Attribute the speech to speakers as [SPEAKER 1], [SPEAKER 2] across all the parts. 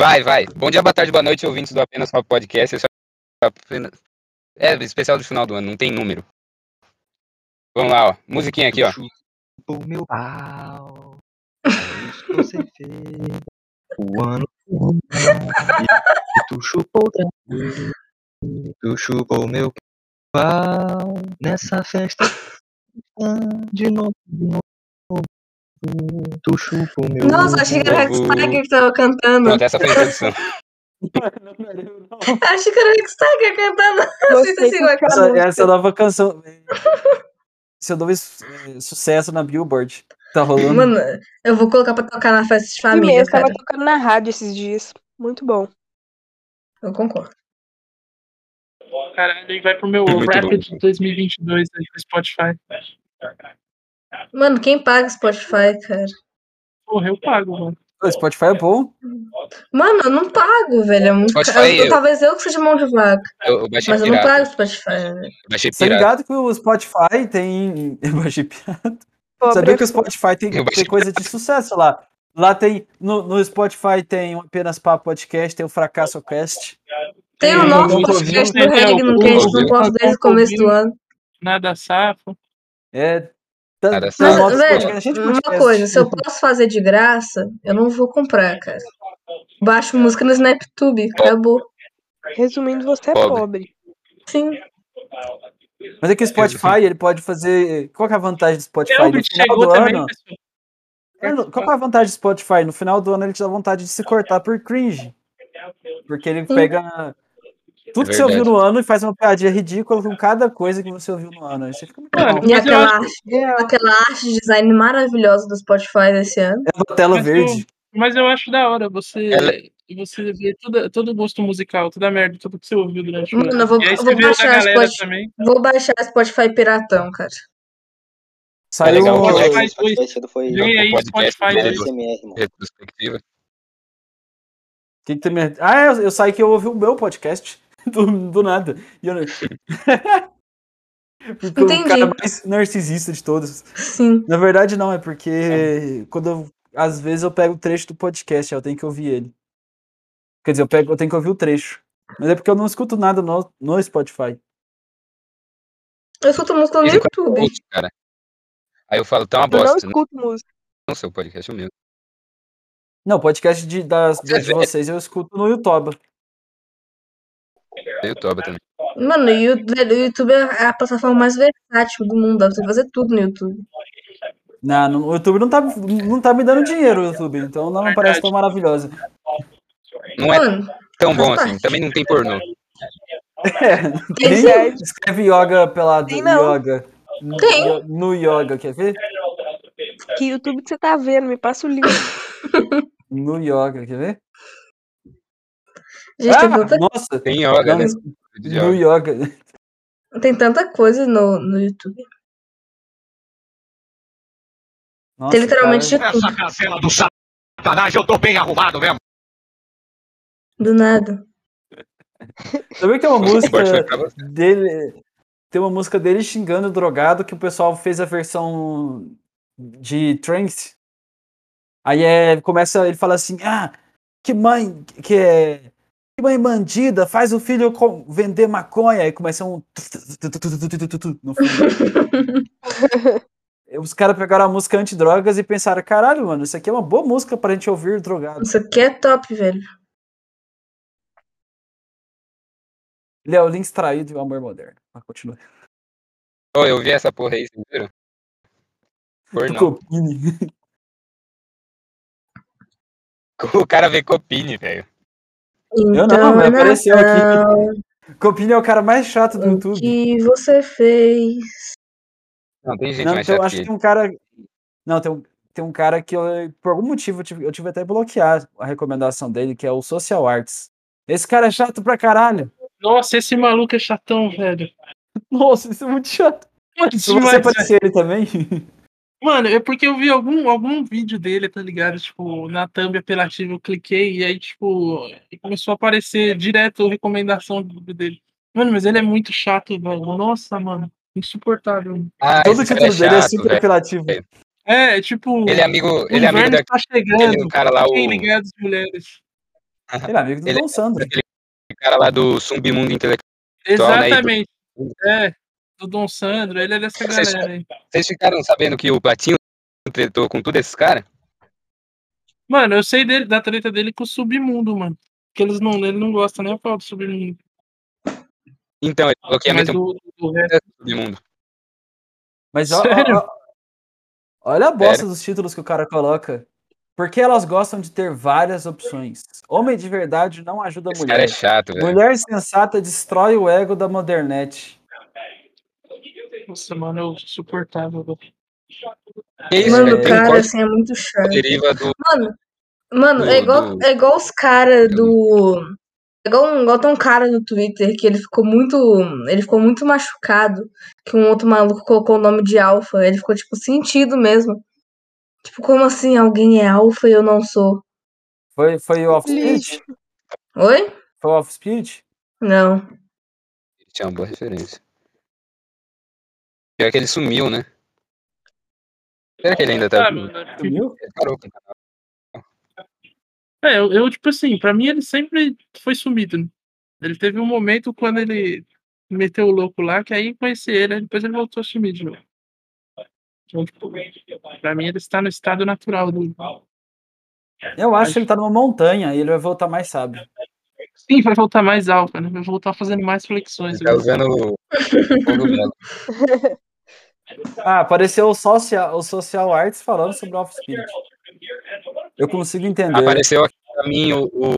[SPEAKER 1] Vai, vai. Bom dia, boa tarde, boa noite, ouvintes do Apenas Papo Podcast. Esse é, o apenas... é especial do final do ano, não tem número. Vamos lá, ó. Musiquinha aqui, ó.
[SPEAKER 2] O meu pau. é isso que você fez. O ano. E tu chupou outra vez. Tu chupou meu pau. Nessa festa. De novo, de novo. Tu chupou meu
[SPEAKER 3] Nossa, achei que era
[SPEAKER 1] Vou-
[SPEAKER 3] o Tiger que tava cantando.
[SPEAKER 1] Pronto, essa foi a introdução.
[SPEAKER 3] Achei que era o Tiger cantando. Não sei se
[SPEAKER 4] Gostei
[SPEAKER 3] você vai
[SPEAKER 4] que o
[SPEAKER 3] cantar.
[SPEAKER 4] Essa, essa nova canção. Seu novo su- sucesso na Billboard. Tá rolando.
[SPEAKER 3] Mano, eu vou colocar pra tocar na festa de
[SPEAKER 5] Sim,
[SPEAKER 3] família,
[SPEAKER 5] eu tava
[SPEAKER 3] cara.
[SPEAKER 5] tocando na rádio esses dias. Muito bom.
[SPEAKER 3] Eu concordo.
[SPEAKER 6] Caralho, aí vai pro meu
[SPEAKER 1] É Muito
[SPEAKER 6] rap
[SPEAKER 1] bom.
[SPEAKER 6] de 2022 aí no Spotify.
[SPEAKER 3] Mano, quem paga o Spotify, cara?
[SPEAKER 6] Porra, eu pago, mano.
[SPEAKER 4] O Spotify é bom.
[SPEAKER 3] Mano, eu não pago, velho. É muito
[SPEAKER 1] Spotify,
[SPEAKER 3] caro. Eu-
[SPEAKER 1] eu-
[SPEAKER 3] Talvez eu que seja mão de vaca.
[SPEAKER 1] Eu, eu baixei
[SPEAKER 3] Mas eu não
[SPEAKER 1] pirata.
[SPEAKER 3] pago o Spotify, velho.
[SPEAKER 1] Baixei
[SPEAKER 4] Você tá
[SPEAKER 1] é pirata.
[SPEAKER 4] ligado que o Spotify tem. Eu baixei piada.
[SPEAKER 5] Pobre
[SPEAKER 4] Sabia que o Spotify tem,
[SPEAKER 1] Eu baixei
[SPEAKER 4] tem coisa de sucesso lá. Lá tem. No, no Spotify tem o apenas papo podcast, tem o Fracasso Cast.
[SPEAKER 3] Tem o
[SPEAKER 6] Tem,
[SPEAKER 3] nosso
[SPEAKER 6] eu tô
[SPEAKER 3] podcast do
[SPEAKER 6] ouvindo, tem,
[SPEAKER 3] Henrique
[SPEAKER 6] eu
[SPEAKER 3] no
[SPEAKER 6] tô
[SPEAKER 3] que a gente
[SPEAKER 1] ouvindo.
[SPEAKER 3] não posta desde o começo do ano.
[SPEAKER 6] Nada safo.
[SPEAKER 4] É. Tá,
[SPEAKER 1] Cara,
[SPEAKER 4] tem
[SPEAKER 1] Não,
[SPEAKER 3] Mas,
[SPEAKER 4] nosso
[SPEAKER 3] velho,
[SPEAKER 4] podcast, gente,
[SPEAKER 3] uma
[SPEAKER 4] podcast.
[SPEAKER 3] coisa, se eu posso fazer de graça, eu não vou comprar, cara. Baixo música no SnapTube, acabou.
[SPEAKER 5] Resumindo, você é
[SPEAKER 1] Pobre.
[SPEAKER 5] pobre.
[SPEAKER 3] Sim.
[SPEAKER 4] Mas é que o Spotify, ele pode fazer. Qual que é a vantagem do Spotify?
[SPEAKER 1] um
[SPEAKER 6] Elbit chegou
[SPEAKER 1] é
[SPEAKER 6] também, pessoal.
[SPEAKER 4] Mano, qual que é a vantagem do Spotify? No final do ano ele te dá vontade de se cortar por cringe. Porque ele pega tudo que você ouviu
[SPEAKER 1] Verdade.
[SPEAKER 4] no ano e faz uma piadinha ridícula com cada coisa que você ouviu no ano. Aí você fica muito
[SPEAKER 6] Mano,
[SPEAKER 4] mal.
[SPEAKER 3] E
[SPEAKER 6] Mas eu
[SPEAKER 3] aquela
[SPEAKER 6] acho
[SPEAKER 3] arte, aquela arte de design maravilhosa do Spotify desse ano.
[SPEAKER 4] É uma tela
[SPEAKER 6] mas eu-
[SPEAKER 4] verde.
[SPEAKER 6] Mas eu acho da hora você,
[SPEAKER 1] Ela- é-
[SPEAKER 6] você ver toda, todo o gosto musical, toda a merda, tudo que você ouviu durante o
[SPEAKER 3] Mano,
[SPEAKER 6] ano.
[SPEAKER 3] eu vou-
[SPEAKER 6] É. E aí
[SPEAKER 3] eu
[SPEAKER 6] você
[SPEAKER 3] vou
[SPEAKER 6] vê o da
[SPEAKER 3] baixar as
[SPEAKER 6] galera
[SPEAKER 3] coisas.
[SPEAKER 6] também.
[SPEAKER 3] Vou baixar o Spotify piratão, cara.
[SPEAKER 1] É
[SPEAKER 4] Saiu.
[SPEAKER 1] legal,
[SPEAKER 4] o-
[SPEAKER 6] Spotify
[SPEAKER 1] Spotify
[SPEAKER 6] dois.
[SPEAKER 2] cedo foi.
[SPEAKER 6] Vem aí,
[SPEAKER 1] um podcast
[SPEAKER 6] Spotify
[SPEAKER 1] dele.
[SPEAKER 6] dois.
[SPEAKER 2] SMR, mano.
[SPEAKER 1] Retrospectiva.
[SPEAKER 4] Quem que tem minha- Ah, eu, eu saí que eu ouvi o meu podcast do, do nada. E eu... Porque o
[SPEAKER 3] Entendi.
[SPEAKER 4] cara mais narcisista de todos.
[SPEAKER 3] Sim.
[SPEAKER 4] Na verdade, não, é porque quando eu, às vezes eu pego o trecho do podcast, eu tenho que ouvir ele. Quer dizer, eu, pego, eu tenho que ouvir o trecho. Mas é porque eu não escuto nada no, no Spotify.
[SPEAKER 3] Eu escuto música no
[SPEAKER 1] Ele com-
[SPEAKER 3] YouTube.
[SPEAKER 1] Putz, é cara. Aí eu falo, tá uma
[SPEAKER 5] Eu não
[SPEAKER 1] bosta. Não,
[SPEAKER 5] escuto música.
[SPEAKER 1] não sei o podcast, é o meu.
[SPEAKER 4] Não, podcast de, das,
[SPEAKER 1] Às
[SPEAKER 4] de vocês eu escuto no YouTube.
[SPEAKER 1] Eu toba também.
[SPEAKER 3] Mano, e o velho, o YouTube é a plataforma mais versátil do mundo. Dá pra você fazer tudo no YouTube.
[SPEAKER 4] Não, no- o YouTube não tá, não tá me dando dinheiro, o YouTube. Então não me parece tão maravilhosa.
[SPEAKER 1] Não é
[SPEAKER 3] Mano,
[SPEAKER 1] tão bom
[SPEAKER 3] faz
[SPEAKER 1] assim.
[SPEAKER 3] parte.
[SPEAKER 1] Também não tem pornô.
[SPEAKER 4] Tem,
[SPEAKER 5] Verdade.
[SPEAKER 4] escreve yoga pelado.
[SPEAKER 5] Tem não.
[SPEAKER 4] Yoga. No-
[SPEAKER 3] Tem.
[SPEAKER 4] No yoga, quer ver?
[SPEAKER 5] Que YouTube que você tá vendo? Me passa o link.
[SPEAKER 4] No yoga, quer ver?
[SPEAKER 3] gente, tem,
[SPEAKER 4] Ah,
[SPEAKER 3] tanta,
[SPEAKER 4] nossa!
[SPEAKER 1] Tem yoga,
[SPEAKER 4] Não,
[SPEAKER 1] né?
[SPEAKER 4] no yoga.
[SPEAKER 3] tem tanta coisa no, no YouTube.
[SPEAKER 4] Nossa,
[SPEAKER 3] Tem literalmente
[SPEAKER 4] cara.
[SPEAKER 3] de tudo.
[SPEAKER 7] cancela do satanás, eu tô bem arrumado mesmo.
[SPEAKER 3] Do nada.
[SPEAKER 4] Também tem é uma
[SPEAKER 1] O Spotify
[SPEAKER 4] música
[SPEAKER 1] pra você.
[SPEAKER 4] dele. Tem uma música dele xingando o drogado que o pessoal fez a versão de trance. Aí é, começa, ele fala assim: "Ah, que mãe que é que mãe bandida faz o filho com- vender maconha". Aí começa um tu, tu, tu, tu, tu, tu, tu, tu, no fundo. E Os caras pegaram a música antidrogas e pensaram: "Caralho, mano, isso aqui é uma boa música pra gente ouvir drogado".
[SPEAKER 3] Isso aqui é top, velho.
[SPEAKER 4] Léo Lins traído e o amor moderno. Mas continua.
[SPEAKER 1] Ô, eu vi essa porra aí, vocês viram? Pornô.
[SPEAKER 4] Tucupini.
[SPEAKER 1] O cara vê copine, velho.
[SPEAKER 4] não,
[SPEAKER 3] Então,
[SPEAKER 4] mas apareceu aqui.
[SPEAKER 3] Natal,
[SPEAKER 4] Copini é o cara mais chato do
[SPEAKER 3] o
[SPEAKER 4] YouTube.
[SPEAKER 3] que você fez?
[SPEAKER 1] Não, tem gente
[SPEAKER 4] Não,
[SPEAKER 1] mais
[SPEAKER 4] tem- eu
[SPEAKER 1] chata que
[SPEAKER 4] acho
[SPEAKER 1] ele.
[SPEAKER 4] que tem um cara. Não, tem um, tem um cara que, eu, por algum motivo, eu tive, eu tive até que bloquear a recomendação dele, que é o Social Arts. Esse cara é chato pra caralho.
[SPEAKER 6] Nossa, esse maluco é chatão, velho.
[SPEAKER 4] Nossa, isso é muito chato.
[SPEAKER 6] Mano,
[SPEAKER 4] Se
[SPEAKER 6] demais,
[SPEAKER 4] você
[SPEAKER 1] é
[SPEAKER 6] velho.
[SPEAKER 4] aparecer ele também.
[SPEAKER 6] Mano, é porque eu vi algum, algum vídeo dele, tá ligado? Tipo, na thumb apelativa eu cliquei e aí, tipo, começou a aparecer direto a recomendação do vídeo dele. Mano, mas ele é muito chato, velho. Nossa, mano. Insuportável.
[SPEAKER 1] Ah,
[SPEAKER 4] Todo o
[SPEAKER 1] esse
[SPEAKER 4] título
[SPEAKER 1] cara
[SPEAKER 4] dele é
[SPEAKER 1] chato,
[SPEAKER 4] super
[SPEAKER 1] velho.
[SPEAKER 4] apelativo.
[SPEAKER 1] É.
[SPEAKER 6] É, é tipo,
[SPEAKER 1] Ele é amigo, ele é amigo
[SPEAKER 6] inverno
[SPEAKER 1] da,
[SPEAKER 6] tá
[SPEAKER 1] aquele
[SPEAKER 6] chegando.
[SPEAKER 1] cara lá, o,
[SPEAKER 6] Quem ligar das mulheres.
[SPEAKER 4] Ele é amigo do
[SPEAKER 1] Ele-
[SPEAKER 4] Tom Sandro.
[SPEAKER 1] O cara lá do submundo intelectual.
[SPEAKER 6] Exatamente. É, do Dom Sandro, ele é dessa
[SPEAKER 1] Vocês-
[SPEAKER 6] galera aí.
[SPEAKER 1] Vocês ficaram sabendo que o Platinho tretou com todos esses caras?
[SPEAKER 6] Mano, eu sei dele, da treta dele com o Submundo, mano. Que eles não, ele não gosta nem a pau do Submundo.
[SPEAKER 1] Então, ele falou que ia
[SPEAKER 6] Mas
[SPEAKER 1] meter um
[SPEAKER 6] do, do resto.
[SPEAKER 1] processo no submundo.
[SPEAKER 4] Mas ó- ó-
[SPEAKER 6] Sério?
[SPEAKER 4] ó- olha a bosta
[SPEAKER 1] Sério.
[SPEAKER 4] dos títulos que o cara coloca. Porque elas gostam de ter várias opções. Homem de verdade não ajuda
[SPEAKER 1] Esse cara é
[SPEAKER 4] mulher.
[SPEAKER 1] chato, velho.
[SPEAKER 4] Mulher sensata destrói o ego da modernete.
[SPEAKER 6] Nossa, mano, eu suportava. velho.
[SPEAKER 1] Que isso,
[SPEAKER 3] Mano,
[SPEAKER 1] velho?
[SPEAKER 3] o
[SPEAKER 1] Tem um
[SPEAKER 3] cara
[SPEAKER 1] corte
[SPEAKER 3] assim é muito
[SPEAKER 1] na
[SPEAKER 3] chato.
[SPEAKER 1] deriva do.
[SPEAKER 3] Mano, mano,
[SPEAKER 1] Do-
[SPEAKER 3] é igual,
[SPEAKER 1] do-
[SPEAKER 3] é igual os caras do. É igual, um- igual tem um cara no Twitter que ele ficou muito. Ele ficou muito machucado que um outro maluco colocou o nome de alfa. Ele ficou, tipo, sentido mesmo. Tipo, como assim alguém é alfa e eu não sou?
[SPEAKER 4] Foi, foi o Off
[SPEAKER 5] Lixo.
[SPEAKER 4] Spirit?
[SPEAKER 3] Oi?
[SPEAKER 4] Foi o Off Spirit?
[SPEAKER 3] Não.
[SPEAKER 1] Tinha é uma boa referência. Pior que ele sumiu, né? Será que ele ainda tá
[SPEAKER 6] Ah,
[SPEAKER 1] vivo?
[SPEAKER 6] mano, é porque-
[SPEAKER 4] Sumiu?
[SPEAKER 1] Ele parou com o canal.
[SPEAKER 6] É, eu, eu, tipo assim, pra mim ele sempre foi sumido. né? Ele teve um momento quando ele meteu o louco lá, que aí eu conheci ele, aí depois ele voltou a sumir de novo. Então, tipo, pra mim ele está no estado natural do.
[SPEAKER 1] É.
[SPEAKER 4] Eu acho que ele tá numa montanha e ele vai voltar mais sábio.
[SPEAKER 6] Sim, vai voltar mais alfa, né? Vai voltar fazendo mais flexões.
[SPEAKER 1] Ele tá usando o. cogumelo.
[SPEAKER 4] Ah, apareceu o social, o social Arts falando sobre o Off Spirit. Eu consigo entender.
[SPEAKER 1] Apareceu aqui pra mim o. o,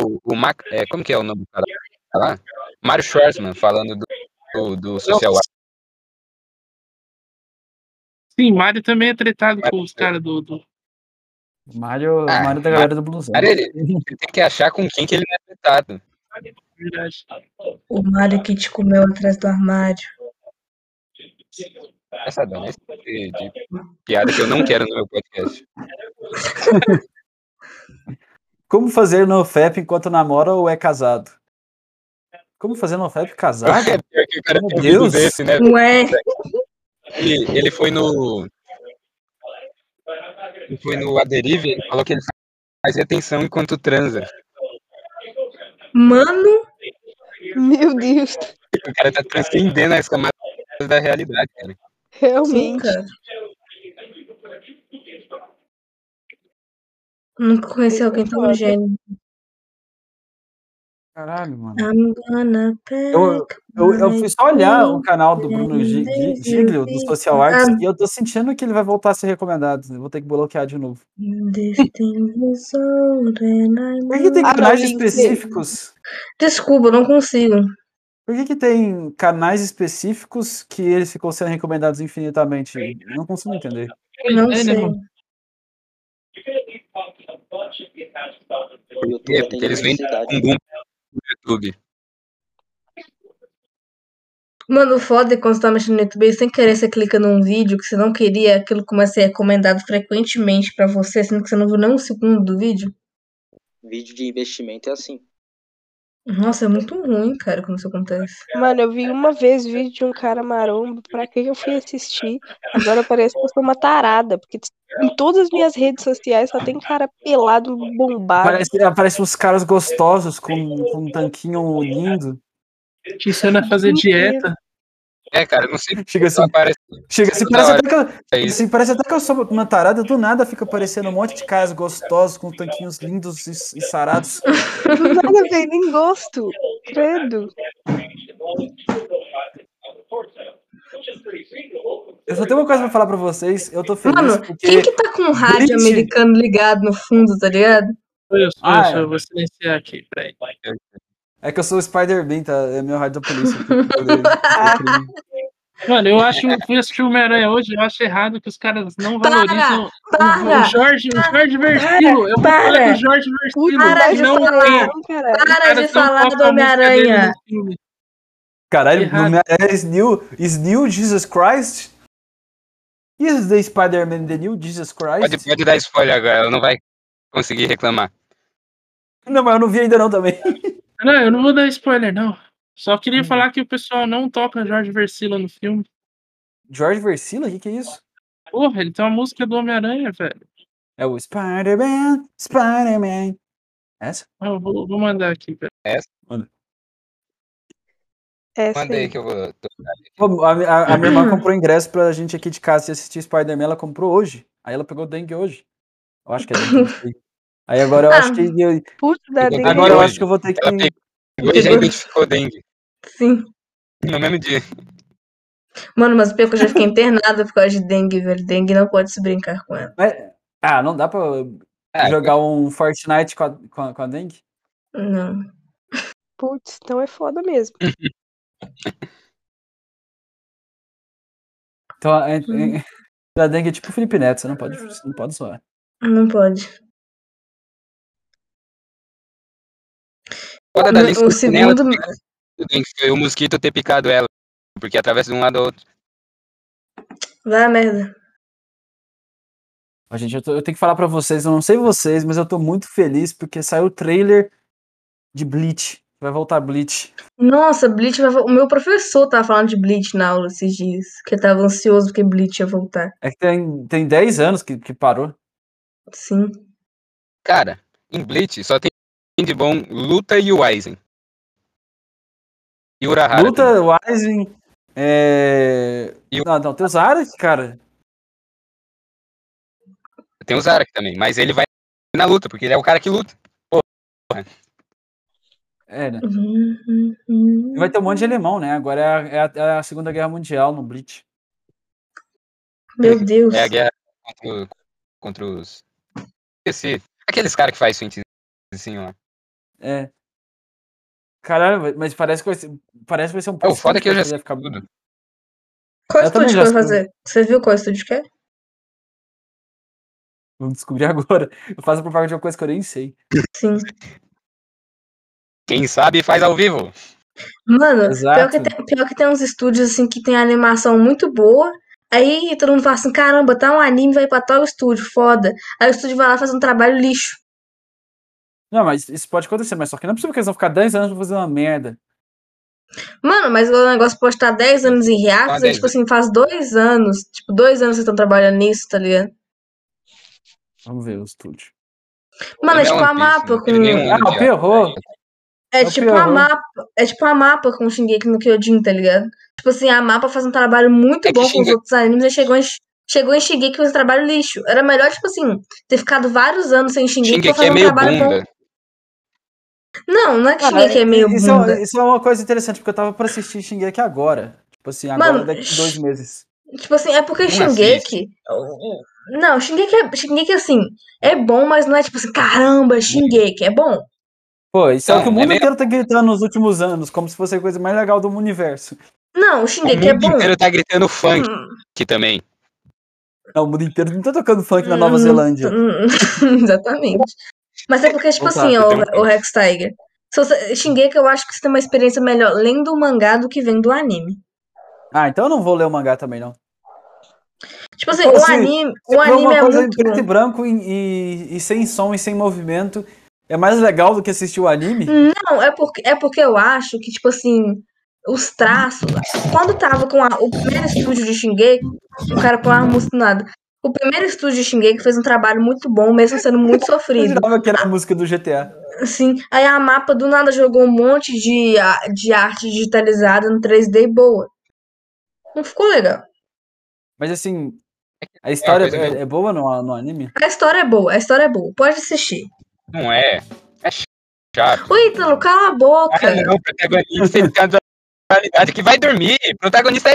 [SPEAKER 1] o, o Mac... é, como que é o nome do cara? Tá lá? Mário Schwarzman falando do, do, do social Art.
[SPEAKER 6] Sim, Mário também é tretado com os caras do, do.
[SPEAKER 4] Mario,
[SPEAKER 1] Ah,
[SPEAKER 4] Mario da
[SPEAKER 1] Ma-
[SPEAKER 4] galera do blusão.
[SPEAKER 1] Cara, ele, ele tem que achar com quem que ele não é tratado.
[SPEAKER 6] Verdade.
[SPEAKER 3] O Mario que te comeu atrás do armário.
[SPEAKER 1] Essa dona esse tipo de, de piada que eu não quero no meu podcast.
[SPEAKER 4] Como fazer no FEP enquanto namora ou é casado? Como fazer no FEP casado?
[SPEAKER 1] É pior que o cara
[SPEAKER 4] Meu
[SPEAKER 1] tem um vídeo
[SPEAKER 4] Deus.
[SPEAKER 1] desse, né?
[SPEAKER 3] Ué,
[SPEAKER 1] Ele, ele foi no. Ele foi no Aderive, ele falou que ele faz retenção enquanto transa.
[SPEAKER 3] mano,
[SPEAKER 5] Meu Deus,
[SPEAKER 1] O cara tá transcendendo as camadas da realidade, cara.
[SPEAKER 3] sim,
[SPEAKER 5] realmente.
[SPEAKER 3] cara. Nunca conheci alguém tão
[SPEAKER 5] Foda.
[SPEAKER 3] gênio.
[SPEAKER 4] Caralho, mano.
[SPEAKER 3] I'm gonna pack
[SPEAKER 4] Eu- Eu, eu
[SPEAKER 3] my
[SPEAKER 4] fui só olhar
[SPEAKER 3] things.
[SPEAKER 4] o canal do Bruno Gi- Gi- Giglio, do Social
[SPEAKER 5] Ah.
[SPEAKER 4] Arts, e eu tô sentindo que ele vai voltar a ser recomendado. Eu vou ter que bloquear de novo.
[SPEAKER 3] This thing is old and I
[SPEAKER 4] Por que tem
[SPEAKER 3] know.
[SPEAKER 5] Ah, não,
[SPEAKER 4] canais
[SPEAKER 5] gente.
[SPEAKER 4] específicos?
[SPEAKER 3] Desculpa, eu não consigo.
[SPEAKER 4] Por que, que tem canais específicos que eles ficam sendo recomendados infinitamente? Eu não consigo entender.
[SPEAKER 3] Não
[SPEAKER 6] É, né,
[SPEAKER 3] sei.
[SPEAKER 6] mano?
[SPEAKER 2] O
[SPEAKER 1] É,
[SPEAKER 2] YouTube
[SPEAKER 1] porque
[SPEAKER 2] tem
[SPEAKER 1] eles vendem
[SPEAKER 2] necessidade.
[SPEAKER 1] um boom no YouTube.
[SPEAKER 3] Mano, o foda é quando você tá mexendo no YouTube e sem querer você clica num vídeo que você não queria, aquilo começa a ser recomendado frequentemente pra você, sendo que você não viu nem um segundo do vídeo.
[SPEAKER 2] Vídeo de investimento é assim.
[SPEAKER 3] Nossa, é muito ruim, cara, quando isso acontece.
[SPEAKER 5] Mano, eu vi uma vez vídeo de um cara maromba, pra que que eu fui assistir? Agora parece que eu sou uma tarada, porque em todas as minhas redes sociais só tem cara pelado, bombado.
[SPEAKER 4] Aparece, aparece uns caras gostosos com, com um tanquinho lindo.
[SPEAKER 6] Te ensina a fazer dieta.
[SPEAKER 1] É, cara, eu não sei
[SPEAKER 4] Chega
[SPEAKER 1] se
[SPEAKER 4] assim,
[SPEAKER 1] aparece
[SPEAKER 4] chega assim,
[SPEAKER 1] Da
[SPEAKER 4] parece
[SPEAKER 1] hora.
[SPEAKER 4] até que eu,
[SPEAKER 1] isso.
[SPEAKER 4] Assim, parece até que eu sou uma tarada, do nada fica aparecendo um monte de caras gostosos, com tanquinhos lindos e, e sarados.
[SPEAKER 5] Nada, velho, nem gosto. Credo.
[SPEAKER 4] Eu só tenho uma coisa pra falar pra vocês, eu tô feliz
[SPEAKER 3] Mano, quem
[SPEAKER 4] porque...
[SPEAKER 3] que tá com um rádio
[SPEAKER 4] Gente.
[SPEAKER 3] americano ligado no fundo, tá ligado?
[SPEAKER 6] Foi eu, foi eu,
[SPEAKER 4] Ah,
[SPEAKER 6] foi eu,
[SPEAKER 4] é.
[SPEAKER 6] vou silenciar aqui, peraí.
[SPEAKER 4] É que eu sou o Spider-Man, tá? É meu rádio da polícia. aqui, pra poder-
[SPEAKER 6] Mano, eu acho, eu fui assistir o Homem-Aranha hoje, eu acho errado que os caras não valorizam o, o
[SPEAKER 3] Para!
[SPEAKER 6] Jorge, o Jorge Versilo. Eu vou
[SPEAKER 3] para.
[SPEAKER 6] falar do Jorge
[SPEAKER 5] Puta,
[SPEAKER 6] Versilo.
[SPEAKER 3] Para de
[SPEAKER 5] não
[SPEAKER 3] falar.
[SPEAKER 5] tem, caralho.
[SPEAKER 3] Para de falar do Homem-Aranha!
[SPEAKER 4] Caralho,
[SPEAKER 6] Errado.
[SPEAKER 4] não me... é is new, is new Jesus Christ? Is the Spider-Man the new Jesus
[SPEAKER 3] É
[SPEAKER 4] Christ?
[SPEAKER 1] Pode, pode dar spoiler agora, ela não vai conseguir reclamar.
[SPEAKER 4] Não, mas eu não vi ainda não também.
[SPEAKER 6] Não, eu não vou dar spoiler, não. Só
[SPEAKER 4] Hum.
[SPEAKER 6] queria falar que o pessoal não toca Jorge Versilo no filme.
[SPEAKER 4] George Versilo? O que que é isso?
[SPEAKER 6] Porra, ele tem uma música do Homem-Aranha, velho.
[SPEAKER 4] É o Spider-Man, Spider-Man. Essa?
[SPEAKER 6] Ah, Eu vou, vou mandar aqui, pera.
[SPEAKER 3] É
[SPEAKER 5] Essa
[SPEAKER 1] Manda aí
[SPEAKER 5] aí.
[SPEAKER 1] que eu vou. tô-
[SPEAKER 4] Pô, A, a- a minha irmã comprou ingresso pra gente aqui de casa assistir Spider-Man, ela comprou hoje. Aí ela pegou dengue hoje. Eu acho que é dengue. não sei. Aí agora eu
[SPEAKER 3] Ah.
[SPEAKER 4] acho que. eu-
[SPEAKER 5] Putz, da
[SPEAKER 1] Eu
[SPEAKER 5] dengue.
[SPEAKER 4] agora eu
[SPEAKER 1] hoje.
[SPEAKER 4] acho que eu vou ter que.
[SPEAKER 1] Ela pegou e já identificou dengue
[SPEAKER 3] Sim.
[SPEAKER 1] no mesmo dia.
[SPEAKER 3] Mano, mas o pior é que eu já fiquei internada por causa de dengue, velho. Dengue não pode se brincar com ela.
[SPEAKER 4] Mas- Ah, não dá pra
[SPEAKER 1] Ah,
[SPEAKER 4] jogar um Fortnite com a, com a, com a dengue?
[SPEAKER 3] Não.
[SPEAKER 5] Putz, então é foda mesmo.
[SPEAKER 4] Então, a, a- a dengue é tipo o Felipe Neto, você não pode, você não pode zoar.
[SPEAKER 3] Não pode.
[SPEAKER 1] Foda da
[SPEAKER 3] O
[SPEAKER 1] Alice foi nela
[SPEAKER 3] segundo-
[SPEAKER 1] ter picado o dengue, foi o mosquito ter picado ela. Porque atravessa de um lado ao outro.
[SPEAKER 3] Vai a merda.
[SPEAKER 4] Ó, Gente, eu, tô- eu tenho que falar pra vocês, eu não sei vocês, mas eu tô muito feliz porque saiu o trailer de Bleach. Vai voltar Bleach.
[SPEAKER 3] Nossa, Bleach vai. vo- O meu professor tava falando de Bleach na aula esses dias. Que eu tava ansioso porque Bleach ia voltar.
[SPEAKER 4] É que tem, tem 10 anos que, que parou.
[SPEAKER 3] Sim.
[SPEAKER 1] Cara, em Bleach só tem de bom Luta e o Aizen. E o Urahara. também.
[SPEAKER 4] Luta, o Aizen. É...
[SPEAKER 1] E o-
[SPEAKER 4] Não, não, tem os Aras, cara.
[SPEAKER 1] Tem o Zarak também, mas ele vai na luta, porque ele é o cara que luta.
[SPEAKER 4] É, né? E Vai ter um monte de alemão, né? Agora é a, é a- é a Segunda Guerra Mundial no Bleach.
[SPEAKER 3] Meu Deus.
[SPEAKER 1] É a guerra contra, o- contra os. Esqueci. Aqueles caras que faz suintezinho lá.
[SPEAKER 4] É. Caralho, vai- mas parece que vai ser, parece que vai ser um
[SPEAKER 1] É, o
[SPEAKER 4] puta
[SPEAKER 1] foda é que eu já
[SPEAKER 4] esporte,
[SPEAKER 1] sei
[SPEAKER 4] vai ficar-
[SPEAKER 1] tudo.
[SPEAKER 3] Qual
[SPEAKER 4] Eu também
[SPEAKER 3] estúdio que
[SPEAKER 4] já
[SPEAKER 3] vai
[SPEAKER 4] sei.
[SPEAKER 3] fazer? Você viu qual estúdio que é?
[SPEAKER 4] Vamos descobrir agora. Eu faço propaganda de uma coisa que eu nem sei.
[SPEAKER 3] Sim.
[SPEAKER 1] Quem sabe faz ao vivo.
[SPEAKER 3] Mano, pior que,
[SPEAKER 4] Exato.
[SPEAKER 3] tem, pior que tem uns estúdios assim que tem animação muito boa. Aí todo mundo fala assim: caramba, tá um anime, vai pra tal estúdio, foda. Aí o estúdio vai lá fazer um trabalho lixo.
[SPEAKER 4] Não, mas isso pode acontecer, mas só que não é possível que eles vão ficar 10 anos pra fazer uma merda.
[SPEAKER 3] Mano, mas o negócio pode estar 10 anos em reatos,
[SPEAKER 1] Tá
[SPEAKER 3] aí,
[SPEAKER 1] dez
[SPEAKER 3] tipo assim, faz dois anos. Tipo, dois anos vocês estão trabalhando nisso, tá ligado?
[SPEAKER 4] Vamos ver o estúdio.
[SPEAKER 3] Mano, é
[SPEAKER 1] Ele
[SPEAKER 3] tipo
[SPEAKER 1] One
[SPEAKER 3] a
[SPEAKER 1] Piece,
[SPEAKER 3] mapa
[SPEAKER 1] não teve nenhum
[SPEAKER 3] com.
[SPEAKER 4] Ah,
[SPEAKER 1] ano de
[SPEAKER 4] o Perro!
[SPEAKER 3] É
[SPEAKER 4] é o
[SPEAKER 3] tipo a
[SPEAKER 4] pior, né?
[SPEAKER 3] mapa. É tipo a mapa com o Shingeki no Kyojin, tá ligado? Tipo assim, a mapa faz um trabalho muito
[SPEAKER 1] É que
[SPEAKER 3] bom com os
[SPEAKER 1] Shinge-
[SPEAKER 3] outros animes, aí chegou em. Chegou em Shingeki fez um trabalho lixo. Era melhor, tipo assim, ter ficado vários anos sem Shingeki pra
[SPEAKER 1] Shingeki
[SPEAKER 3] fazer
[SPEAKER 1] é
[SPEAKER 3] um
[SPEAKER 1] meio
[SPEAKER 3] trabalho bom.
[SPEAKER 1] bunda.
[SPEAKER 3] Não, não é que
[SPEAKER 4] Cara,
[SPEAKER 3] Shingeki é meio
[SPEAKER 4] isso, é uma-
[SPEAKER 3] bunda.
[SPEAKER 4] isso é uma coisa interessante, porque eu tava pra assistir Shingeki agora. Tipo assim, agora
[SPEAKER 3] Mano,
[SPEAKER 4] daqui dois meses.
[SPEAKER 3] Tipo assim, é porque
[SPEAKER 1] Não
[SPEAKER 3] Shingeki.
[SPEAKER 4] É
[SPEAKER 3] Não, Shingeki, é, Shingeki assim, é bom, mas não é tipo assim, caramba, Shingeki, é bom.
[SPEAKER 4] Pô, isso é o que o
[SPEAKER 1] Não, é
[SPEAKER 4] mundo
[SPEAKER 1] meio-
[SPEAKER 4] inteiro tá gritando nos últimos anos, como se fosse a coisa mais legal do universo.
[SPEAKER 3] Não,
[SPEAKER 1] O
[SPEAKER 3] Shingeki é
[SPEAKER 1] mundo
[SPEAKER 3] bom.
[SPEAKER 1] inteiro tá gritando funk
[SPEAKER 3] Hum,
[SPEAKER 1] também.
[SPEAKER 4] Não, o mundo inteiro não tá tocando funk na Nova
[SPEAKER 3] hum,
[SPEAKER 4] Zelândia.
[SPEAKER 3] hum, Exatamente. Mas é porque, tipo
[SPEAKER 4] Voltar,
[SPEAKER 3] assim,
[SPEAKER 1] tem um
[SPEAKER 3] o,
[SPEAKER 1] ponto.
[SPEAKER 3] o Rex Tiger. Se você, Shingeki, eu acho que você tem uma experiência melhor lendo o mangá do que vendo o anime.
[SPEAKER 4] Ah, então eu não vou ler o mangá também, não.
[SPEAKER 3] Tipo assim,
[SPEAKER 4] Pô,
[SPEAKER 3] o
[SPEAKER 4] se-
[SPEAKER 3] anime,
[SPEAKER 4] Se
[SPEAKER 3] o
[SPEAKER 4] for
[SPEAKER 3] anime
[SPEAKER 4] uma
[SPEAKER 3] é
[SPEAKER 4] coisa em
[SPEAKER 3] muito
[SPEAKER 4] preto e
[SPEAKER 3] bom.
[SPEAKER 4] branco e, e- e sem som e sem movimento é mais legal do que assistir o anime?
[SPEAKER 3] Não, é porque, é porque eu acho que, tipo assim, os traços. Quando tava com a- o primeiro estúdio de Shingeki, o cara põe uma música do nada. O primeiro estúdio de Shingeki fez um trabalho muito bom, mesmo sendo muito
[SPEAKER 4] Eu
[SPEAKER 3] sofrido.
[SPEAKER 4] jurava que era a música do GTA.
[SPEAKER 3] Assim, aí a mapa do nada jogou um monte de, a- de arte digitalizada no 3D e boa. Não ficou legal.
[SPEAKER 4] Mas assim, a história
[SPEAKER 1] coisa
[SPEAKER 4] é,
[SPEAKER 1] meio-
[SPEAKER 4] é boa no, no anime?
[SPEAKER 3] A história é boa, a história é boa. Pode assistir.
[SPEAKER 1] Não é. É ch- chato.
[SPEAKER 3] Ô, Ítalo, cala a boca.
[SPEAKER 1] Ah, não, protagonista é casualidade que vai dormir. Protagonista é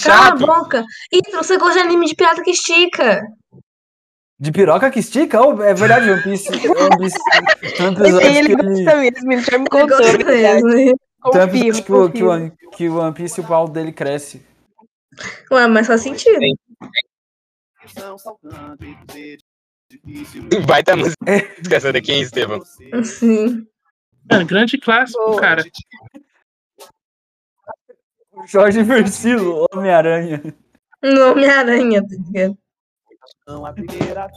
[SPEAKER 3] Cala a
[SPEAKER 1] chato.
[SPEAKER 3] boca. Ítalo, você gosta de anime de piada que estica.
[SPEAKER 4] De piroca que estica? Oh, é verdade, One Piece. One Piece tem um
[SPEAKER 5] Esse
[SPEAKER 4] episódio
[SPEAKER 5] aí ele
[SPEAKER 4] que ele-
[SPEAKER 5] gosta mesmo, ele já me
[SPEAKER 3] Eu
[SPEAKER 5] contou, é
[SPEAKER 3] gosto
[SPEAKER 5] verdade.
[SPEAKER 3] mesmo. né?
[SPEAKER 4] tem um episódio que
[SPEAKER 5] Confirmo,
[SPEAKER 4] o, que, o,
[SPEAKER 5] confirmo.
[SPEAKER 4] One- que o One Piece, o pau dele cresce.
[SPEAKER 3] Ué, mas faz sentido.
[SPEAKER 1] Baita música essa daqui, hein, Estevam?
[SPEAKER 3] Sim.
[SPEAKER 6] Mano, grande clássico,
[SPEAKER 5] Boa.
[SPEAKER 6] cara.
[SPEAKER 4] Jorge Versilo, Homem-Aranha.
[SPEAKER 3] No Homem-Aranha, Um tá ligado?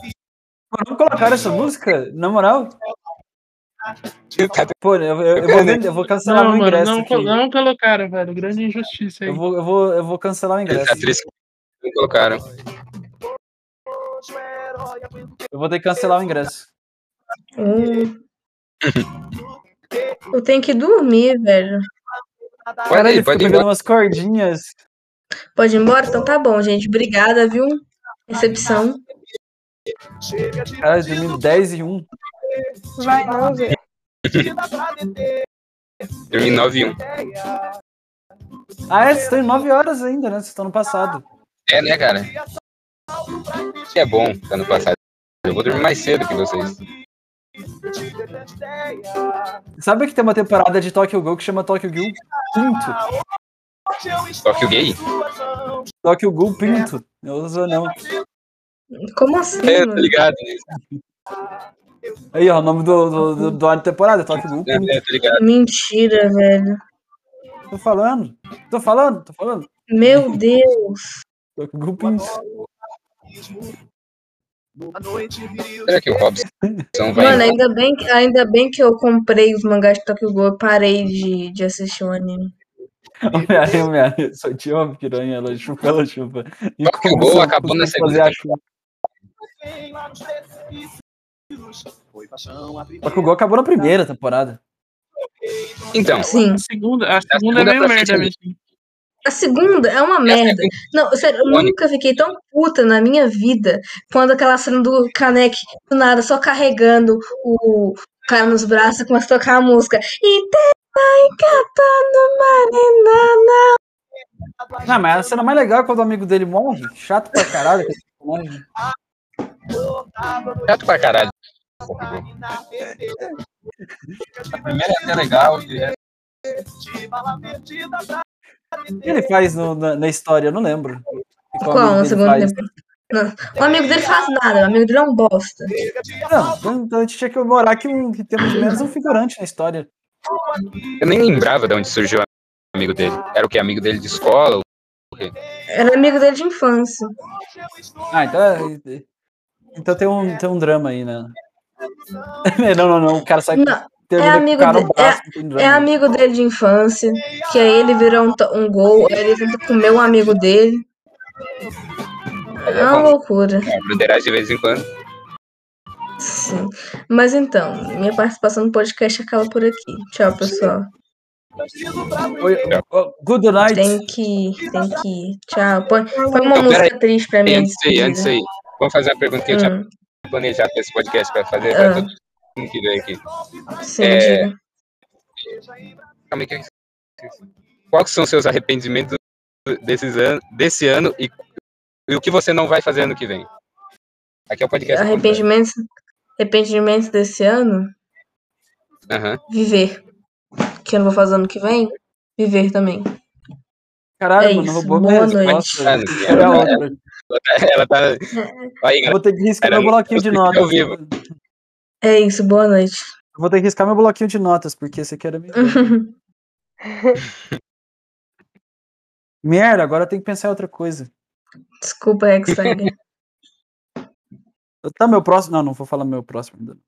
[SPEAKER 4] Pô, Não colocaram essa música? Na moral? Pô, eu, eu- eu vou, vender- eu vou cancelar
[SPEAKER 6] Não,
[SPEAKER 4] o
[SPEAKER 6] mano,
[SPEAKER 4] ingresso
[SPEAKER 6] não,
[SPEAKER 4] aqui.
[SPEAKER 6] co- não colocaram, velho. Grande injustiça aí.
[SPEAKER 4] Eu vou, eu, vou, eu vou cancelar o
[SPEAKER 1] Essa
[SPEAKER 3] É.
[SPEAKER 4] ingresso.
[SPEAKER 1] atriz que colocaram.
[SPEAKER 4] Eu vou ter que cancelar o ingresso.
[SPEAKER 3] Hum. Eu tenho que dormir, velho.
[SPEAKER 1] Pode
[SPEAKER 4] Caralho,
[SPEAKER 1] ir,
[SPEAKER 4] ficou
[SPEAKER 1] pode ir
[SPEAKER 4] pegando
[SPEAKER 1] embora.
[SPEAKER 4] umas cordinhas.
[SPEAKER 3] Pode ir embora? Então tá bom, gente. Obrigada, viu? Recepção.
[SPEAKER 4] Caralho, dormindo 10 e 1.
[SPEAKER 5] Vai não, Zé.
[SPEAKER 1] Dormi 9 e 1.
[SPEAKER 4] Ah, é, vocês estão em 9 horas ainda, né? Vocês estão no passado.
[SPEAKER 1] É, né, cara? É bom, tá no passado. Eu vou dormir mais cedo que vocês.
[SPEAKER 4] Sabe que tem uma temporada de Tokyo Ghoul que chama Tokyo Ghoul Pinto?
[SPEAKER 1] Tóquio gay?
[SPEAKER 4] Tokyo Ghoul Pinto. Não usa não.
[SPEAKER 3] Como assim,
[SPEAKER 1] É, tá
[SPEAKER 3] mano?
[SPEAKER 1] ligado.
[SPEAKER 4] Aí, ó, o nome do, do, do, do anime temporada, Tokyo Ghoul
[SPEAKER 1] É,
[SPEAKER 4] Pinto.
[SPEAKER 1] tá ligado.
[SPEAKER 3] Mentira, velho.
[SPEAKER 4] Tô falando, tô falando, tô falando.
[SPEAKER 3] Meu Deus.
[SPEAKER 4] Tokyo Ghoul Pinto.
[SPEAKER 1] Será que o Robson vai.
[SPEAKER 3] Mano, é ainda bem, que- ainda bem que eu comprei os mangás de Tokyo Ghoul. Eu parei de, de assistir o anime.
[SPEAKER 4] Homem-Aranha, Homem-Aranha. Só tinha uma piranha, ela chupa, ela chupa. E
[SPEAKER 1] Tokyo
[SPEAKER 4] como
[SPEAKER 1] Ghoul
[SPEAKER 4] você
[SPEAKER 1] acabou
[SPEAKER 4] costuma
[SPEAKER 1] na segunda
[SPEAKER 4] fazer a chuva? Tokyo Ghoul acabou na primeira temporada.
[SPEAKER 1] Então,
[SPEAKER 3] Sim.
[SPEAKER 6] A segunda, a
[SPEAKER 1] Da
[SPEAKER 6] segunda é
[SPEAKER 1] segunda
[SPEAKER 6] meio
[SPEAKER 1] pra
[SPEAKER 6] merda
[SPEAKER 1] frente,
[SPEAKER 6] mesmo.
[SPEAKER 3] A segunda é uma merda. Não, sério, eu
[SPEAKER 1] Olha.
[SPEAKER 3] nunca fiquei tão puta na minha vida quando aquela cena do Kanek do nada só carregando o cara nos braços e começa a tocar a música. E vai catando marinana.
[SPEAKER 4] Não, mas a cena mais legal é quando o amigo dele morre. Chato pra caralho. aquele personagem.
[SPEAKER 1] chato pra caralho. A primeira é legal. é-
[SPEAKER 4] O que ele faz no- na, na história? Eu não lembro. E qual
[SPEAKER 3] Qual?
[SPEAKER 4] amigo
[SPEAKER 3] No
[SPEAKER 4] dele
[SPEAKER 3] segundo
[SPEAKER 4] faz?
[SPEAKER 3] tempo. Não, O amigo dele faz nada, o amigo dele é um bosta.
[SPEAKER 4] Não, então- então a gente tinha que morar que, um, que temos menos um figurante na história.
[SPEAKER 1] Eu nem lembrava de onde surgiu o amigo dele. Era o que? Amigo dele de escola?
[SPEAKER 3] Era amigo dele de infância.
[SPEAKER 4] Ah, então. é- é- Então tem um, tem um drama aí, né? Não, não, não. O cara sai.
[SPEAKER 3] Não, é
[SPEAKER 4] termina com o
[SPEAKER 3] amigo
[SPEAKER 4] cara no
[SPEAKER 3] de-
[SPEAKER 4] braço. não tem drama.
[SPEAKER 3] É amigo dele de infância, que aí ele virou um, to- um gol, aí ele tenta comer um amigo dele. É uma loucura.
[SPEAKER 1] É, broderagem de vez em quando.
[SPEAKER 3] Sim. Mas então, minha participação no podcast acaba por aqui. Tchau, pessoal.
[SPEAKER 4] Oi, oh, good night.
[SPEAKER 3] Tem que ir, tem que ir. Tchau. Põe, põe uma
[SPEAKER 1] Não,
[SPEAKER 3] música triste pra
[SPEAKER 1] Ei,
[SPEAKER 3] mim.
[SPEAKER 1] antes aí, antes aí. Vamos fazer uma pergunta que eu tinha
[SPEAKER 3] É Hum,
[SPEAKER 1] planejado pra esse podcast pra fazer pra
[SPEAKER 3] Ah.
[SPEAKER 1] todo mundo que veio aqui.
[SPEAKER 3] sim,
[SPEAKER 1] É.
[SPEAKER 3] diga.
[SPEAKER 1] Calma aí, que eu esqueci. Quais são os seus arrependimentos desses an desse ano e, e o que você não vai fazer ano que vem? Aqui é o podcast. ao contrário.
[SPEAKER 3] Arrependimentos, arrependimentos desse ano?
[SPEAKER 1] Aham.
[SPEAKER 3] Viver. Que eu não vou fazer ano que vem? Viver também.
[SPEAKER 4] Caralho,
[SPEAKER 3] É
[SPEAKER 4] mano,
[SPEAKER 3] isso,
[SPEAKER 4] roubou minha
[SPEAKER 3] boa
[SPEAKER 4] resposta.
[SPEAKER 1] noite.
[SPEAKER 4] Vou escrever a outra.
[SPEAKER 1] Ah, Ela tá. Aí,
[SPEAKER 4] Eu
[SPEAKER 1] galera.
[SPEAKER 4] Vou ter que riscar
[SPEAKER 1] Era
[SPEAKER 4] meu bloquinho de
[SPEAKER 1] muito difícil
[SPEAKER 4] notas.
[SPEAKER 1] ao
[SPEAKER 4] Eu
[SPEAKER 3] É isso, boa noite.
[SPEAKER 4] Vou ter que riscar meu bloquinho de notas, porque esse aqui era meio. Merda, agora eu tenho que pensar em outra coisa.
[SPEAKER 3] Desculpa, Hextag.
[SPEAKER 4] Tá, meu próximo. Não, não vou falar meu próximo ainda. Vou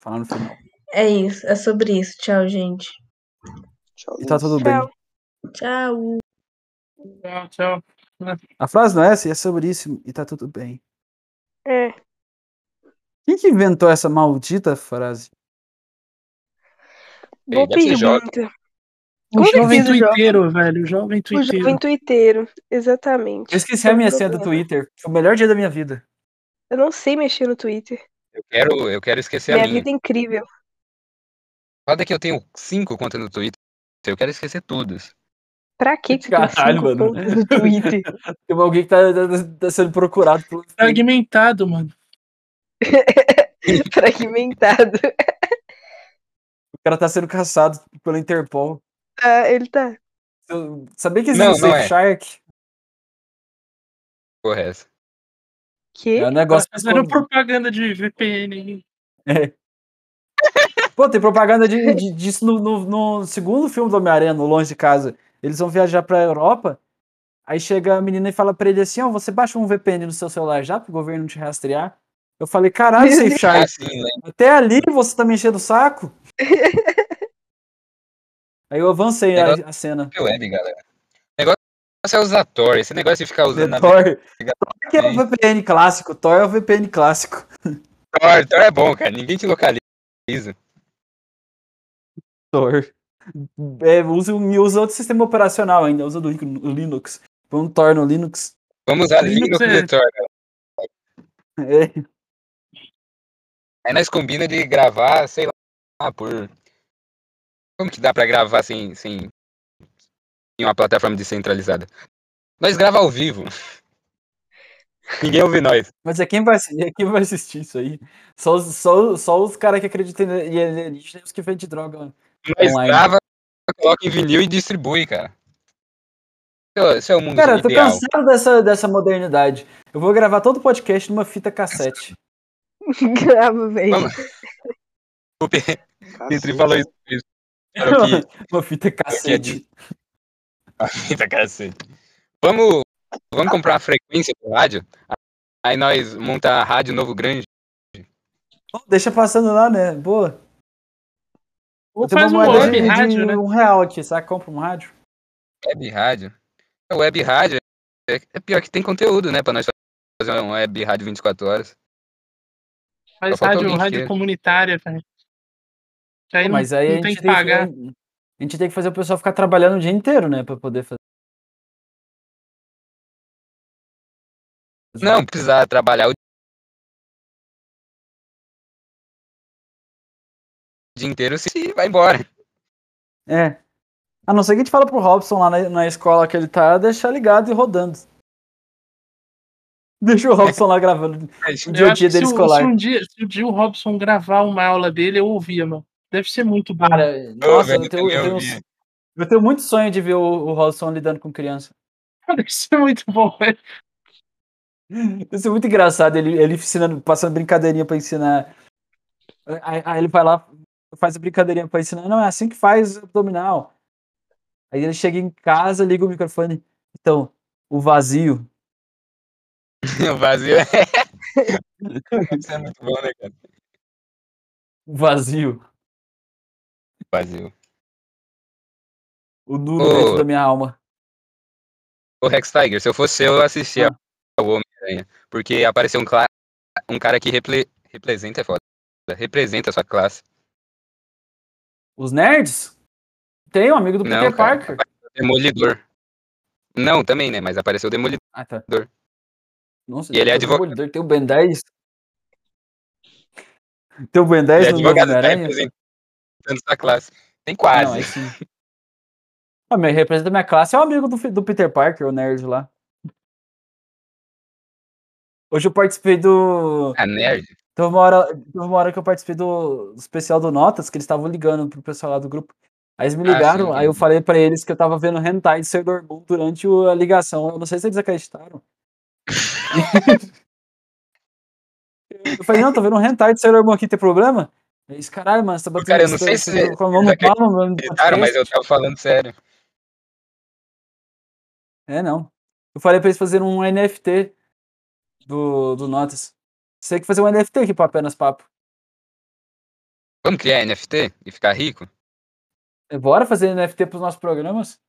[SPEAKER 4] falar no final.
[SPEAKER 3] É isso, é sobre isso. Tchau, gente.
[SPEAKER 5] Tchau.
[SPEAKER 4] E tá tudo
[SPEAKER 5] Tchau.
[SPEAKER 4] bem.
[SPEAKER 3] Tchau.
[SPEAKER 6] Tchau, tchau.
[SPEAKER 4] A frase não é essa, e é sobre isso, e tá tudo bem.
[SPEAKER 5] É,
[SPEAKER 4] Quem que inventou essa maldita frase?
[SPEAKER 5] boa
[SPEAKER 1] deve ser jovem.
[SPEAKER 5] pergunta.
[SPEAKER 6] O
[SPEAKER 5] Com
[SPEAKER 6] jovem
[SPEAKER 5] certeza, o jovem.
[SPEAKER 6] tuiteiro, velho. O jovem
[SPEAKER 5] O jovem
[SPEAKER 6] tuiteiro.
[SPEAKER 5] tuiteiro, exatamente.
[SPEAKER 4] Eu esqueci a minha senha do Twitter. Foi o melhor dia da minha vida.
[SPEAKER 5] Eu não sei mexer no Twitter.
[SPEAKER 1] Eu quero, eu quero esquecer
[SPEAKER 5] Minha
[SPEAKER 1] a minha.
[SPEAKER 5] vida é incrível.
[SPEAKER 1] Foda que eu tenho cinco contas no Twitter. Eu quero esquecer todas.
[SPEAKER 5] Pra que que você tem
[SPEAKER 4] Caralho,
[SPEAKER 5] cinco
[SPEAKER 4] mano.
[SPEAKER 5] contas no Twitter?
[SPEAKER 4] Tem alguém que tá, tá- tá sendo procurado pelo.
[SPEAKER 6] Fragmentado, mano.
[SPEAKER 5] Fragmentado.
[SPEAKER 4] O cara tá sendo caçado pela Interpol.
[SPEAKER 5] Ah, ele tá.
[SPEAKER 4] Eu- Sabia que existe
[SPEAKER 1] Não,
[SPEAKER 4] um
[SPEAKER 1] não
[SPEAKER 4] Safe
[SPEAKER 1] é.
[SPEAKER 4] Shark?
[SPEAKER 1] Porra, é essa.
[SPEAKER 5] Que?
[SPEAKER 4] É um negócio
[SPEAKER 6] Tá
[SPEAKER 4] que
[SPEAKER 6] fazendo
[SPEAKER 4] esconde-
[SPEAKER 6] propaganda de VPN. hein?
[SPEAKER 4] Pô, tem propaganda de- de- disso no, no- no segundo filme do Homem-Aranha, no Longe de Casa. Eles vão viajar pra Europa. Aí chega a menina e fala pra ele assim: Ó, você baixou um VPN no seu celular já pro governo não te rastrear? Eu falei: Caralho,
[SPEAKER 5] Meu
[SPEAKER 4] Safe
[SPEAKER 1] Ah,
[SPEAKER 4] Shark,
[SPEAKER 1] sim, né?
[SPEAKER 4] até ali você tá me enchendo o saco? Aí eu avancei a,
[SPEAKER 1] Negócio-
[SPEAKER 4] a cena.
[SPEAKER 1] Que web, galera. O negócio é usar Tor. Esse negócio de ficar
[SPEAKER 4] Thor.
[SPEAKER 1] usando na
[SPEAKER 4] Thor
[SPEAKER 1] Obrigado.
[SPEAKER 4] que é o VPN clássico. Thor é o VPN clássico.
[SPEAKER 1] Tor. Tor é bom, cara. Ninguém te localiza.
[SPEAKER 4] Tor. É, usa, e usa outro sistema operacional ainda, usa do Linux. Põe um Tor no Linux.
[SPEAKER 1] Vamos usar Linux
[SPEAKER 6] Linux é-
[SPEAKER 1] e Tor.
[SPEAKER 4] É.
[SPEAKER 1] Aí nós combina de gravar, sei lá, por. Como que dá pra gravar sem, sem... sem uma plataforma descentralizada? Nós grava ao vivo. Ninguém ouve nós.
[SPEAKER 4] Mas é quem vai, assi- é quem vai assistir isso aí? Só, os- só, só os caras que acreditam em alienígena e os que vendem droga. né?
[SPEAKER 1] Nós
[SPEAKER 4] Online.
[SPEAKER 1] grava, coloca em vinil e distribui, cara. Isso é- Isso é o mundo
[SPEAKER 4] Cara, eu tô
[SPEAKER 1] ideal.
[SPEAKER 4] cansado dessa, dessa modernidade. Eu vou gravar todo o podcast numa fita cassete.
[SPEAKER 5] Grava, velho.
[SPEAKER 1] Vamos. O Pe- Petri falou isso. isso. Claro que-
[SPEAKER 4] uma fita cassete.
[SPEAKER 1] Eita, cacete. Vamos, vamos comprar uma frequência de rádio. Aí nós monta a rádio Novo Grande.
[SPEAKER 4] Deixa passando lá, né? Boa.
[SPEAKER 6] Ou
[SPEAKER 4] tenho
[SPEAKER 6] faz um
[SPEAKER 4] uma moeda
[SPEAKER 6] web
[SPEAKER 4] de- de
[SPEAKER 6] rádio, né?
[SPEAKER 4] Um real aqui, sabe? Compra um rádio.
[SPEAKER 1] Web rádio. A web rádio é, é pior que tem conteúdo, né? Pra nós fazer uma web rádio 24 horas.
[SPEAKER 6] Faz
[SPEAKER 1] falta
[SPEAKER 6] rádio,
[SPEAKER 1] alguém
[SPEAKER 6] rádio
[SPEAKER 1] que-
[SPEAKER 6] comunitária, velho. Que aí não-
[SPEAKER 4] Mas aí
[SPEAKER 6] não,
[SPEAKER 4] a gente
[SPEAKER 6] tem que
[SPEAKER 4] tem que-
[SPEAKER 6] pagar.
[SPEAKER 4] a gente tem que fazer o pessoal ficar trabalhando o dia inteiro, né? Pra poder fazer.
[SPEAKER 1] Não precisa trabalhar o dia inteiro se vai embora.
[SPEAKER 4] É. A não ser que a gente fala pro Robson lá na, na escola que ele tá, deixar ligado e rodando. Deixa o Robson lá gravando. é O dia
[SPEAKER 6] Eu
[SPEAKER 4] a
[SPEAKER 6] acho que
[SPEAKER 4] dia
[SPEAKER 6] se,
[SPEAKER 4] dele
[SPEAKER 6] o-
[SPEAKER 4] escolar.
[SPEAKER 6] se um dia, se o dia o Robson gravar uma aula dele, eu ouvia, mano. Deve ser muito bom.
[SPEAKER 4] Cara, nossa,
[SPEAKER 1] velho,
[SPEAKER 4] eu tenho, eu,
[SPEAKER 1] eu
[SPEAKER 4] tenho,
[SPEAKER 1] vi.
[SPEAKER 4] uns- eu tenho muito sonho de ver o, o Robson lidando com criança.
[SPEAKER 6] Deve ser muito bom, velho.
[SPEAKER 4] Isso é muito engraçado, ele, ele ensinando, passando brincadeirinha pra ensinar. Aí, aí ele vai lá, faz a brincadeirinha pra ensinar. Não, é assim que faz abdominal. Aí ele chega em casa, liga o microfone. Então, o vazio.
[SPEAKER 1] O vazio é. Isso é muito bom, né, cara?
[SPEAKER 4] O vazio.
[SPEAKER 1] Vazio.
[SPEAKER 4] O duro
[SPEAKER 1] Ô.
[SPEAKER 4] dentro da minha alma.
[SPEAKER 1] Ô, Rex Tiger, se eu fosse eu, eu assistia
[SPEAKER 4] Ah.
[SPEAKER 1] ao Homem-Aranha. Porque apareceu um, cla- um cara que reple- representa, é foda. Representa a sua classe.
[SPEAKER 4] Os nerds? Tem um amigo do
[SPEAKER 1] Não,
[SPEAKER 4] Peter
[SPEAKER 1] cara.
[SPEAKER 4] Parker.
[SPEAKER 1] Demolidor. Não, também, né? Mas apareceu o Demolidor.
[SPEAKER 4] Ah, tá.
[SPEAKER 1] Dor.
[SPEAKER 4] Nossa,
[SPEAKER 1] E ele é
[SPEAKER 4] tem o
[SPEAKER 1] advogado.
[SPEAKER 4] Demolidor, Tem o Ben 10. Tem o Ben 10
[SPEAKER 1] Ele é
[SPEAKER 4] no novo
[SPEAKER 1] advogado, tá
[SPEAKER 4] Homem-Aranha?
[SPEAKER 1] representando sua classe. Tem
[SPEAKER 4] Ah, Não,
[SPEAKER 1] quase.
[SPEAKER 4] aí sim. Ah, mas representa minha classe. É o amigo do, fi- do Peter Parker, o nerd lá. Hoje eu participei do.
[SPEAKER 1] Ah, nerd.
[SPEAKER 4] Teve uma hora, teve uma hora que eu participei do do especial do Notas, que eles estavam ligando pro pessoal lá do grupo. Aí eles me
[SPEAKER 1] Ah,
[SPEAKER 4] ligaram,
[SPEAKER 1] sim,
[SPEAKER 4] aí eu
[SPEAKER 1] entendi.
[SPEAKER 4] falei pra eles que eu tava vendo Hentai de Sailor Moon durante o- a ligação. Eu não sei se eles acreditaram. eu falei, não, tô vendo um Hentai de Sailor Moon aqui, tem problema? Aí eles, caralho, mano, você tá batendo
[SPEAKER 1] Cara, eu não
[SPEAKER 4] você-
[SPEAKER 1] sei se
[SPEAKER 4] você tá com a mão no
[SPEAKER 1] eles
[SPEAKER 4] palmo, mano, no
[SPEAKER 1] Claro, mas eu
[SPEAKER 4] podcast.
[SPEAKER 1] tava falando sério.
[SPEAKER 4] É, não. Eu falei pra eles fazerem um NFT do, do Notas. Você tem que fazer um NFT aqui pra apenas papo.
[SPEAKER 1] Vamos criar NFT e ficar rico?
[SPEAKER 4] É, Bora fazer NFT pros nossos programas?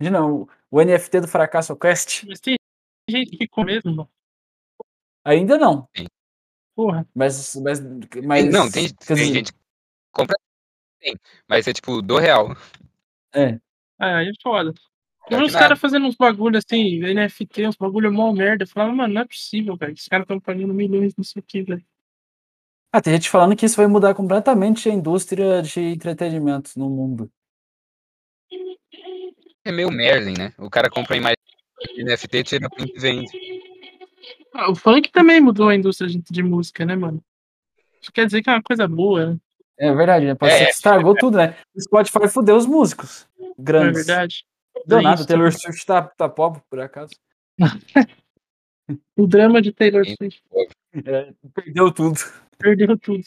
[SPEAKER 4] Imagina, o, o NFT do Fracasso Quest?
[SPEAKER 6] Mas tem gente que come mesmo, mano.
[SPEAKER 4] Ainda não.
[SPEAKER 6] Porra.
[SPEAKER 4] Mas. mas, mas tipo assim
[SPEAKER 1] Não, tem,
[SPEAKER 4] quer
[SPEAKER 1] tem
[SPEAKER 4] dizer,
[SPEAKER 1] gente que compra. Tem, mas é tipo do real.
[SPEAKER 4] É.
[SPEAKER 6] Ah, Aí é foda. Eu
[SPEAKER 1] Pior
[SPEAKER 6] vi
[SPEAKER 1] que
[SPEAKER 6] uns
[SPEAKER 1] nada.
[SPEAKER 6] caras fazendo uns bagulho assim, NFT, uns bagulho mó merda. Eu falava, mano, não é possível, velho. Os caras estão pagando milhões nisso aqui, velho.
[SPEAKER 4] Ah, tem gente falando que isso vai mudar completamente a indústria de entretenimento no mundo.
[SPEAKER 1] É meio Merlin, né? O cara compra a imagem de NFT, tira print e vende.
[SPEAKER 6] Ah, o funk também mudou a indústria de- de música, né, mano? Isso quer dizer que é uma coisa boa, né?
[SPEAKER 4] É verdade, né? Pode
[SPEAKER 1] É,
[SPEAKER 4] ser
[SPEAKER 1] é.
[SPEAKER 4] que estragou tudo, né? O Spotify fudeu os músicos.
[SPEAKER 6] Não é
[SPEAKER 4] Grandes.
[SPEAKER 6] verdade.
[SPEAKER 4] Deu
[SPEAKER 6] Tem
[SPEAKER 4] nada,
[SPEAKER 6] isso
[SPEAKER 4] o Taylor
[SPEAKER 6] também.
[SPEAKER 4] Swift tá, tá pobre, por acaso.
[SPEAKER 6] O drama de Taylor
[SPEAKER 1] Sim.
[SPEAKER 6] Swift
[SPEAKER 4] É, perdeu tudo.
[SPEAKER 6] perdeu tudo.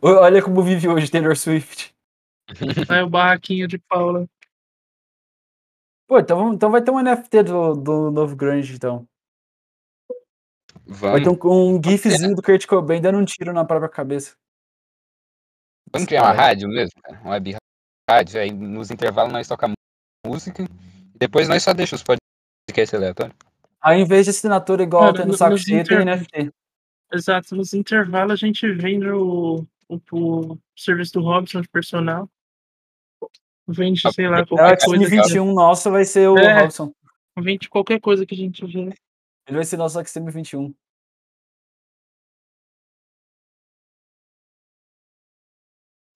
[SPEAKER 4] O- Olha como vive hoje Taylor Swift.
[SPEAKER 6] Aí o barraquinho de Paula.
[SPEAKER 4] Pô, então, vamos- então vai ter um NFT do, do novo Grunge, então. Vai
[SPEAKER 1] Vamos,
[SPEAKER 4] ter
[SPEAKER 1] Hum.
[SPEAKER 4] um, um gifzinho do Kurt Cobain dando um tiro na própria cabeça.
[SPEAKER 1] vamos criar uma
[SPEAKER 4] Caralho.
[SPEAKER 1] rádio mesmo, cara. Uma web rádio. Aí nos intervalos nós tocamos música. E depois nós só deixamos os podcasts aleatórios.
[SPEAKER 4] Ao invés de assinatura igual
[SPEAKER 6] Cara,
[SPEAKER 4] tem no
[SPEAKER 6] no-
[SPEAKER 4] saco
[SPEAKER 6] nos
[SPEAKER 4] cheio, tem
[SPEAKER 6] inter-
[SPEAKER 4] NFT.
[SPEAKER 6] Exato, nos intervalos a gente vende o, o, o serviço do Robson de personal. Vende,
[SPEAKER 1] Ah,
[SPEAKER 6] sei lá,
[SPEAKER 4] É, o
[SPEAKER 6] qualquer
[SPEAKER 4] time
[SPEAKER 6] coisa. que-
[SPEAKER 4] 21 nosso vai ser o
[SPEAKER 6] É.
[SPEAKER 4] Robson.
[SPEAKER 6] Vende qualquer coisa que a gente vê.
[SPEAKER 4] Ele vai ser nosso Xtreme 21.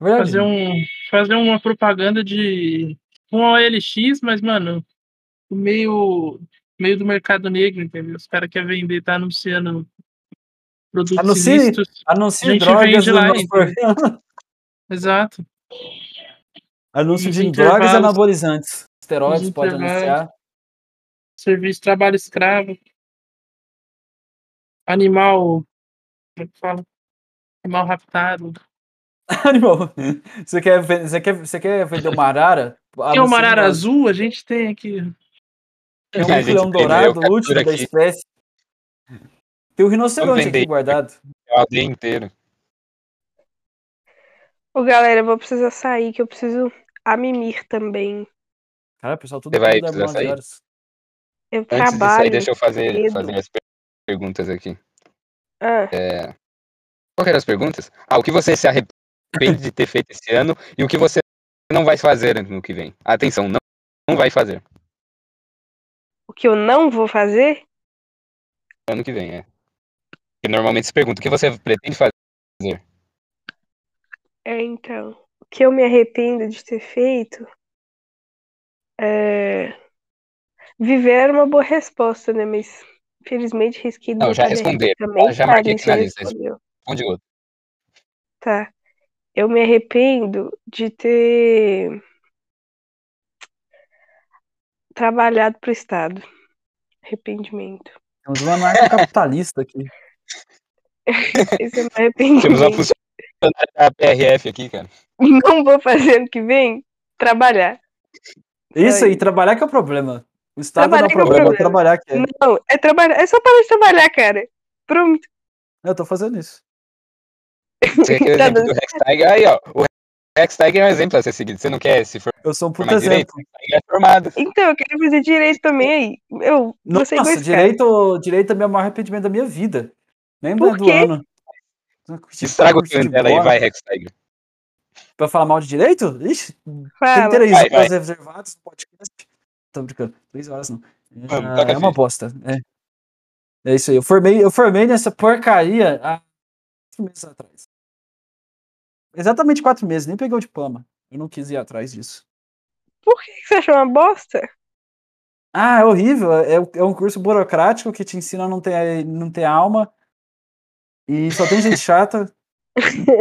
[SPEAKER 4] Verdade.
[SPEAKER 6] Fazer, um, fazer uma propaganda de um OLX, mas, mano, o meio, meio do mercado negro, entendeu? Os caras querem vender, tá anunciando produtos
[SPEAKER 4] Anuncie.
[SPEAKER 6] ilícitos.
[SPEAKER 4] Anúncio
[SPEAKER 6] a
[SPEAKER 4] de
[SPEAKER 6] gente
[SPEAKER 4] drogas
[SPEAKER 6] vende
[SPEAKER 4] no
[SPEAKER 6] lá, então.
[SPEAKER 4] nosso
[SPEAKER 6] entendeu?
[SPEAKER 4] programa.
[SPEAKER 6] Exato.
[SPEAKER 4] Anúncio
[SPEAKER 6] Nos
[SPEAKER 4] de drogas
[SPEAKER 6] intervalos.
[SPEAKER 4] e anabolizantes. Esteroides
[SPEAKER 6] Nos
[SPEAKER 4] pode
[SPEAKER 6] intervalos.
[SPEAKER 4] anunciar.
[SPEAKER 6] Serviço, trabalho escravo. Animal. Como é que fala? Animal raptado.
[SPEAKER 4] Animal. Você quer, ven- você, quer, você quer vender uma arara?
[SPEAKER 6] Tem é uma
[SPEAKER 1] assim,
[SPEAKER 4] Anuncie
[SPEAKER 6] arara
[SPEAKER 4] uma-
[SPEAKER 6] azul, a gente tem aqui.
[SPEAKER 4] É
[SPEAKER 1] A
[SPEAKER 4] um
[SPEAKER 1] gente
[SPEAKER 4] leão
[SPEAKER 1] vende, eu
[SPEAKER 4] dourado, o
[SPEAKER 1] capturo
[SPEAKER 4] último da
[SPEAKER 1] aqui.
[SPEAKER 4] espécie. Tem um rinoceronte
[SPEAKER 1] vender.
[SPEAKER 4] aqui guardado.
[SPEAKER 1] É o dia inteiro.
[SPEAKER 5] Ô, galera, eu vou precisar sair, que eu preciso a mimir também.
[SPEAKER 4] Cara, pessoal, tudo
[SPEAKER 1] Você vai
[SPEAKER 4] quando é
[SPEAKER 1] precisar
[SPEAKER 4] 9
[SPEAKER 1] sair?
[SPEAKER 4] horas.
[SPEAKER 5] Eu
[SPEAKER 1] Antes disso aí,
[SPEAKER 5] trabalho.
[SPEAKER 1] deixa eu fazer,
[SPEAKER 5] cedo.
[SPEAKER 1] fazer as per- perguntas aqui.
[SPEAKER 5] Ah,
[SPEAKER 1] Qual que eram as perguntas? Ah, o que você se arrepende de ter feito esse ano e o que você não vai fazer no que vem. Atenção, não, não vai fazer.
[SPEAKER 5] o que eu não vou fazer?
[SPEAKER 1] Ano que vem, é. Porque normalmente se pergunta o que você pretende fazer.
[SPEAKER 5] É, então. O que eu me arrependo de ter feito é. Viver era uma boa resposta, né? Mas infelizmente risquei de
[SPEAKER 1] Não,
[SPEAKER 5] botar
[SPEAKER 1] já
[SPEAKER 5] minha
[SPEAKER 1] responderam.
[SPEAKER 5] também.
[SPEAKER 1] Já- já marquei
[SPEAKER 5] Clarice
[SPEAKER 1] aqui na lista.
[SPEAKER 5] respondeu.
[SPEAKER 1] Responde outro.
[SPEAKER 5] Tá. Eu me arrependo de ter trabalhado pro Estado. Arrependimento.
[SPEAKER 4] Temos um anarcocapitalista aqui.
[SPEAKER 5] Esse é meu arrependimento.
[SPEAKER 1] Temos
[SPEAKER 4] Uhum.
[SPEAKER 1] uma funcionária da PRF aqui, cara.
[SPEAKER 5] Não vou fazer ano que vem trabalhar.
[SPEAKER 4] Isso
[SPEAKER 5] Aí.
[SPEAKER 4] aí, trabalhar que é o problema. O Estado
[SPEAKER 5] Trabalhar
[SPEAKER 4] dá
[SPEAKER 5] que é o
[SPEAKER 4] problema,
[SPEAKER 5] problema.
[SPEAKER 4] trabalhar que é.
[SPEAKER 5] Não, é trabalhar. É só parar de trabalhar, cara. Pronto.
[SPEAKER 4] Eu tô fazendo isso.
[SPEAKER 1] Você quer o
[SPEAKER 5] Tá
[SPEAKER 1] exemplo
[SPEAKER 5] dando
[SPEAKER 1] do Rex Tiger? Aí, ó. O Rex Tiger é um exemplo a ser seguido. Você não quer se formar
[SPEAKER 4] Eu sou um puta
[SPEAKER 1] Mas direito?
[SPEAKER 4] exemplo.
[SPEAKER 1] em é formado.
[SPEAKER 5] Então, eu quero fazer direito também aí. Eu vou ser
[SPEAKER 4] Nossa,
[SPEAKER 5] igual esse cara.
[SPEAKER 4] direito, direito é meu maior arrependimento da minha vida. Nem
[SPEAKER 5] Por
[SPEAKER 4] do
[SPEAKER 5] quê?
[SPEAKER 4] ano.
[SPEAKER 1] Estraga o
[SPEAKER 4] Curso de
[SPEAKER 1] filme dela aí,
[SPEAKER 4] bola.
[SPEAKER 1] vai, Rex Tiger.
[SPEAKER 4] Pra falar mal de direito? Ixi,
[SPEAKER 5] Fala.
[SPEAKER 4] Trinta
[SPEAKER 1] Ah, Vai, vai.
[SPEAKER 4] horas reservadas no podcast. Tô brincando. Três horas não.
[SPEAKER 1] Mano,
[SPEAKER 4] Ah,
[SPEAKER 1] toca
[SPEAKER 4] é uma
[SPEAKER 1] ficha.
[SPEAKER 4] bosta. É. É isso aí. Eu formei, eu formei nessa porcaria há quatro meses atrás. Exatamente quatro meses. Nem peguei o diploma. Eu não quis ir atrás disso.
[SPEAKER 5] Por que que você achou uma bosta?
[SPEAKER 4] Ah, é horrível. É, é um curso burocrático que te ensina a não ter, não ter alma. E só tem gente chata.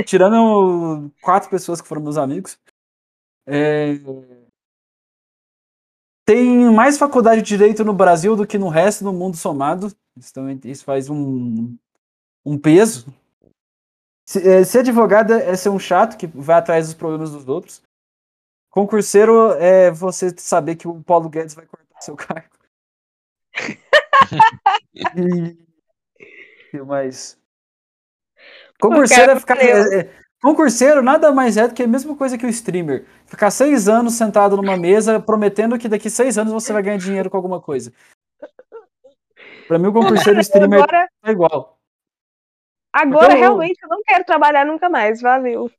[SPEAKER 4] Tirando quatro pessoas que foram meus amigos. É, Tem mais faculdade de direito no Brasil do que no resto do mundo somado. Isso, também, isso faz um, um peso. Se- é, ser advogado é ser um chato que vai atrás dos problemas dos outros. Concurseiro é você saber que o Paulo Guedes vai cortar seu cargo. e que mais? Concurseiro é ficar. é- é- concurseiro nada mais é do que a mesma coisa que o streamer. Ficar seis anos sentado numa mesa prometendo que daqui seis anos você vai ganhar dinheiro com alguma coisa. Pra mim, o concurseiro e o streamer Então,
[SPEAKER 5] Agora,
[SPEAKER 4] é igual.
[SPEAKER 5] agora
[SPEAKER 4] Porque eu-
[SPEAKER 5] realmente eu não quero trabalhar nunca mais. Valeu.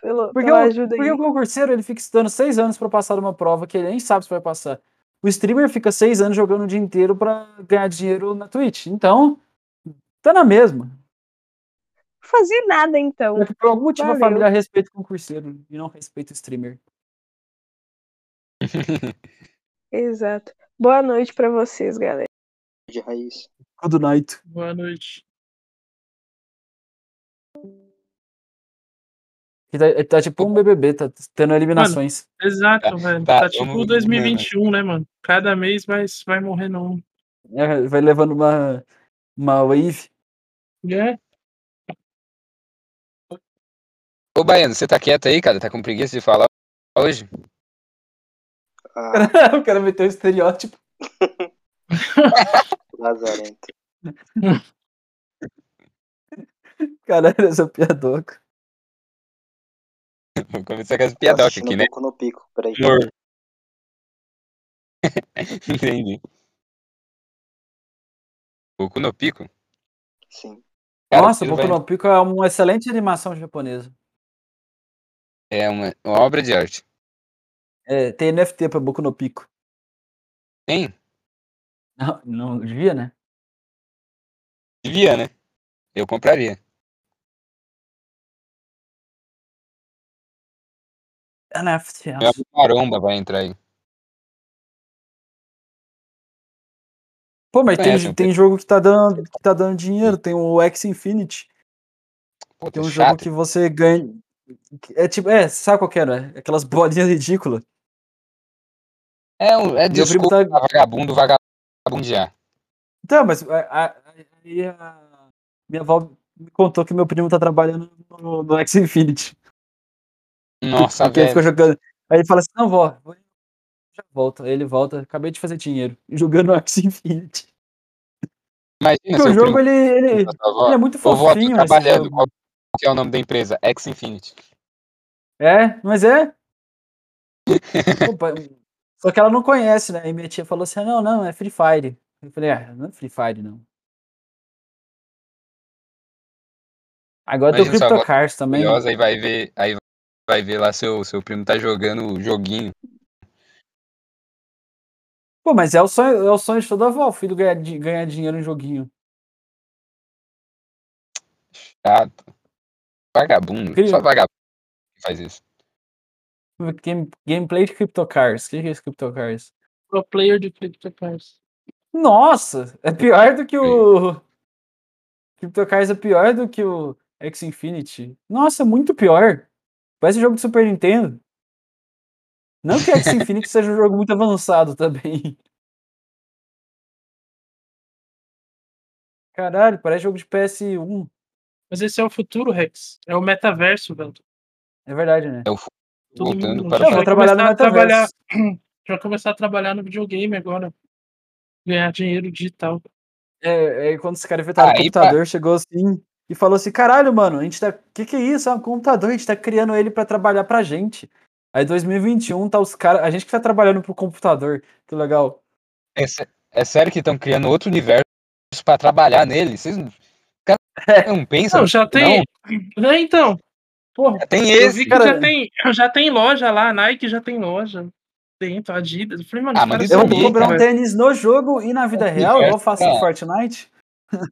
[SPEAKER 5] Pelo,
[SPEAKER 4] Porque,
[SPEAKER 5] pela
[SPEAKER 4] o-
[SPEAKER 5] ajuda
[SPEAKER 4] porque
[SPEAKER 5] aí.
[SPEAKER 4] o concurseiro ele fica estudando seis anos pra passar uma prova que ele nem sabe se vai passar. O streamer fica seis anos jogando o dia inteiro pra ganhar dinheiro na Twitch. Então, tá na mesma.
[SPEAKER 5] Não fazer nada então.
[SPEAKER 4] Só que Por algum motivo
[SPEAKER 5] Valeu.
[SPEAKER 4] a família respeita o concurseiro e não respeita o streamer.
[SPEAKER 5] Exato. Boa noite pra vocês, galera.
[SPEAKER 2] De raiz.
[SPEAKER 4] Good night.
[SPEAKER 6] Boa noite.
[SPEAKER 4] Que Tá, tá tipo um BBB, tá tendo eliminações.
[SPEAKER 6] Exato, velho.
[SPEAKER 1] tá,
[SPEAKER 6] Tá,
[SPEAKER 1] vamos-
[SPEAKER 6] tipo 2021, né, mano? Cada mês vai, vai morrendo um.
[SPEAKER 4] É, vai levando uma, uma wave.
[SPEAKER 6] É?
[SPEAKER 1] Ô, Baiano, você tá quieto aí, cara? Tá com preguiça de falar hoje?
[SPEAKER 2] Ah,
[SPEAKER 4] o cara meteu o estereótipo.
[SPEAKER 2] lazarento.
[SPEAKER 4] Caralho, essa piadoca.
[SPEAKER 1] Vou começar com
[SPEAKER 4] Tá
[SPEAKER 1] as
[SPEAKER 2] Tô
[SPEAKER 1] piadocas
[SPEAKER 2] assistindo
[SPEAKER 1] aqui, né?
[SPEAKER 2] Boku no pico, peraí.
[SPEAKER 1] Senhor. Entendi. Boku no pico?
[SPEAKER 2] Sim.
[SPEAKER 1] Cara,
[SPEAKER 4] Nossa,
[SPEAKER 1] aquilo
[SPEAKER 4] Boku
[SPEAKER 1] vai-
[SPEAKER 4] no Pico é uma excelente animação japonesa.
[SPEAKER 1] É uma, uma obra de arte.
[SPEAKER 4] É, tem NFT pra Boku no Pico.
[SPEAKER 1] Tem?
[SPEAKER 4] Não, não devia, né?
[SPEAKER 1] Devia, né? Eu compraria.
[SPEAKER 4] NFT.
[SPEAKER 1] Meu amigo Maromba vai entrar aí.
[SPEAKER 4] Pô, mas
[SPEAKER 1] Conhece
[SPEAKER 4] tem,
[SPEAKER 1] um
[SPEAKER 4] tem jogo que tá, dando, que tá dando dinheiro. Tem o X Infinity.
[SPEAKER 1] Pô,
[SPEAKER 4] Tem
[SPEAKER 1] tá
[SPEAKER 4] um jogo
[SPEAKER 1] chato.
[SPEAKER 4] que você ganha. É tipo, é, sabe qual que era? Aquelas bolinhas ridículas.
[SPEAKER 1] É, um, é
[SPEAKER 4] Meu primo
[SPEAKER 1] desculpa
[SPEAKER 4] tá-
[SPEAKER 1] pra vagabundo vagabundear.
[SPEAKER 4] Então, mas a, a- aí a- minha avó me contou que meu primo tá trabalhando no, no X Infinity.
[SPEAKER 1] Nossa,
[SPEAKER 4] Porque ele
[SPEAKER 1] velho.
[SPEAKER 4] ficou jogando. Aí ele fala assim: não, vó, vou- já volto. Aí ele volta, acabei de fazer dinheiro. Jogando no X Infinity.
[SPEAKER 1] Imagina
[SPEAKER 4] Porque
[SPEAKER 1] seu
[SPEAKER 4] o jogo,
[SPEAKER 1] primo
[SPEAKER 4] ele, ele,
[SPEAKER 1] com
[SPEAKER 4] ele
[SPEAKER 1] a sua avó.
[SPEAKER 4] é muito
[SPEAKER 1] Ô, vó, tô
[SPEAKER 4] fofinho. esse
[SPEAKER 1] trabalhando.
[SPEAKER 4] jogo.
[SPEAKER 1] Qual que é o nome da empresa? X Infinity.
[SPEAKER 4] É, mas é. Opa, só que ela não conhece, né? E minha tia falou assim: "Ah, não, não, é Free Fire. Eu falei, ah, não é Free Fire, não. Agora tem o
[SPEAKER 1] Imagina sua avó
[SPEAKER 4] CryptoCars também.
[SPEAKER 1] Curiosa, aí vai ver, aí vai ver lá seu, seu primo tá jogando o joguinho.
[SPEAKER 4] Pô, mas é o sonho, é o sonho de toda avó, o filho ganhar, di- ganhar dinheiro em joguinho.
[SPEAKER 1] Chato. Vagabundo.
[SPEAKER 4] Incrível.
[SPEAKER 1] Só vagabundo que faz isso.
[SPEAKER 4] Game, gameplay de CryptoCars. O que que é esse CryptoCars?
[SPEAKER 6] Pro player de CryptoCars.
[SPEAKER 4] Nossa, é pior do que o. CryptoCars é pior do que o X Infinity. Nossa, é muito pior. Parece jogo de Super Nintendo. Não que o X Infinity seja um jogo muito avançado também. Caralho, parece jogo de PS1.
[SPEAKER 6] Mas esse é o futuro, Rex. É o metaverso, velho.
[SPEAKER 4] É verdade, né?
[SPEAKER 1] É o fu-
[SPEAKER 6] Todo
[SPEAKER 1] voltando
[SPEAKER 6] mundo
[SPEAKER 1] para
[SPEAKER 4] Eu vou
[SPEAKER 1] o
[SPEAKER 6] vai
[SPEAKER 4] trabalhar no
[SPEAKER 6] começar a trabalhar.
[SPEAKER 4] metaverso.
[SPEAKER 6] Já começar a trabalhar no videogame agora. Ganhar dinheiro digital.
[SPEAKER 4] É, é quando esse cara inventaram o
[SPEAKER 1] Aí, pá.
[SPEAKER 4] computador, chegou assim e falou assim: caralho, mano, a gente tá. Que que é isso? É um computador, a gente tá criando ele pra trabalhar pra gente. Aí 2021 tá os caras. A gente que tá trabalhando pro computador. Que legal.
[SPEAKER 1] É, sé- é sério que estão criando outro universo pra trabalhar nele? Vocês não- cara,
[SPEAKER 4] É.
[SPEAKER 1] não pensam?
[SPEAKER 6] Não, já tem. Né, então. Porra,
[SPEAKER 1] Já tem
[SPEAKER 6] eu vi
[SPEAKER 1] esse.
[SPEAKER 6] que
[SPEAKER 4] Cara-
[SPEAKER 6] já tem, já tem loja lá, a Nike já tem loja. Dentro, Adidas. Eu falei, mano,
[SPEAKER 1] Ah,
[SPEAKER 6] os
[SPEAKER 1] mas
[SPEAKER 6] caras
[SPEAKER 1] isso
[SPEAKER 4] Eu
[SPEAKER 6] são
[SPEAKER 4] vou
[SPEAKER 1] é
[SPEAKER 6] loucos,
[SPEAKER 1] louco,
[SPEAKER 4] comprar um
[SPEAKER 6] velho.
[SPEAKER 4] tênis no jogo e na vida real, igual eu faço no
[SPEAKER 1] É.
[SPEAKER 4] Fortnite.
[SPEAKER 6] Mano,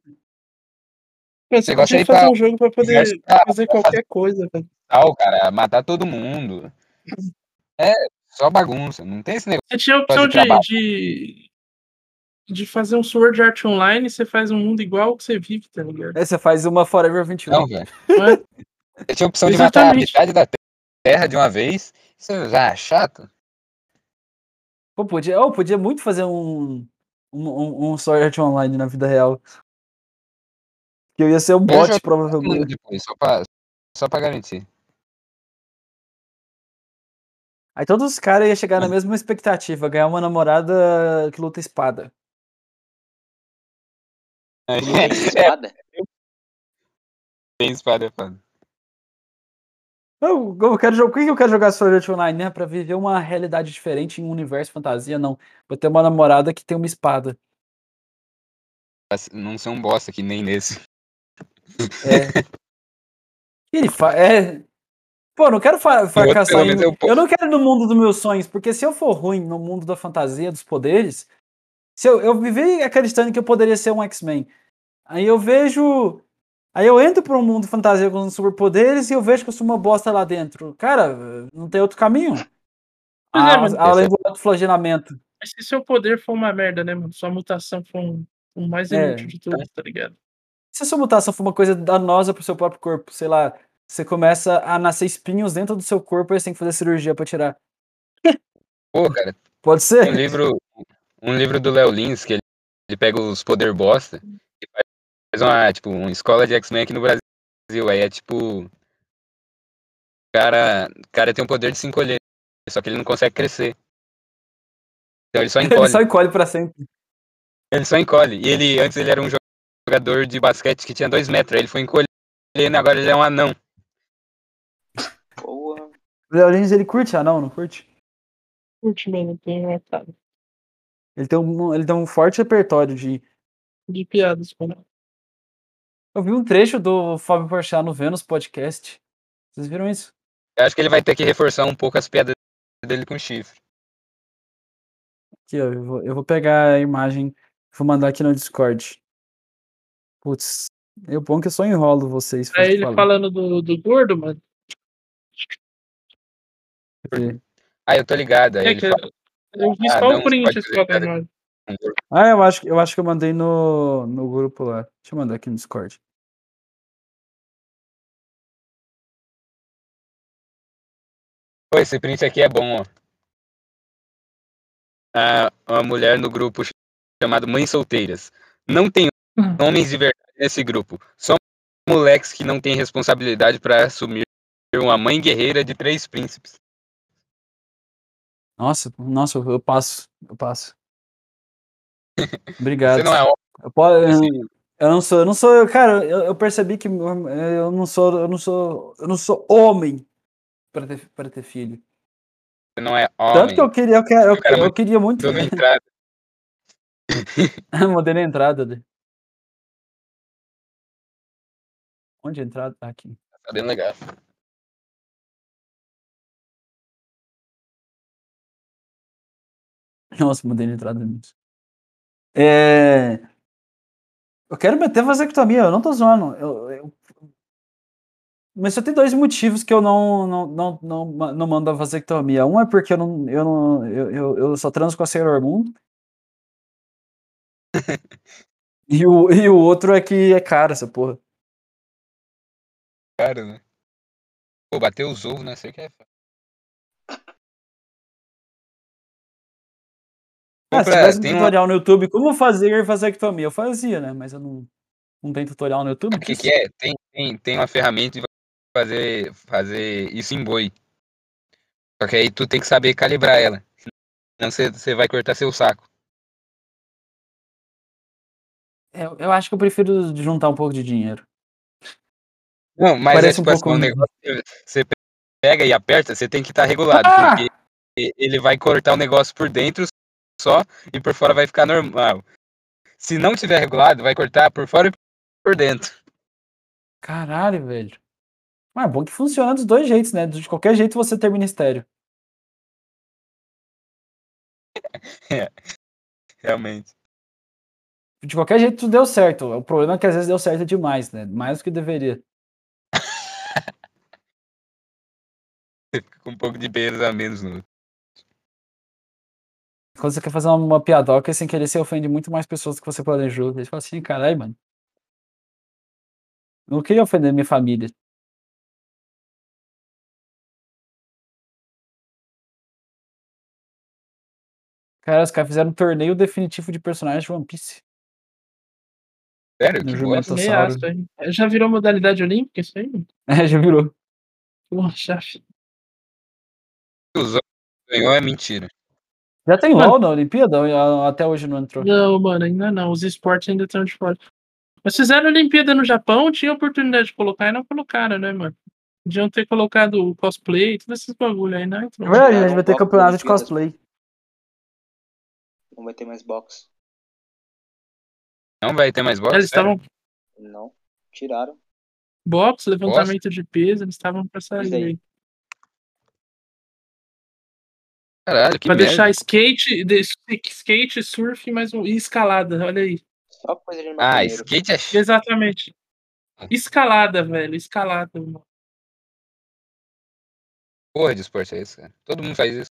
[SPEAKER 6] Você
[SPEAKER 1] Negócio
[SPEAKER 6] podia
[SPEAKER 1] aí tá
[SPEAKER 6] fazer
[SPEAKER 1] pra-
[SPEAKER 6] um jogo pra poder
[SPEAKER 1] Universo pra-
[SPEAKER 6] fazer
[SPEAKER 1] pra
[SPEAKER 6] qualquer coisa, velho.
[SPEAKER 1] tal, cara, matar todo mundo. É só bagunça, não tem esse negócio.
[SPEAKER 6] Você tinha a
[SPEAKER 1] Fazer
[SPEAKER 6] opção de,
[SPEAKER 1] trabalho.
[SPEAKER 6] de, de fazer um Sword Art Online, você faz um mundo igual ao que você vive, tá ligado?
[SPEAKER 4] Aí você faz uma Forever 21.
[SPEAKER 1] Não, velho.
[SPEAKER 6] Não é?
[SPEAKER 1] Você tinha a opção de matar a
[SPEAKER 6] Exatamente.
[SPEAKER 1] metade da terra de uma vez. Isso já é chato.
[SPEAKER 4] Pô, podia, eu podia muito fazer um, um, um, um Sword Art Online na vida real. Que eu ia ser um bot,
[SPEAKER 1] jogo- Um ano
[SPEAKER 4] provavelmente.
[SPEAKER 1] depois, só pra, só pra garantir.
[SPEAKER 4] Aí todos os caras iam chegar na
[SPEAKER 1] Mas-
[SPEAKER 4] mesma expectativa, ganhar uma namorada que luta espada.
[SPEAKER 1] É,
[SPEAKER 8] espada?
[SPEAKER 1] tem espada, é foda.
[SPEAKER 4] Eu, eu quero jogar. Por que eu quero jogar Sword Art Online? Né? Pra viver uma realidade diferente em um universo fantasia, não. Vou ter uma namorada que tem uma espada.
[SPEAKER 1] Pra Não ser um bosta que nem nesse.
[SPEAKER 4] É. E ele fa... é. Pô, eu não quero fa- fracassar.
[SPEAKER 1] pelo
[SPEAKER 4] em-
[SPEAKER 1] menos, eu
[SPEAKER 4] Eu,
[SPEAKER 1] posso.
[SPEAKER 4] não quero no mundo dos meus sonhos, porque se eu for ruim no mundo da fantasia, dos poderes, se eu, eu vivi acreditando que eu poderia ser um X-Men. Aí eu vejo. Aí eu entro pra um mundo fantasia com superpoderes e eu vejo que eu sou uma bosta lá dentro. Cara, não tem outro caminho.
[SPEAKER 6] Pois é,
[SPEAKER 4] A-
[SPEAKER 6] mas-
[SPEAKER 4] além do autoflagelamento.
[SPEAKER 6] Mas se seu poder for uma merda, né, mano? Sua mutação for um, um mais
[SPEAKER 4] É.
[SPEAKER 6] inútil de tudo, tá ligado?
[SPEAKER 4] Se a sua mutação for uma coisa danosa pro seu próprio corpo, sei lá, você começa a nascer espinhos dentro do seu corpo e você tem que fazer cirurgia pra tirar.
[SPEAKER 1] Pô, cara,
[SPEAKER 4] Pode
[SPEAKER 1] tem um
[SPEAKER 4] ser?
[SPEAKER 1] livro, um livro do Léo Lins, que ele, ele pega os poder bosta e faz uma, tipo, uma escola de X-Men aqui no Brasil. Aí é tipo. O cara, o cara tem o poder de se encolher, só que ele não consegue crescer. Então ele só
[SPEAKER 4] Ele
[SPEAKER 1] encolhe.
[SPEAKER 4] só encolhe pra sempre.
[SPEAKER 1] Ele só encolhe. E ele, antes ele era um jogador de basquete que tinha dois metros. Aí ele foi encolhendo, agora ele é um anão.
[SPEAKER 8] Boa.
[SPEAKER 4] O Léo Lins, ele curte anão, não curte?
[SPEAKER 6] Curte, mano, tem uma né, cara
[SPEAKER 4] Ele tem um, ele tem um forte repertório de.
[SPEAKER 6] de piadas, mano.
[SPEAKER 4] Eu vi um trecho do Fábio Porchat no Vênus Podcast. Vocês viram isso?
[SPEAKER 1] Eu acho que ele vai ter que reforçar um pouco as piadas dele com chifre.
[SPEAKER 4] Aqui, ó, eu vou, eu vou pegar a imagem, vou mandar aqui no Discord. Putz, é bom que eu só enrolo vocês.
[SPEAKER 6] É
[SPEAKER 4] fico
[SPEAKER 6] ele falando do, do gordo, mano.
[SPEAKER 4] Cadê?
[SPEAKER 1] Ah, eu tô ligado. Aí
[SPEAKER 6] É
[SPEAKER 1] ele
[SPEAKER 6] que-
[SPEAKER 1] fala,
[SPEAKER 6] Eu vi
[SPEAKER 1] Ah,
[SPEAKER 6] só
[SPEAKER 1] não,
[SPEAKER 6] o
[SPEAKER 1] você
[SPEAKER 6] print
[SPEAKER 1] pode
[SPEAKER 6] esse
[SPEAKER 1] ver, cara.
[SPEAKER 6] foto,
[SPEAKER 4] Ah, eu acho, que- eu acho que eu mandei no, no grupo lá. Deixa eu mandar aqui no Discord.
[SPEAKER 1] Pô, esse print aqui é bom, ó. Ah, uma mulher no grupo chamado Mães Solteiras. Não tem
[SPEAKER 4] Hum.
[SPEAKER 1] homens de verdade nesse grupo. Só moleques que não têm responsabilidade pra assumir uma mãe guerreira de três príncipes.
[SPEAKER 4] Nossa, nossa, eu eu passo, eu passo. Obrigado.
[SPEAKER 1] Você não é homem.
[SPEAKER 4] Eu, po- eu- eu não sou, eu não sou, cara, eu, eu percebi que eu eu não sou, eu não sou, eu não sou homem para ter, para ter filho.
[SPEAKER 1] Você não é
[SPEAKER 4] Tanto
[SPEAKER 1] homem.
[SPEAKER 4] que eu queria, eu, que- eu,
[SPEAKER 1] Cara,
[SPEAKER 4] eu queria muito,
[SPEAKER 1] Dando entrada.
[SPEAKER 4] mandei na entrada ali. Onde a entrada? Ah, Aqui.
[SPEAKER 1] Tá bem legal.
[SPEAKER 4] Nossa, mudei de entrada nisso. É... Eu quero meter vasectomia, eu não tô zoando. Eu, eu- Mas só tem dois motivos que eu não, não, não, não, ma- não mando a vasectomia. Um é porque eu não. Eu, não, eu, eu, eu só transo com a Sailor Moon. e, o, e o outro é que é caro essa porra.
[SPEAKER 1] Claro, né? Pô, bateu os ovos, né? Sei que é.
[SPEAKER 4] Ah, se
[SPEAKER 1] Compra-
[SPEAKER 4] tivesse
[SPEAKER 1] é,
[SPEAKER 4] um
[SPEAKER 1] tem uma-
[SPEAKER 4] tutorial no YouTube, como fazer vasectomia? Eu fazia, né? Mas eu não. Não tem tutorial no YouTube?
[SPEAKER 1] Sabe o que,
[SPEAKER 4] disso?
[SPEAKER 1] que é? Tem, tem, tem uma ferramenta de fazer, fazer isso em boi. Só que aí tu tem que saber calibrar ela. Senão você, você vai cortar seu saco.
[SPEAKER 4] Eu, eu acho que eu prefiro juntar um pouco de dinheiro.
[SPEAKER 1] Não, mas é
[SPEAKER 4] Parece um
[SPEAKER 1] tipo assim,
[SPEAKER 4] pouco-
[SPEAKER 1] um negócio que você pega e aperta, você tem que estar regulado,
[SPEAKER 4] Ah!
[SPEAKER 1] porque e- ele vai cortar o negócio por dentro só e por fora vai ficar normal. Se não tiver regulado, vai cortar por fora e por dentro.
[SPEAKER 4] Caralho, velho. Mas é bom que funciona dos dois jeitos, né? De qualquer jeito você termina estéreo.
[SPEAKER 1] Realmente.
[SPEAKER 4] De qualquer jeito tudo deu certo. O problema é que às vezes deu certo demais, né? Mais do que deveria.
[SPEAKER 1] Você fica com um pouco de peso a menos no.
[SPEAKER 4] Quando você quer fazer uma piadoca, sem querer, você ofende muito mais pessoas do que você planejou. Você fala assim, caralho, mano. Não queria ofender minha família. Cara, os caras fizeram um torneio definitivo de personagens de One Piece.
[SPEAKER 1] Sério?
[SPEAKER 4] No
[SPEAKER 1] Que
[SPEAKER 4] jumento.
[SPEAKER 1] bosta.
[SPEAKER 4] Tô
[SPEAKER 6] meio
[SPEAKER 4] sauro.
[SPEAKER 6] ácido aí. Já virou modalidade olímpica isso aí?
[SPEAKER 4] É, já virou.
[SPEAKER 6] Porra, chefe.
[SPEAKER 1] Que os homens ganhou é mentira.
[SPEAKER 4] Já tem
[SPEAKER 6] Mano.
[SPEAKER 4] LOL na Olimpíada? Ou, ah, Até hoje não entrou.
[SPEAKER 6] Não, mano, ainda não. Os esportes ainda estão de fora. Mas fizeram a Olimpíada no Japão, tinha oportunidade de colocar e não colocaram, né, mano? Podiam ter colocado o cosplay, todos esses bagulho aí, né?
[SPEAKER 4] É verdade, a gente
[SPEAKER 2] Não,
[SPEAKER 4] vai ter
[SPEAKER 2] LOL
[SPEAKER 4] campeonato de
[SPEAKER 2] Olimpíadas.
[SPEAKER 4] cosplay.
[SPEAKER 2] Não vai ter mais box.
[SPEAKER 1] Não vai ter mais boxe?
[SPEAKER 6] Eles
[SPEAKER 1] sério?
[SPEAKER 6] estavam com
[SPEAKER 2] Não. Tiraram.
[SPEAKER 6] boxe, levantamento de peso, eles estavam pra sair.
[SPEAKER 2] Isso aí.
[SPEAKER 6] aí.
[SPEAKER 1] Caralho, que
[SPEAKER 6] Vai
[SPEAKER 1] merda.
[SPEAKER 6] deixar skate, de- skate, surf e mais um. E escalada, olha aí.
[SPEAKER 2] Só coisa de
[SPEAKER 1] Ah,
[SPEAKER 2] maconheiro.
[SPEAKER 1] skate é chato.
[SPEAKER 6] Exatamente.
[SPEAKER 1] Ah.
[SPEAKER 6] Escalada, velho. Escalada, mano.
[SPEAKER 1] Porra de esporte é esse, cara. Todo mundo faz isso.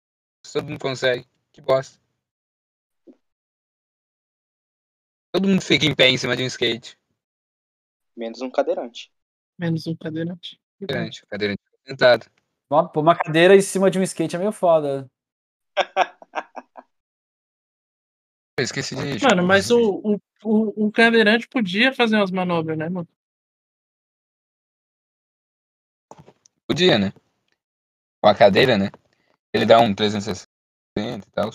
[SPEAKER 1] Todo mundo consegue. Que bosta. Todo mundo fica em pé em cima de um skate.
[SPEAKER 2] Menos um cadeirante.
[SPEAKER 6] Menos um cadeirante.
[SPEAKER 1] Cadeirante, cadeirante sentado.
[SPEAKER 4] Ó, Pôr uma cadeira em cima de um skate é meio foda.
[SPEAKER 1] Eu esqueci de.
[SPEAKER 6] Mano, mas o, o, o, o cadeirante podia fazer umas manobras, né, mano?
[SPEAKER 1] Podia, né? Com a cadeira, né? Ele dá um 360 e tal.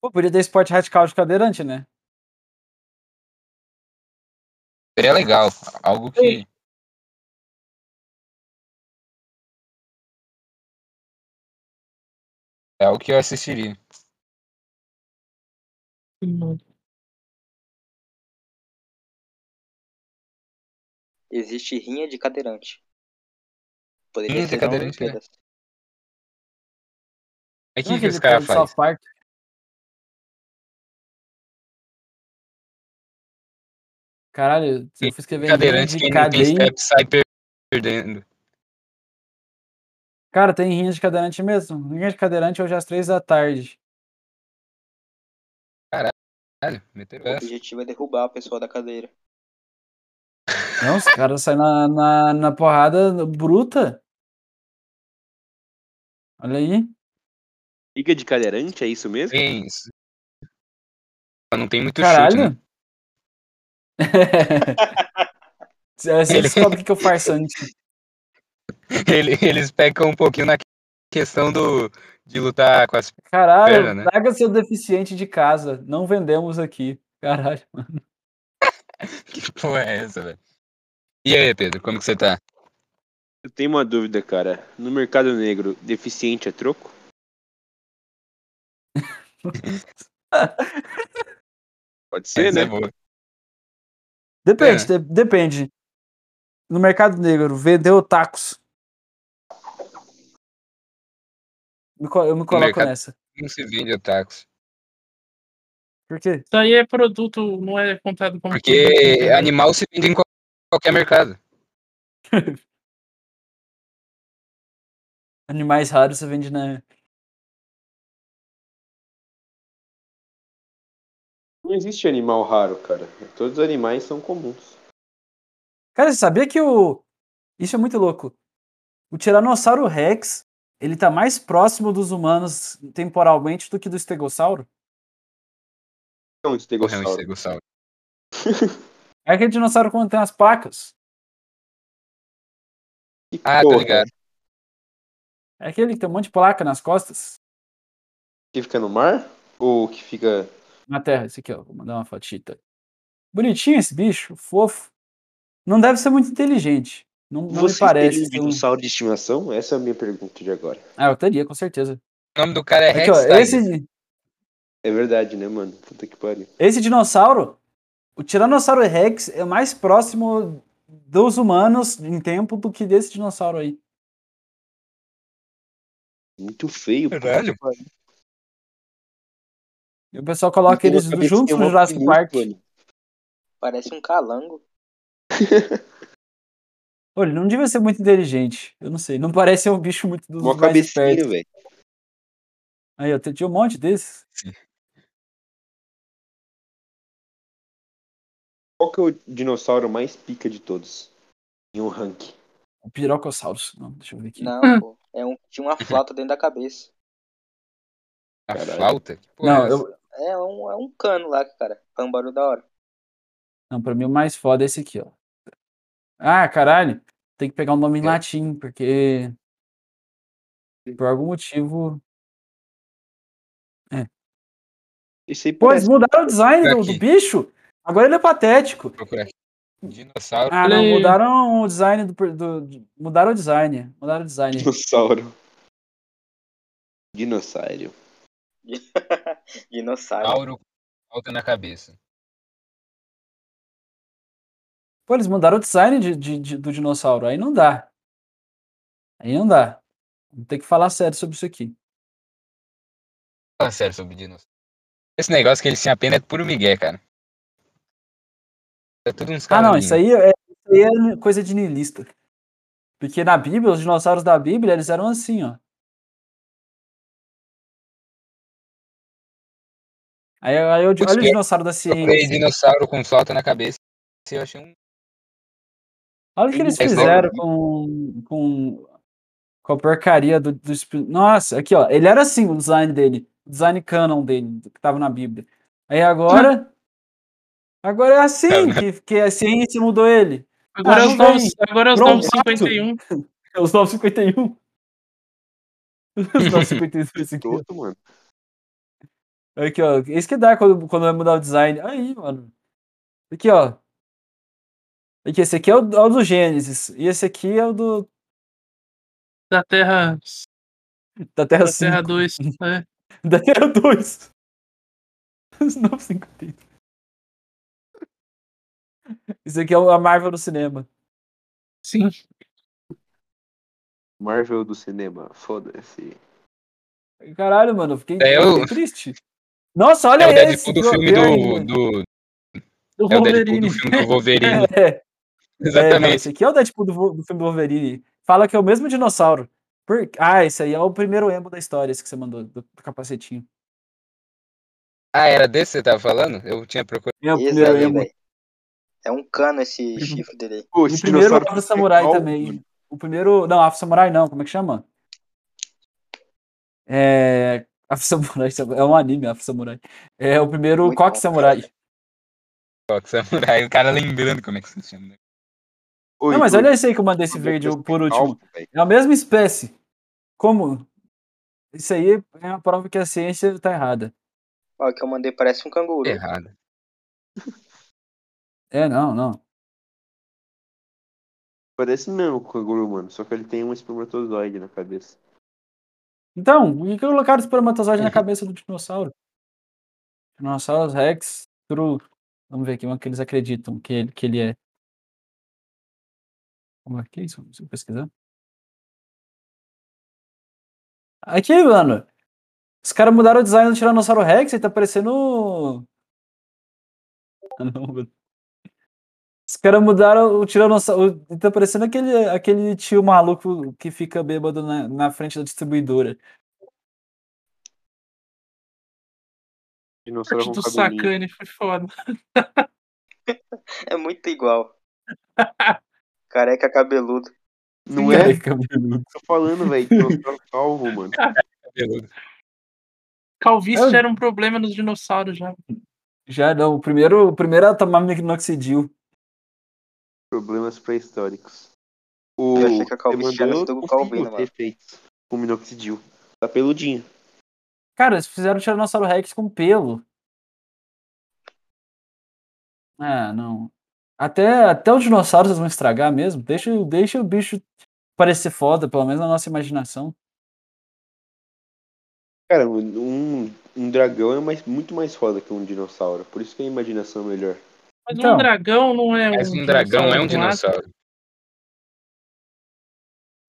[SPEAKER 4] Pô, podia ter esporte radical de cadeirante, né?
[SPEAKER 1] Seria legal. Algo que. É algo que eu assistiria.
[SPEAKER 6] mano.
[SPEAKER 8] Existe rinha de cadeirante. Poderia
[SPEAKER 1] Rinha de
[SPEAKER 8] ser um nas
[SPEAKER 1] cadeirante, né?
[SPEAKER 8] Olimpíadas.
[SPEAKER 1] Aí o É
[SPEAKER 4] Não
[SPEAKER 1] que, que
[SPEAKER 4] aquele
[SPEAKER 1] os caras
[SPEAKER 4] cara do
[SPEAKER 1] fazem?
[SPEAKER 4] South Park? Caralho, eu fui escrever rinha
[SPEAKER 1] Cadeirante,
[SPEAKER 4] de
[SPEAKER 1] quem não tem
[SPEAKER 4] cadeia.
[SPEAKER 1] step sai per- perdendo.
[SPEAKER 4] Cara, tem rinha de cadeirante mesmo. Rinha de cadeirante hoje é às três da tarde.
[SPEAKER 1] Caralho, meteu
[SPEAKER 8] O
[SPEAKER 1] essa.
[SPEAKER 8] objetivo é derrubar a pessoa da cadeira.
[SPEAKER 4] Não, os caras saem na, na, na porrada bruta. Olha aí.
[SPEAKER 9] Liga de cadeirante, é isso mesmo?
[SPEAKER 1] Tem isso. Mas Não tem muito chute, né?
[SPEAKER 4] Caralho. Aí Você
[SPEAKER 1] né? Ele-
[SPEAKER 4] descobre o que que é o farsante.
[SPEAKER 1] Ele- eles pecam um pouquinho na questão do, de lutar com as.
[SPEAKER 4] Caralho,
[SPEAKER 1] Pera, né?
[SPEAKER 4] traga seu deficiente de casa. Não vendemos aqui. Caralho.
[SPEAKER 1] Que porra é essa, velho? E aí, Pedro, como que você tá?
[SPEAKER 9] Eu tenho uma dúvida, cara. No mercado negro, deficiente é troco? Pode ser,
[SPEAKER 1] Essa é
[SPEAKER 9] né?
[SPEAKER 1] boa. É.
[SPEAKER 4] Depende, de- depende. No mercado negro, vendeu tacos. Me co- Eu me coloco
[SPEAKER 1] mercado-
[SPEAKER 4] nessa.
[SPEAKER 1] Não se vende otakus.
[SPEAKER 4] Por quê?
[SPEAKER 6] Isso aí é produto, não é contado como. produto,
[SPEAKER 1] Porque é
[SPEAKER 6] né?
[SPEAKER 1] animal se vende em qual- qualquer mercado.
[SPEAKER 4] Animais raros você vende na.
[SPEAKER 9] Não existe animal raro, cara. Todos os animais são comuns.
[SPEAKER 4] Cara, você sabia que o. Isso é muito louco. O Tiranossauro Rex, ele tá mais próximo dos humanos temporalmente do que do estegossauro?
[SPEAKER 9] É
[SPEAKER 1] Porra, é um
[SPEAKER 9] um estegossauro.
[SPEAKER 4] né?
[SPEAKER 1] estegossauro.
[SPEAKER 4] É aquele dinossauro quando tem as pacas.
[SPEAKER 9] Que
[SPEAKER 1] Ah, tô
[SPEAKER 9] porra
[SPEAKER 1] ligado.
[SPEAKER 4] É aquele que tem um monte de placa nas costas.
[SPEAKER 9] Que fica no mar? Ou que fica...
[SPEAKER 4] Na terra, esse aqui, ó. Vou mandar uma fotita. Bonitinho esse bicho, fofo. Não deve ser muito inteligente. Não, não me
[SPEAKER 9] Você
[SPEAKER 4] parece.
[SPEAKER 9] teria
[SPEAKER 4] ser
[SPEAKER 9] um
[SPEAKER 4] um-
[SPEAKER 9] dinossauro de estimação? Essa é a minha pergunta de agora.
[SPEAKER 4] Ah, eu teria, com certeza.
[SPEAKER 1] O nome do cara é
[SPEAKER 4] Aqui, ó,
[SPEAKER 1] Rex Tiger.
[SPEAKER 4] esse,
[SPEAKER 9] É verdade, né, mano? Puta que pariu.
[SPEAKER 4] esse dinossauro, o Tiranossauro Rex, é mais próximo dos humanos em tempo do que desse dinossauro aí.
[SPEAKER 9] Muito feio. puta
[SPEAKER 1] Caralho.
[SPEAKER 9] que pariu.
[SPEAKER 4] E o pessoal coloca
[SPEAKER 9] Tem uma
[SPEAKER 4] eles
[SPEAKER 9] cabecinha
[SPEAKER 4] juntos no
[SPEAKER 9] mó
[SPEAKER 4] Jurassic
[SPEAKER 9] fininha,
[SPEAKER 4] Park.
[SPEAKER 9] mano.
[SPEAKER 8] Parece um calango.
[SPEAKER 4] Olha, ele não devia ser muito inteligente. Eu não sei. Não parece um bicho muito dos
[SPEAKER 9] Mó
[SPEAKER 4] mais
[SPEAKER 9] cabecinha,
[SPEAKER 4] espertos.
[SPEAKER 9] velho.
[SPEAKER 4] Aí, eu tinha um monte desses.
[SPEAKER 9] Qual que é o dinossauro mais pica de todos? Em um ranking.
[SPEAKER 4] O Pirocossauros. Não, deixa eu ver aqui.
[SPEAKER 8] Não, pô. É um, tinha uma flauta dentro da cabeça.
[SPEAKER 1] A
[SPEAKER 9] Caralho.
[SPEAKER 1] flauta? Que porra
[SPEAKER 4] Não,
[SPEAKER 1] é essa?
[SPEAKER 4] eu,
[SPEAKER 8] É um, é um cano lá, cara. Faz um barulho da hora.
[SPEAKER 4] não, pra mim o mais foda é esse aqui, ó. Ah, caralho. Tem que pegar um nome em
[SPEAKER 1] É.
[SPEAKER 4] latim, porque. Por algum motivo.
[SPEAKER 9] Esse aí
[SPEAKER 4] Pô, eles
[SPEAKER 9] parece...
[SPEAKER 4] mudaram o design do,
[SPEAKER 1] Aqui.
[SPEAKER 4] do bicho. Agora ele é patético.
[SPEAKER 1] Procura aqui. Dinossauro.
[SPEAKER 4] Ah, não,
[SPEAKER 6] Olha aí.
[SPEAKER 4] mudaram o design do. per- do- de- mudaram o design. Mudaram o design.
[SPEAKER 9] Dinossauro. Dinossauro.
[SPEAKER 8] Dinossauro.
[SPEAKER 1] Tauro. Flauta na cabeça.
[SPEAKER 4] Pô, eles mudaram o design de- de- de- do dinossauro. Aí não dá. Aí não dá. Vamos ter que falar sério sobre isso aqui.
[SPEAKER 1] Fala sério sobre dinossauro. Esse negócio que eles se apenas é puro migué, cara. É tudo uns
[SPEAKER 4] Ah, não,
[SPEAKER 1] carolinhos.
[SPEAKER 4] isso aí, é, isso aí é coisa de niilista. Porque na Bíblia, os dinossauros da Bíblia, eles eram assim, ó. Aí, aí eu, olha o dinossauro da
[SPEAKER 1] Eu procurei
[SPEAKER 4] ciência.
[SPEAKER 1] dinossauro com flauta na cabeça. Eu achei um.
[SPEAKER 4] Olha o que eles
[SPEAKER 1] Mas não-
[SPEAKER 4] fizeram com, com, com a porcaria do, do espi- Nossa, aqui, ó. Ele era assim o design dele. O design canon dele, do que tava na Bíblia. Aí agora. Agora é assim que, que a ciência mudou ele.
[SPEAKER 6] Agora, é
[SPEAKER 4] Ah,
[SPEAKER 6] os
[SPEAKER 1] né?
[SPEAKER 4] não
[SPEAKER 6] novos,
[SPEAKER 4] vem.
[SPEAKER 6] agora os
[SPEAKER 4] Pronto.
[SPEAKER 6] novos 51.
[SPEAKER 4] É os 951. Os 952 um, aqui. ó.
[SPEAKER 9] Escroto, mano.
[SPEAKER 4] Aqui, ó. Esse que dá quando, quando vai mudar o design. Aí, mano. Aqui, ó. Aqui, esse aqui é o, é o do Gênesis. E esse aqui é o do,
[SPEAKER 6] Da Terra,
[SPEAKER 4] da Terra
[SPEAKER 1] assim.
[SPEAKER 6] da é.
[SPEAKER 4] 5.
[SPEAKER 6] Terra 2. É.
[SPEAKER 4] Da Terra 2. Os novos cinco pintos. Isso aqui é a Marvel do cinema.
[SPEAKER 6] Sim.
[SPEAKER 9] Marvel do cinema, foda-se.
[SPEAKER 4] Caralho, mano, eu fiquei,
[SPEAKER 1] É,
[SPEAKER 4] eu
[SPEAKER 1] eu-
[SPEAKER 4] fiquei triste. Nossa, olha
[SPEAKER 1] É o
[SPEAKER 4] esse.
[SPEAKER 1] Deadpool do
[SPEAKER 4] pior-
[SPEAKER 1] filme
[SPEAKER 4] pior
[SPEAKER 1] do,
[SPEAKER 4] ainda.
[SPEAKER 1] do.
[SPEAKER 6] O
[SPEAKER 1] É o Deadpool
[SPEAKER 6] Wolverine.
[SPEAKER 1] do filme do Wolverine.
[SPEAKER 4] É, é, não,
[SPEAKER 1] Exatamente.
[SPEAKER 4] esse aqui é o Deadpool do, Vo- do filme do Wolverine. Fala que é o mesmo dinossauro. Por- Ah, esse aí é o primeiro emo da história, esse que você mandou, do, do capacetinho.
[SPEAKER 1] Ah, era desse que você tava falando? Eu tinha procurado.
[SPEAKER 4] É o
[SPEAKER 8] Esse
[SPEAKER 4] primeiro
[SPEAKER 8] aí,
[SPEAKER 4] emo.
[SPEAKER 8] velho. É um cano esse chifre dele. aí.
[SPEAKER 9] Pô,
[SPEAKER 4] E o primeiro Afro Samurai também. O primeiro. Não, Afro Samurai não, como é que chama? É. Afro Samurai é um anime, Afro Samurai. É o primeiro
[SPEAKER 8] Muito
[SPEAKER 4] Coque
[SPEAKER 8] bom.
[SPEAKER 4] Samurai.
[SPEAKER 1] Aí o cara lembrando como é que se chama.
[SPEAKER 4] Não, mas olha esse aí que eu mandei esse verde por último. É a mesma espécie. Como? Isso aí é uma prova que a ciência tá errada.
[SPEAKER 8] Ó, o que eu mandei parece um canguru.
[SPEAKER 1] Errado.
[SPEAKER 4] É, não, não.
[SPEAKER 9] Parece mesmo com o canguru, mano. Só que ele tem um espermatozoide na cabeça.
[SPEAKER 4] Então, por que colocaram espermatozoide na cabeça do dinossauro? Dinossauros Rex, true. Vamos ver aqui como é que eles acreditam que ele, que ele é. Como é que é isso? Deixa eu pesquisar. Aqui, mano. Os caras mudaram o design do Tiranossauro Rex, ele tá parecendo. Ah, não, mano. Os caras mudaram o Tiranossauro. Ele tá parecendo aquele, aquele tio maluco que fica bêbado na, na frente da distribuidora.
[SPEAKER 6] A parte
[SPEAKER 9] Dinossauro
[SPEAKER 6] do
[SPEAKER 9] com cabelinho.
[SPEAKER 6] Sakane foi foda.
[SPEAKER 8] É muito igual. Careca cabeludo.
[SPEAKER 9] Não
[SPEAKER 1] Né?
[SPEAKER 9] é?
[SPEAKER 4] Careca cabeludo.
[SPEAKER 9] Tô falando, velho. Dinossauro calvo, mano.
[SPEAKER 1] Cabeludo.
[SPEAKER 6] Calvície
[SPEAKER 4] É.
[SPEAKER 6] já era um problema nos dinossauros né? já.
[SPEAKER 4] Já não. O primeiro, o primeiro é tomar minoxidil.
[SPEAKER 9] Problemas pré-históricos. O
[SPEAKER 8] Eu achei que a calvície
[SPEAKER 9] você mandou
[SPEAKER 8] era do
[SPEAKER 9] conseguiu
[SPEAKER 8] Calvino,
[SPEAKER 9] ter
[SPEAKER 8] né, mano.
[SPEAKER 9] feito com minoxidil. Tá peludinho.
[SPEAKER 4] Cara, eles fizeram o Tiranossauro Rex com pelo. Ah, não. Até, até os dinossauros vão estragar mesmo. Deixa, deixa o bicho parecer foda, pelo menos na nossa imaginação.
[SPEAKER 9] Cara, um, um dragão é mais, muito mais foda que um dinossauro. Por isso que a imaginação é melhor.
[SPEAKER 6] Mas
[SPEAKER 4] Então.
[SPEAKER 6] um dragão não é um.
[SPEAKER 1] Mas um dragão é um
[SPEAKER 6] dinossauro.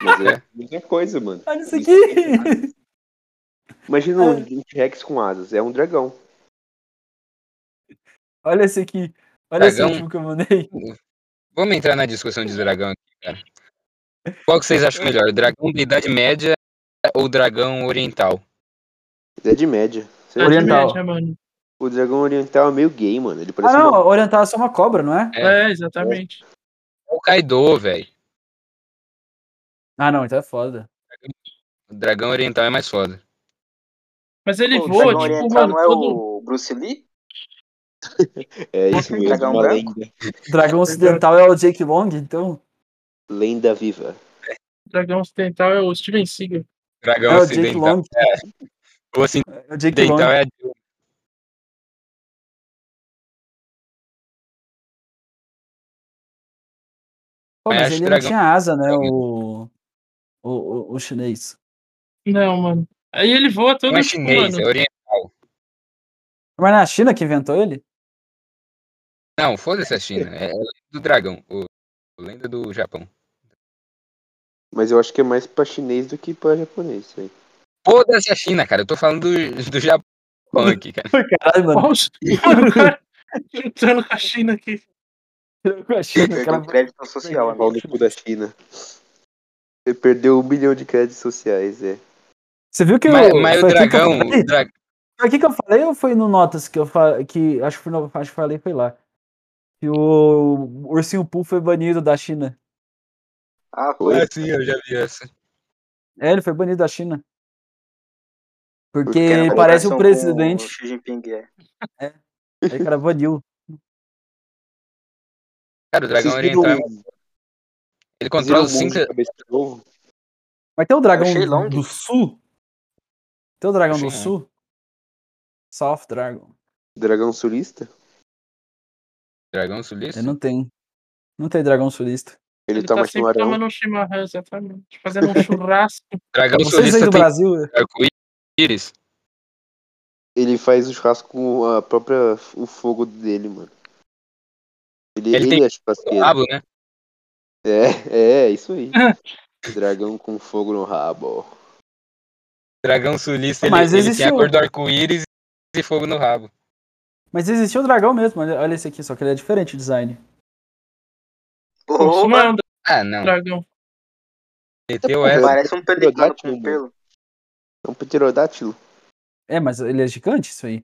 [SPEAKER 1] dinossauro.
[SPEAKER 9] Mas é a mesma coisa, mano. é
[SPEAKER 4] Olha isso aqui!
[SPEAKER 9] Imagina um um T-Rex com asas. É um dragão.
[SPEAKER 4] Olha esse aqui. Olha esse
[SPEAKER 1] Dragão.
[SPEAKER 4] último que eu mandei.
[SPEAKER 1] Vamos entrar na discussão de dragão aqui, cara. Qual que vocês acham melhor? o Dragão da Idade Média ou o dragão oriental?
[SPEAKER 9] É de média. Sei lá.
[SPEAKER 6] Idade
[SPEAKER 4] Oriental.
[SPEAKER 6] Média, né, mano.
[SPEAKER 9] O dragão oriental é meio gay, mano. Ele
[SPEAKER 4] Ah,
[SPEAKER 9] parece
[SPEAKER 4] não,
[SPEAKER 9] uma...
[SPEAKER 4] oriental é só uma cobra, não é?
[SPEAKER 1] É.
[SPEAKER 6] É, exatamente.
[SPEAKER 1] O Kaido, velho.
[SPEAKER 4] Ah, não, então é foda.
[SPEAKER 1] O dragão oriental é mais foda.
[SPEAKER 6] Mas ele
[SPEAKER 8] Pô, o
[SPEAKER 6] voa,
[SPEAKER 8] dragão
[SPEAKER 6] tipo,
[SPEAKER 8] oriental
[SPEAKER 6] mano,
[SPEAKER 8] não é
[SPEAKER 6] todo.
[SPEAKER 8] o Bruce Lee?
[SPEAKER 9] É isso mesmo,
[SPEAKER 8] Dragão
[SPEAKER 9] uma
[SPEAKER 8] branco?
[SPEAKER 9] lenda.
[SPEAKER 1] Então,
[SPEAKER 4] Dragão ocidental é o Jake Long, então.
[SPEAKER 9] Lenda viva.
[SPEAKER 6] Dragão ocidental é o Steven Seagal.
[SPEAKER 1] Dragão
[SPEAKER 4] É o Jake
[SPEAKER 1] ocidental.
[SPEAKER 4] Long.
[SPEAKER 1] O ocidental
[SPEAKER 4] É o Jake Long.
[SPEAKER 1] é a
[SPEAKER 4] Pô, mas
[SPEAKER 1] Mas
[SPEAKER 4] ele não
[SPEAKER 1] dragão-
[SPEAKER 4] tinha asa, né?
[SPEAKER 1] dragão.
[SPEAKER 4] O, o, o, o chinês.
[SPEAKER 6] Não, mano. Aí ele voa todo,
[SPEAKER 1] Não é
[SPEAKER 6] tipo,
[SPEAKER 1] chinês, é
[SPEAKER 6] mano.
[SPEAKER 1] oriental.
[SPEAKER 4] Mas na China que inventou ele?
[SPEAKER 1] Não, foda-se a China. É a lenda do dragão. O... a Lenda do Japão.
[SPEAKER 9] Mas eu acho que é mais pra chinês do que pra japonês, velho.
[SPEAKER 1] Foda-se a China, cara. Eu tô falando do, do Japão aqui, cara.
[SPEAKER 4] Caralho, mano.
[SPEAKER 6] Olha os- Mano, o cara lutando com a China aqui.
[SPEAKER 4] Com a China,
[SPEAKER 8] Perdeu
[SPEAKER 4] cara.
[SPEAKER 8] crédito social, amigo.
[SPEAKER 9] Pau no cu da China. Ele perdeu um bilhão de créditos sociais, é.
[SPEAKER 4] Você viu que
[SPEAKER 1] Mas,
[SPEAKER 4] eu.
[SPEAKER 1] mas o
[SPEAKER 4] foi aqui que eu
[SPEAKER 1] dragão.
[SPEAKER 4] falei?
[SPEAKER 1] o dra-
[SPEAKER 4] Foi aqui que eu falei ou foi no Notas que eu falei? Que, acho, que foi no- acho que falei, foi lá. Que o Ursinho Poo foi banido da China.
[SPEAKER 8] Ah,
[SPEAKER 9] Oi?
[SPEAKER 8] foi.
[SPEAKER 1] Ah, sim, eu já vi essa.
[SPEAKER 4] É, ele foi banido da China.
[SPEAKER 8] Porque era
[SPEAKER 4] Porque
[SPEAKER 8] uma
[SPEAKER 4] parece o
[SPEAKER 8] comparação com
[SPEAKER 4] presidente.
[SPEAKER 8] o Xi Jinping é.
[SPEAKER 4] Aí o cara baniu.
[SPEAKER 1] Cara, o dragão
[SPEAKER 9] Vocês viram,
[SPEAKER 1] oriental. é-
[SPEAKER 9] vocês
[SPEAKER 1] Ele
[SPEAKER 9] viram
[SPEAKER 1] controla
[SPEAKER 9] o
[SPEAKER 1] os cinco.
[SPEAKER 9] mundo de cabeça de novo?
[SPEAKER 4] Mas tem o dragão
[SPEAKER 8] Achei long.
[SPEAKER 4] do sul? Tem o dragão
[SPEAKER 1] Achei
[SPEAKER 4] do
[SPEAKER 1] não.
[SPEAKER 4] sul? South Dragon.
[SPEAKER 9] Dragão sulista?
[SPEAKER 1] Dragão sulista?
[SPEAKER 4] Ele não tem. Não tem dragão sulista.
[SPEAKER 9] Ele,
[SPEAKER 6] Ele
[SPEAKER 9] toma
[SPEAKER 6] tá sempre
[SPEAKER 9] chimarrão.
[SPEAKER 6] tomando um chimarrão, exatamente. Fazendo um churrasco.
[SPEAKER 1] Dragão
[SPEAKER 4] Vocês aí
[SPEAKER 1] sulista
[SPEAKER 4] do
[SPEAKER 1] tem
[SPEAKER 4] Brasil.
[SPEAKER 1] arco-íris.
[SPEAKER 9] Ele faz o churrasco com a própria, o fogo dele, mano. Ele,
[SPEAKER 1] Ele
[SPEAKER 9] ele,
[SPEAKER 1] tem-
[SPEAKER 9] é churrasqueiro.
[SPEAKER 1] Rabo, né?
[SPEAKER 9] É, é, isso aí. Dragão com fogo no rabo.
[SPEAKER 1] Dragão sulista, ele,
[SPEAKER 4] Mas um
[SPEAKER 1] ele tem a
[SPEAKER 4] existiu.
[SPEAKER 1] cor do arco-íris e fogo no rabo.
[SPEAKER 4] Mas existia o dragão mesmo, olha olha esse aqui, só que ele é diferente o design.
[SPEAKER 6] Isso não é um
[SPEAKER 1] Ah, não.
[SPEAKER 6] dragão.
[SPEAKER 1] Meteu
[SPEAKER 9] É,
[SPEAKER 1] essa.
[SPEAKER 8] Parece um pelicano com
[SPEAKER 9] Pterodátilo,
[SPEAKER 8] pelo.
[SPEAKER 9] É um pterodátilo.
[SPEAKER 4] É, mas ele é gigante isso aí.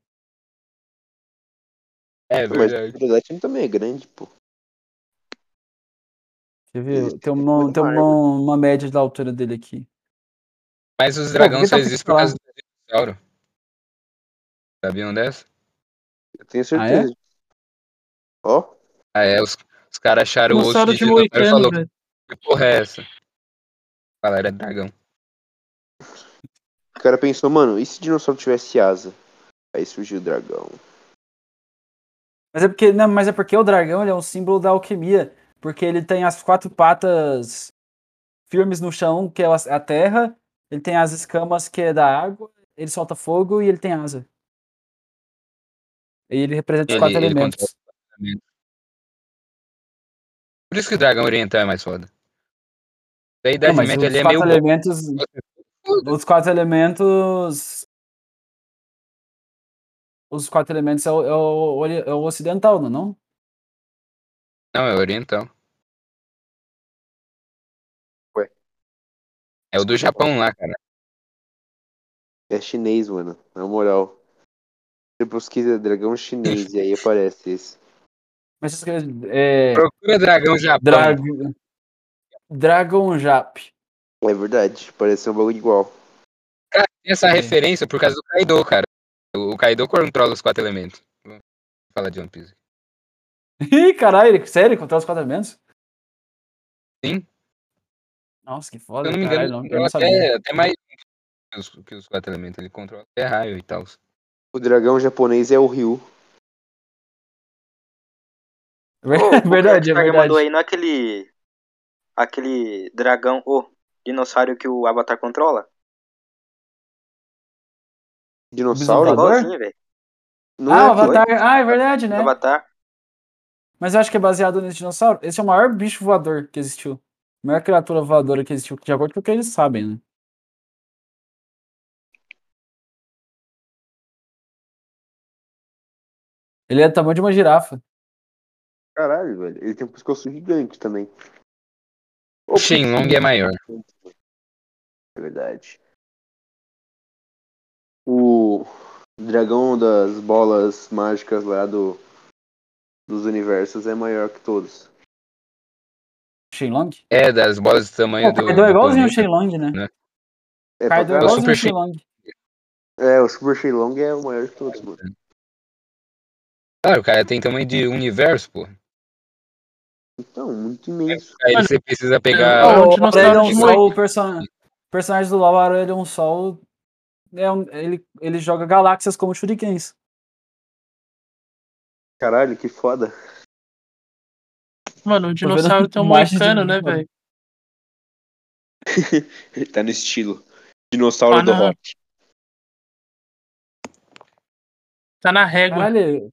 [SPEAKER 1] É
[SPEAKER 9] Mas o
[SPEAKER 1] verdade.
[SPEAKER 9] pterodátilo também é grande, pô.
[SPEAKER 4] Quer ver?
[SPEAKER 9] Ele
[SPEAKER 4] Tem,
[SPEAKER 9] tem
[SPEAKER 4] uma,
[SPEAKER 9] muita
[SPEAKER 4] tem
[SPEAKER 9] marca.
[SPEAKER 4] uma, uma média da altura dele aqui.
[SPEAKER 1] Mas os
[SPEAKER 4] Pô, por
[SPEAKER 1] dragões
[SPEAKER 4] que tá
[SPEAKER 1] só existem por
[SPEAKER 4] lá?
[SPEAKER 1] causa do dinossauro. Sabiam dessa?
[SPEAKER 9] Eu tenho
[SPEAKER 1] é?
[SPEAKER 9] certeza. Ó,
[SPEAKER 1] Ah, é, os, os caras acharam o osso
[SPEAKER 6] Dinossauro
[SPEAKER 1] de
[SPEAKER 6] de né?
[SPEAKER 1] dinossauro e
[SPEAKER 6] Moicano,
[SPEAKER 1] falaram,
[SPEAKER 6] velho.
[SPEAKER 1] que porra é essa? Falaram, era dragão.
[SPEAKER 9] o cara pensou, mano, e se dinossauro tivesse asa? Aí surgiu o dragão.
[SPEAKER 4] Mas é porque, não, mas é porque o dragão ele é um símbolo da alquimia, porque ele tem as quatro patas firmes no chão, que é as- a terra, ele tem as escamas que é da água, ele solta fogo e ele tem asa. E ele representa os
[SPEAKER 1] Ele-
[SPEAKER 4] quatro
[SPEAKER 1] ele
[SPEAKER 4] elementos.
[SPEAKER 1] Por isso que o dragão oriental é mais foda. Da
[SPEAKER 4] Não,
[SPEAKER 1] Idade
[SPEAKER 4] mas
[SPEAKER 1] Média ele
[SPEAKER 4] os
[SPEAKER 1] é meio
[SPEAKER 4] quatro
[SPEAKER 1] bom.
[SPEAKER 4] elementos, os quatro elementos os quatro elementos é o, é o ori- é o ocidental, não, é não?
[SPEAKER 1] Não, é oriental.
[SPEAKER 9] Ué.
[SPEAKER 1] É o do Japão lá, cara.
[SPEAKER 9] É chinês, mano. Na moral. Você pesquisa dragão chinês e aí aparece esse.
[SPEAKER 4] Mas isso que eu- é
[SPEAKER 1] Procura dragão Japão.
[SPEAKER 4] Drag... Dragon Jap.
[SPEAKER 9] É verdade, parece um bagulho igual.
[SPEAKER 1] Tem essa
[SPEAKER 4] É.
[SPEAKER 1] referência por causa do Kaido, cara. O o Kaido controla os quatro elementos. Vamos falar de One Piece.
[SPEAKER 4] Ih, caralho, ele- sério, controla os quatro elementos?
[SPEAKER 1] Sim.
[SPEAKER 4] Nossa, que
[SPEAKER 1] Se
[SPEAKER 4] foda,
[SPEAKER 1] eu não me engano,
[SPEAKER 4] caralho,
[SPEAKER 1] ele
[SPEAKER 4] não- eu
[SPEAKER 1] controla
[SPEAKER 4] não sabia.
[SPEAKER 1] até, até mais que os, que os quatro elementos. Ele controla até raio e tal.
[SPEAKER 9] O dragão japonês é o Ryu.
[SPEAKER 4] Ver-
[SPEAKER 8] Ô, o que
[SPEAKER 4] verdade, é
[SPEAKER 8] o Thiago mandou
[SPEAKER 4] verdade.
[SPEAKER 8] aí, não é aquele. Aquele dragão, ô, dinossauro que o Avatar controla?
[SPEAKER 4] Por
[SPEAKER 8] É
[SPEAKER 9] Dinossauro?
[SPEAKER 4] Bisonfado. favor?
[SPEAKER 8] igualzinho, velho.
[SPEAKER 9] Não
[SPEAKER 4] Ah,
[SPEAKER 9] é
[SPEAKER 4] o
[SPEAKER 9] aquele-
[SPEAKER 4] Avatar. Ah, é verdade, né?
[SPEAKER 8] Avatar.
[SPEAKER 4] Mas eu acho que é baseado nesse dinossauro. Esse é o maior bicho voador que existiu. A maior criatura voadora que existiu, de acordo com o que eles sabem, né? Ele é do tamanho de uma girafa.
[SPEAKER 9] Caralho, velho. Ele tem um pescoço gigante também.
[SPEAKER 1] O Shenlong é maior.
[SPEAKER 9] É verdade. O dragão das bolas mágicas lá do dos universos é maior que todos.
[SPEAKER 4] Shenlong?
[SPEAKER 1] É, das bolas do
[SPEAKER 4] Pô,
[SPEAKER 1] tamanho
[SPEAKER 4] o
[SPEAKER 1] do.
[SPEAKER 4] Kaido é
[SPEAKER 1] do
[SPEAKER 4] igualzinho
[SPEAKER 1] planeta.
[SPEAKER 4] o Shenlong, né?
[SPEAKER 9] É,
[SPEAKER 4] O
[SPEAKER 9] pra
[SPEAKER 4] Kaido é
[SPEAKER 9] caralho.
[SPEAKER 4] igualzinho o
[SPEAKER 1] Super Shen-
[SPEAKER 4] Shenlong.
[SPEAKER 9] é, o Super Shenlong é o maior que todos, mano.
[SPEAKER 1] Claro, o cara tem tamanho de universo, pô.
[SPEAKER 9] Então, muito imenso.
[SPEAKER 1] Aí
[SPEAKER 6] Mano,
[SPEAKER 1] você precisa
[SPEAKER 6] É
[SPEAKER 1] pegar.
[SPEAKER 6] um
[SPEAKER 4] O
[SPEAKER 6] dinossauro
[SPEAKER 4] Aurelion
[SPEAKER 6] de
[SPEAKER 4] Sol,
[SPEAKER 6] moica.
[SPEAKER 4] o person- personagem do LoL, Aurelion um Sol, é um- ele, ele joga galáxias como shurikens.
[SPEAKER 9] Caralho, que foda.
[SPEAKER 6] Mano, o dinossauro tem um
[SPEAKER 4] imagens de
[SPEAKER 6] moicano, né,
[SPEAKER 4] dinossauro.
[SPEAKER 6] velho?
[SPEAKER 9] Ele tá no estilo. Dinossauro
[SPEAKER 6] Ah,
[SPEAKER 9] do
[SPEAKER 6] não.
[SPEAKER 9] rock.
[SPEAKER 6] Tá na régua.
[SPEAKER 4] Caralho,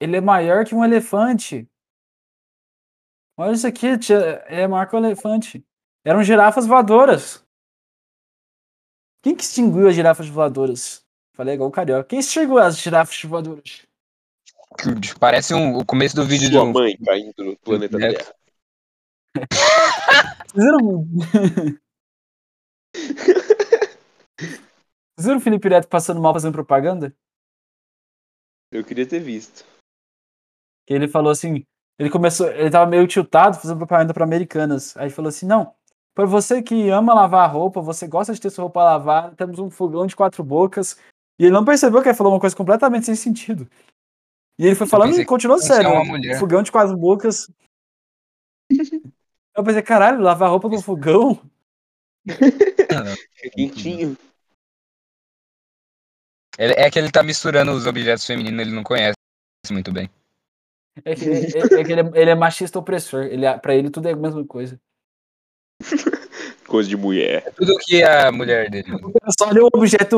[SPEAKER 4] ele é maior que um elefante. Olha isso aqui, tia, é maior que um elefante. Eram girafas voadoras. Quem que extinguiu as girafas voadoras? Falei igual o carioca. Quem extinguiu as girafas voadoras?
[SPEAKER 1] Parece um- o começo do vídeo de
[SPEAKER 9] Sua
[SPEAKER 1] um.
[SPEAKER 9] mãe caindo do planeta
[SPEAKER 1] Neto.
[SPEAKER 9] Terra.
[SPEAKER 4] Vocês viram? Vocês viram o Felipe Neto passando mal fazendo propaganda?
[SPEAKER 9] Eu queria ter visto.
[SPEAKER 4] Que ele falou assim, ele começou, ele tava meio tiltado fazendo propaganda para Americanas. Aí ele falou assim: "Não, para você que ama lavar roupa, você gosta de ter sua roupa lavada, temos um fogão de quatro bocas". E ele não percebeu que ele falou uma coisa completamente sem sentido. E ele foi falando
[SPEAKER 1] pensei
[SPEAKER 4] e
[SPEAKER 1] que
[SPEAKER 4] continuou
[SPEAKER 1] fosse
[SPEAKER 4] sério.
[SPEAKER 1] uma
[SPEAKER 4] né?
[SPEAKER 1] mulher.
[SPEAKER 4] Fogão de quatro bocas. Eu pensei, caralho, lavar roupa no fogão?
[SPEAKER 9] Fica É quentinho.
[SPEAKER 1] Ele- É que ele tá misturando os objetos femininos, ele não conhece muito bem.
[SPEAKER 4] É que, é- é que ele, é, ele é machista opressor. Ele, é- pra ele tudo é a mesma coisa.
[SPEAKER 10] Coisa de mulher.
[SPEAKER 1] Tudo que a mulher dele.
[SPEAKER 4] Eu só olho um objeto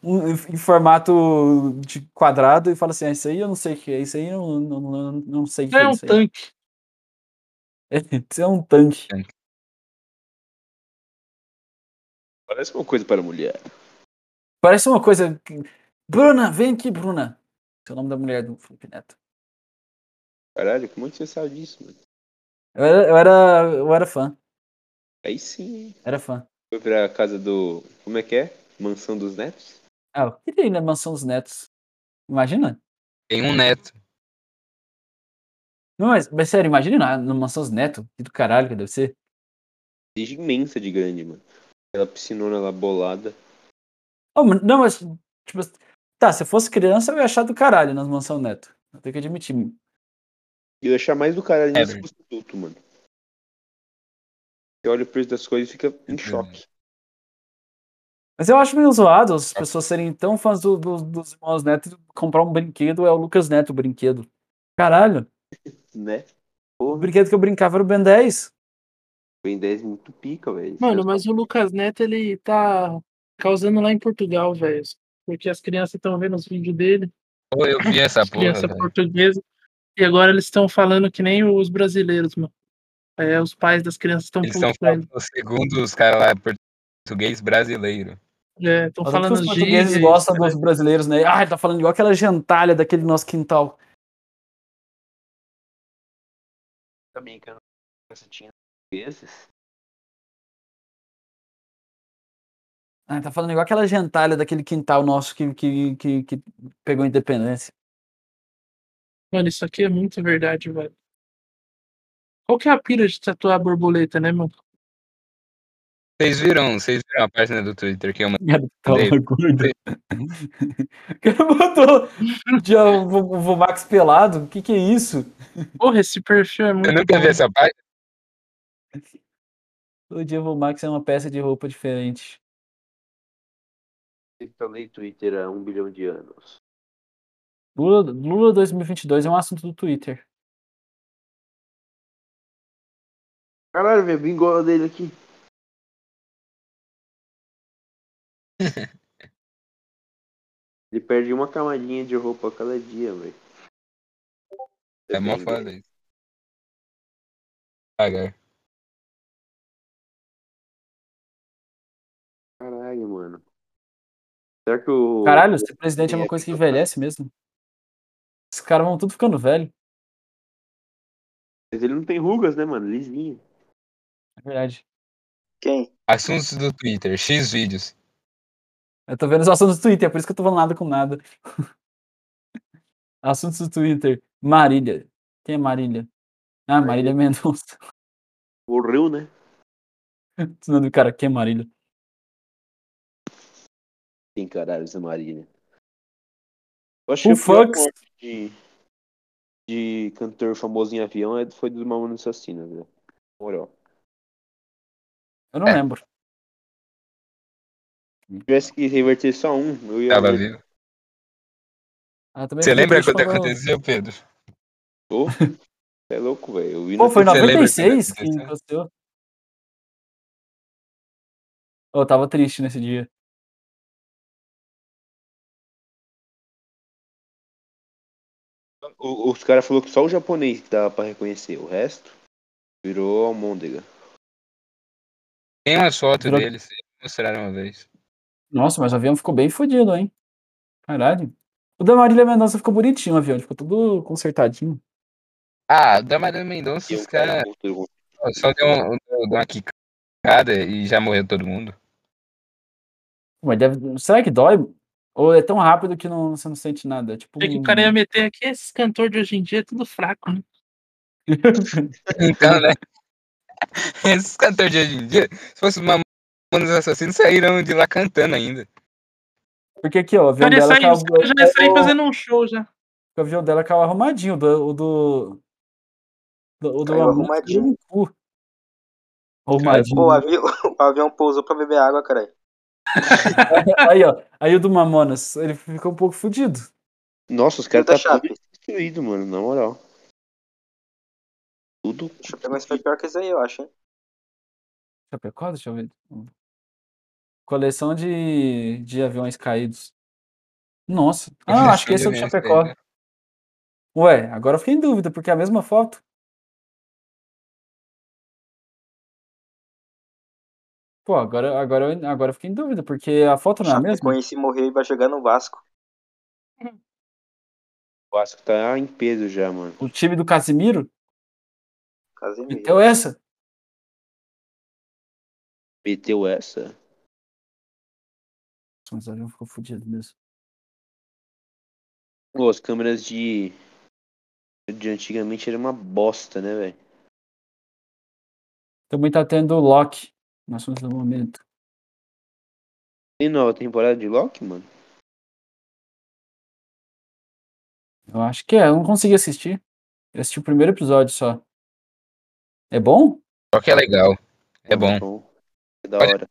[SPEAKER 4] um, em formato de quadrado e fala assim: ah, isso aí eu não sei o que é, isso aí eu não, não, não, não sei o que
[SPEAKER 6] Não
[SPEAKER 4] é.
[SPEAKER 6] é um
[SPEAKER 4] isso aí.
[SPEAKER 6] tanque.
[SPEAKER 4] Isso é um tanque.
[SPEAKER 10] Parece uma coisa para mulher.
[SPEAKER 4] Parece uma coisa. que- Bruna, vem aqui, Bruna. Esse é o nome da mulher do Felipe Neto.
[SPEAKER 10] Caralho, como é que você sabe disso, mano?
[SPEAKER 4] Eu era, eu era, eu era fã.
[SPEAKER 10] Aí sim, hein?
[SPEAKER 4] Era fã.
[SPEAKER 10] Foi pra casa do. Como é que é? Mansão dos Netos?
[SPEAKER 4] Ah, eu queria ir na mansão dos netos. Imagina.
[SPEAKER 1] Tem um neto.
[SPEAKER 4] Não, mas, mas sério, imagina na, na mansão dos netos. Que do caralho que deve ser.
[SPEAKER 10] Desde imensa de grande, mano. Aquela piscinona lá bolada.
[SPEAKER 4] Oh, mano, não, mas. Tipo, tá, se eu fosse criança, eu ia achar do caralho nas mansão neto. Eu tenho que admitir.
[SPEAKER 10] Eu ia achar mais do caralho
[SPEAKER 1] É,
[SPEAKER 10] nesse custo adulto, mano. Você olha o preço das coisas e fica
[SPEAKER 1] É
[SPEAKER 10] em choque.
[SPEAKER 4] Mas eu acho meio zoado as pessoas serem tão fãs do- do- dos irmãos Neto e comprar um brinquedo é o Lucas Neto o brinquedo. Caralho,
[SPEAKER 10] Né?
[SPEAKER 4] o brinquedo que eu brincava era o Ben 10.
[SPEAKER 9] Vem 10 muito pica, velho.
[SPEAKER 6] Mano, mas o Lucas Neto, ele tá causando lá em Portugal, velho. Porque as crianças estão vendo os vídeos dele,
[SPEAKER 1] Pô, eu vi essa
[SPEAKER 6] as
[SPEAKER 1] porra.
[SPEAKER 6] crianças
[SPEAKER 1] velho.
[SPEAKER 6] portuguesas, e agora eles estão falando que nem os brasileiros, mano. É, os pais das crianças
[SPEAKER 4] um
[SPEAKER 6] estão
[SPEAKER 1] Eles estão
[SPEAKER 6] putos com ele.
[SPEAKER 1] falando, segundo os caras lá, é português brasileiro.
[SPEAKER 6] É, estão
[SPEAKER 4] Mas é que
[SPEAKER 6] falando
[SPEAKER 4] os
[SPEAKER 6] gíria
[SPEAKER 4] portugueses
[SPEAKER 6] e-
[SPEAKER 4] gostam dos brasileiros, né? Ah, tá falando igual aquela gentalha daquele nosso quintal.
[SPEAKER 9] Também que eu não criança tinha vezes.
[SPEAKER 4] Ah, tá falando igual aquela gentalha daquele quintal nosso que, que, que, que pegou a independência.
[SPEAKER 6] Mano, isso aqui é muito verdade, velho. Qual que é a pira de tatuar a borboleta, né, mano?
[SPEAKER 1] Vocês viram, vocês viram a página do Twitter que eu mandei? Dei.
[SPEAKER 4] gordo. O tá cara botou de, ó, o, o Vomax pelado. O que, que é isso?
[SPEAKER 6] Porra, esse perfil é
[SPEAKER 1] Eu
[SPEAKER 6] muito
[SPEAKER 1] nunca vi
[SPEAKER 6] bom.
[SPEAKER 1] essa página.
[SPEAKER 4] Todo dia o Vomax é uma peça de roupa diferente.
[SPEAKER 9] Eu instalei Twitter há um bilhão de anos.
[SPEAKER 4] Lula, Lula 2022 é um assunto do Twitter.
[SPEAKER 9] Caralho, velho, bingola dele aqui. Ele perde uma camadinha de roupa a cada dia, velho.
[SPEAKER 1] É mó foda isso. Pagar.
[SPEAKER 9] Caralho, mano. Será que o.
[SPEAKER 4] Caralho, ser presidente é uma coisa que envelhece mesmo. Os caras vão tudo ficando velho,
[SPEAKER 9] Mas ele não tem rugas, né, mano? Lisinho.
[SPEAKER 4] é verdade.
[SPEAKER 8] Quem?
[SPEAKER 1] Assuntos do Twitter, X vídeos.
[SPEAKER 4] Eu tô vendo os assuntos do Twitter, é por isso que eu tô falando nada com nada. assuntos do Twitter. Marília. Quem é Marília? Ah, Marília Mendonça.
[SPEAKER 9] Morreu, né?
[SPEAKER 4] O nome do cara, quem é Marília?
[SPEAKER 9] Tem caralho, Zé Marília. Eu acho
[SPEAKER 4] O
[SPEAKER 9] que a pior
[SPEAKER 4] Fux.
[SPEAKER 9] morte de, de cantor famoso em avião é- foi do Mamonas Assassinas, velho. Na moral.
[SPEAKER 4] Eu não
[SPEAKER 1] É.
[SPEAKER 4] lembro.
[SPEAKER 9] Se tivesse que reverter só um, eu ia.
[SPEAKER 1] Tava
[SPEAKER 9] reverter.
[SPEAKER 1] vivo.
[SPEAKER 4] Ah, também
[SPEAKER 1] Você
[SPEAKER 4] fiquei
[SPEAKER 1] lembra
[SPEAKER 4] triste
[SPEAKER 1] quando
[SPEAKER 4] quando-
[SPEAKER 1] aconteceu, Pedro?
[SPEAKER 9] Ô, Você é louco, velho. Eu vi
[SPEAKER 4] Pô,
[SPEAKER 9] no
[SPEAKER 4] foi em
[SPEAKER 1] Você lembra quando
[SPEAKER 4] 96 que
[SPEAKER 1] aconteceu?
[SPEAKER 4] aconteceu. Eu tava triste nesse dia.
[SPEAKER 9] é O- Os caras falaram que só o japonês que dava pra reconhecer. O resto virou almôndega.
[SPEAKER 1] Tem umas fotos
[SPEAKER 4] Virou-
[SPEAKER 1] deles, eles mostraram uma vez.
[SPEAKER 4] Nossa, mas o avião ficou bem fodido, hein? Caralho. O da Marília Mendonça ficou bonitinho o avião, ficou todo consertadinho.
[SPEAKER 1] Ah, o da Marília Mendonça,
[SPEAKER 9] E
[SPEAKER 1] os
[SPEAKER 9] o cara
[SPEAKER 1] caras
[SPEAKER 9] mostrou-
[SPEAKER 1] só deu, um, deu uma quicada e já morreu todo mundo.
[SPEAKER 4] Mas deve... Será que dói? Ou é tão rápido que não, você não sente nada? É Tipo,
[SPEAKER 6] É que o cara ia
[SPEAKER 4] um-
[SPEAKER 6] meter aqui, esses cantores de hoje em dia é tudo fraco, né?
[SPEAKER 1] Então, né? Esses cantores de hoje em dia, se fosse uma mano dos assassinos, saíram de lá cantando ainda.
[SPEAKER 4] Porque aqui, ó, o
[SPEAKER 6] O
[SPEAKER 4] avião
[SPEAKER 6] cara ia
[SPEAKER 4] dela
[SPEAKER 6] sair,
[SPEAKER 4] caiu.
[SPEAKER 6] os caras já ia sair
[SPEAKER 4] o-
[SPEAKER 6] fazendo um show já.
[SPEAKER 4] O avião dela caiu arrumadinho, o do. O do, do, o do
[SPEAKER 8] Caiu
[SPEAKER 4] Amanda
[SPEAKER 8] arrumadinho. é
[SPEAKER 4] no cu. Arrumadinho.
[SPEAKER 8] Pô, o avião, o avião pousou pra beber água, caralho.
[SPEAKER 4] Aí, ó. Aí o do Mamonas, ele ficou um pouco fudido.
[SPEAKER 9] Nossa, os caras
[SPEAKER 8] Quinta
[SPEAKER 9] tá
[SPEAKER 8] chapa.
[SPEAKER 9] tudo destruído, mano. Na moral. Tudo
[SPEAKER 8] é Deixa eu pegar, mas foi pior que isso aí, eu acho, hein?
[SPEAKER 4] Chapecó, deixa eu ver. Coleção de, de aviões caídos. Nossa. Ah, acho que esse é o de
[SPEAKER 1] Coleção de aviões
[SPEAKER 4] Chapecó. Ué, agora eu fiquei em dúvida, porque é a mesma foto. Pô, agora, agora, eu- agora eu fiquei em dúvida, porque a foto não é a mesma?
[SPEAKER 8] Chapecoense morreu e vai jogar no Vasco.
[SPEAKER 10] O Vasco tá em peso já, mano.
[SPEAKER 4] O time do Casimiro?
[SPEAKER 8] Casemiro.
[SPEAKER 4] Então essa?
[SPEAKER 10] Meteu essa.
[SPEAKER 4] Nossa, Mas o avião ficou fodido mesmo.
[SPEAKER 10] Pô, as câmeras de. de antigamente era uma bosta, né, velho?
[SPEAKER 4] Também tá tendo o Loki no assunto do momento.
[SPEAKER 10] Tem nova temporada de Loki, mano?
[SPEAKER 4] Eu acho que é, eu não consegui assistir. Eu assisti o primeiro episódio só. É bom?
[SPEAKER 1] Só que é legal. É bom.
[SPEAKER 10] É da hora.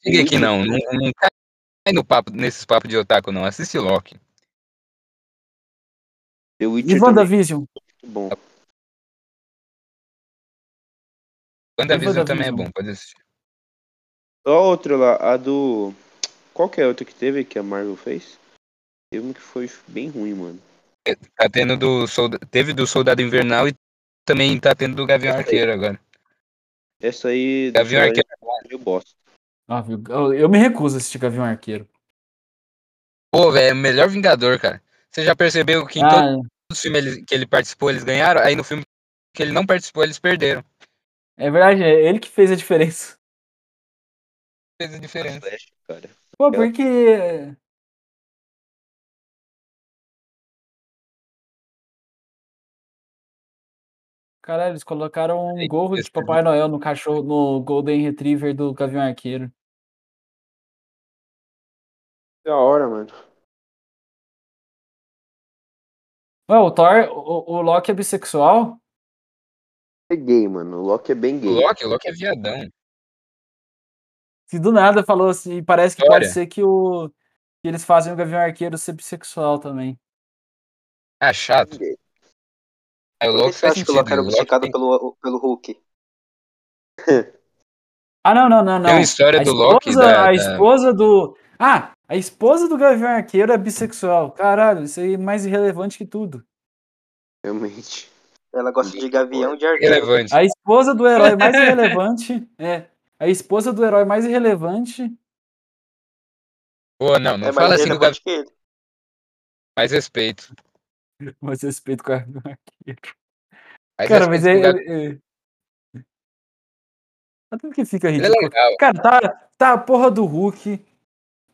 [SPEAKER 1] Siga aqui não, não, não cai no papo, nesses papos de otaku não. Assiste Loki.
[SPEAKER 10] The
[SPEAKER 4] E
[SPEAKER 10] Witcher também
[SPEAKER 4] WandaVision?
[SPEAKER 10] é muito bom.
[SPEAKER 1] WandaVision
[SPEAKER 4] WandaVision?
[SPEAKER 1] também é bom, pode assistir.
[SPEAKER 10] Só outra lá, a do. Qual que é a outra que teve que a Marvel fez? Teve um que foi bem ruim, mano.
[SPEAKER 1] Tá tendo do solda... Teve do Soldado Invernal e também tá tendo do Gavião Arqueiro agora.
[SPEAKER 10] Essa aí. do
[SPEAKER 9] Tá
[SPEAKER 1] Gavião
[SPEAKER 10] Soldado
[SPEAKER 1] Arqueiro.
[SPEAKER 10] Eu bosta.
[SPEAKER 4] Ah, viu? Eu, eu me recuso a assistir Gavião Arqueiro.
[SPEAKER 1] Pô, velho, é o melhor Vingador, cara. Você já percebeu que em todos
[SPEAKER 4] Ah,
[SPEAKER 1] os filmes ele- que ele participou, eles ganharam? Aí no filme que ele não participou, eles perderam.
[SPEAKER 4] é verdade, é ele que fez a diferença.
[SPEAKER 1] Fez a
[SPEAKER 10] A
[SPEAKER 1] diferença.
[SPEAKER 10] Flash, cara.
[SPEAKER 4] Pô,
[SPEAKER 10] Ela-
[SPEAKER 4] porque. Caralho, eles colocaram um gorro de Papai Noel no cachorro, no Golden Retriever do Gavião Arqueiro.
[SPEAKER 10] Da hora, mano.
[SPEAKER 4] Ué, o Thor, o, o Loki é bissexual?
[SPEAKER 10] É gay, mano. O Loki é bem
[SPEAKER 1] O
[SPEAKER 10] gay.
[SPEAKER 1] Loki, o Loki é viadão.
[SPEAKER 4] Se do nada falou assim, e parece que pode
[SPEAKER 1] Olha.
[SPEAKER 4] ser que o que eles fazem o Gavião Arqueiro ser bissexual também.
[SPEAKER 1] Ah,
[SPEAKER 10] É
[SPEAKER 1] chato. Aí o
[SPEAKER 8] Por que
[SPEAKER 1] Loki
[SPEAKER 8] você
[SPEAKER 1] faz
[SPEAKER 8] acha que
[SPEAKER 1] sentido.
[SPEAKER 8] colocaram
[SPEAKER 1] o
[SPEAKER 8] o
[SPEAKER 1] Loki
[SPEAKER 8] Secado
[SPEAKER 1] tem-
[SPEAKER 8] pelo, pelo Hulk?
[SPEAKER 4] Ah, não, não, não, não.
[SPEAKER 1] Tem uma história
[SPEAKER 4] A
[SPEAKER 1] do Loki, né,
[SPEAKER 4] esposa,
[SPEAKER 1] da-
[SPEAKER 4] a
[SPEAKER 1] da-
[SPEAKER 4] esposa do. Ah, a esposa do Gavião Arqueiro é bissexual. Caralho, isso aí é mais irrelevante que tudo.
[SPEAKER 10] Realmente.
[SPEAKER 8] Ela gosta de gavião de arqueiro.
[SPEAKER 1] relevante.
[SPEAKER 4] A esposa do herói mais irrelevante é. A esposa do herói mais irrelevante.
[SPEAKER 1] Pô, não, não
[SPEAKER 8] É mais
[SPEAKER 1] fala assim do Gavião.
[SPEAKER 8] relevante que ele.
[SPEAKER 1] Mais respeito.
[SPEAKER 4] Mas respeito com o Gavião Arqueiro.
[SPEAKER 1] Mais
[SPEAKER 4] Cara, mas
[SPEAKER 1] respeito
[SPEAKER 4] é.
[SPEAKER 1] pro Gavião.
[SPEAKER 4] é, é... Até que fica
[SPEAKER 1] Ele é
[SPEAKER 4] ridículo.
[SPEAKER 1] legal.
[SPEAKER 4] Cara, tá, tá a porra do Hulk.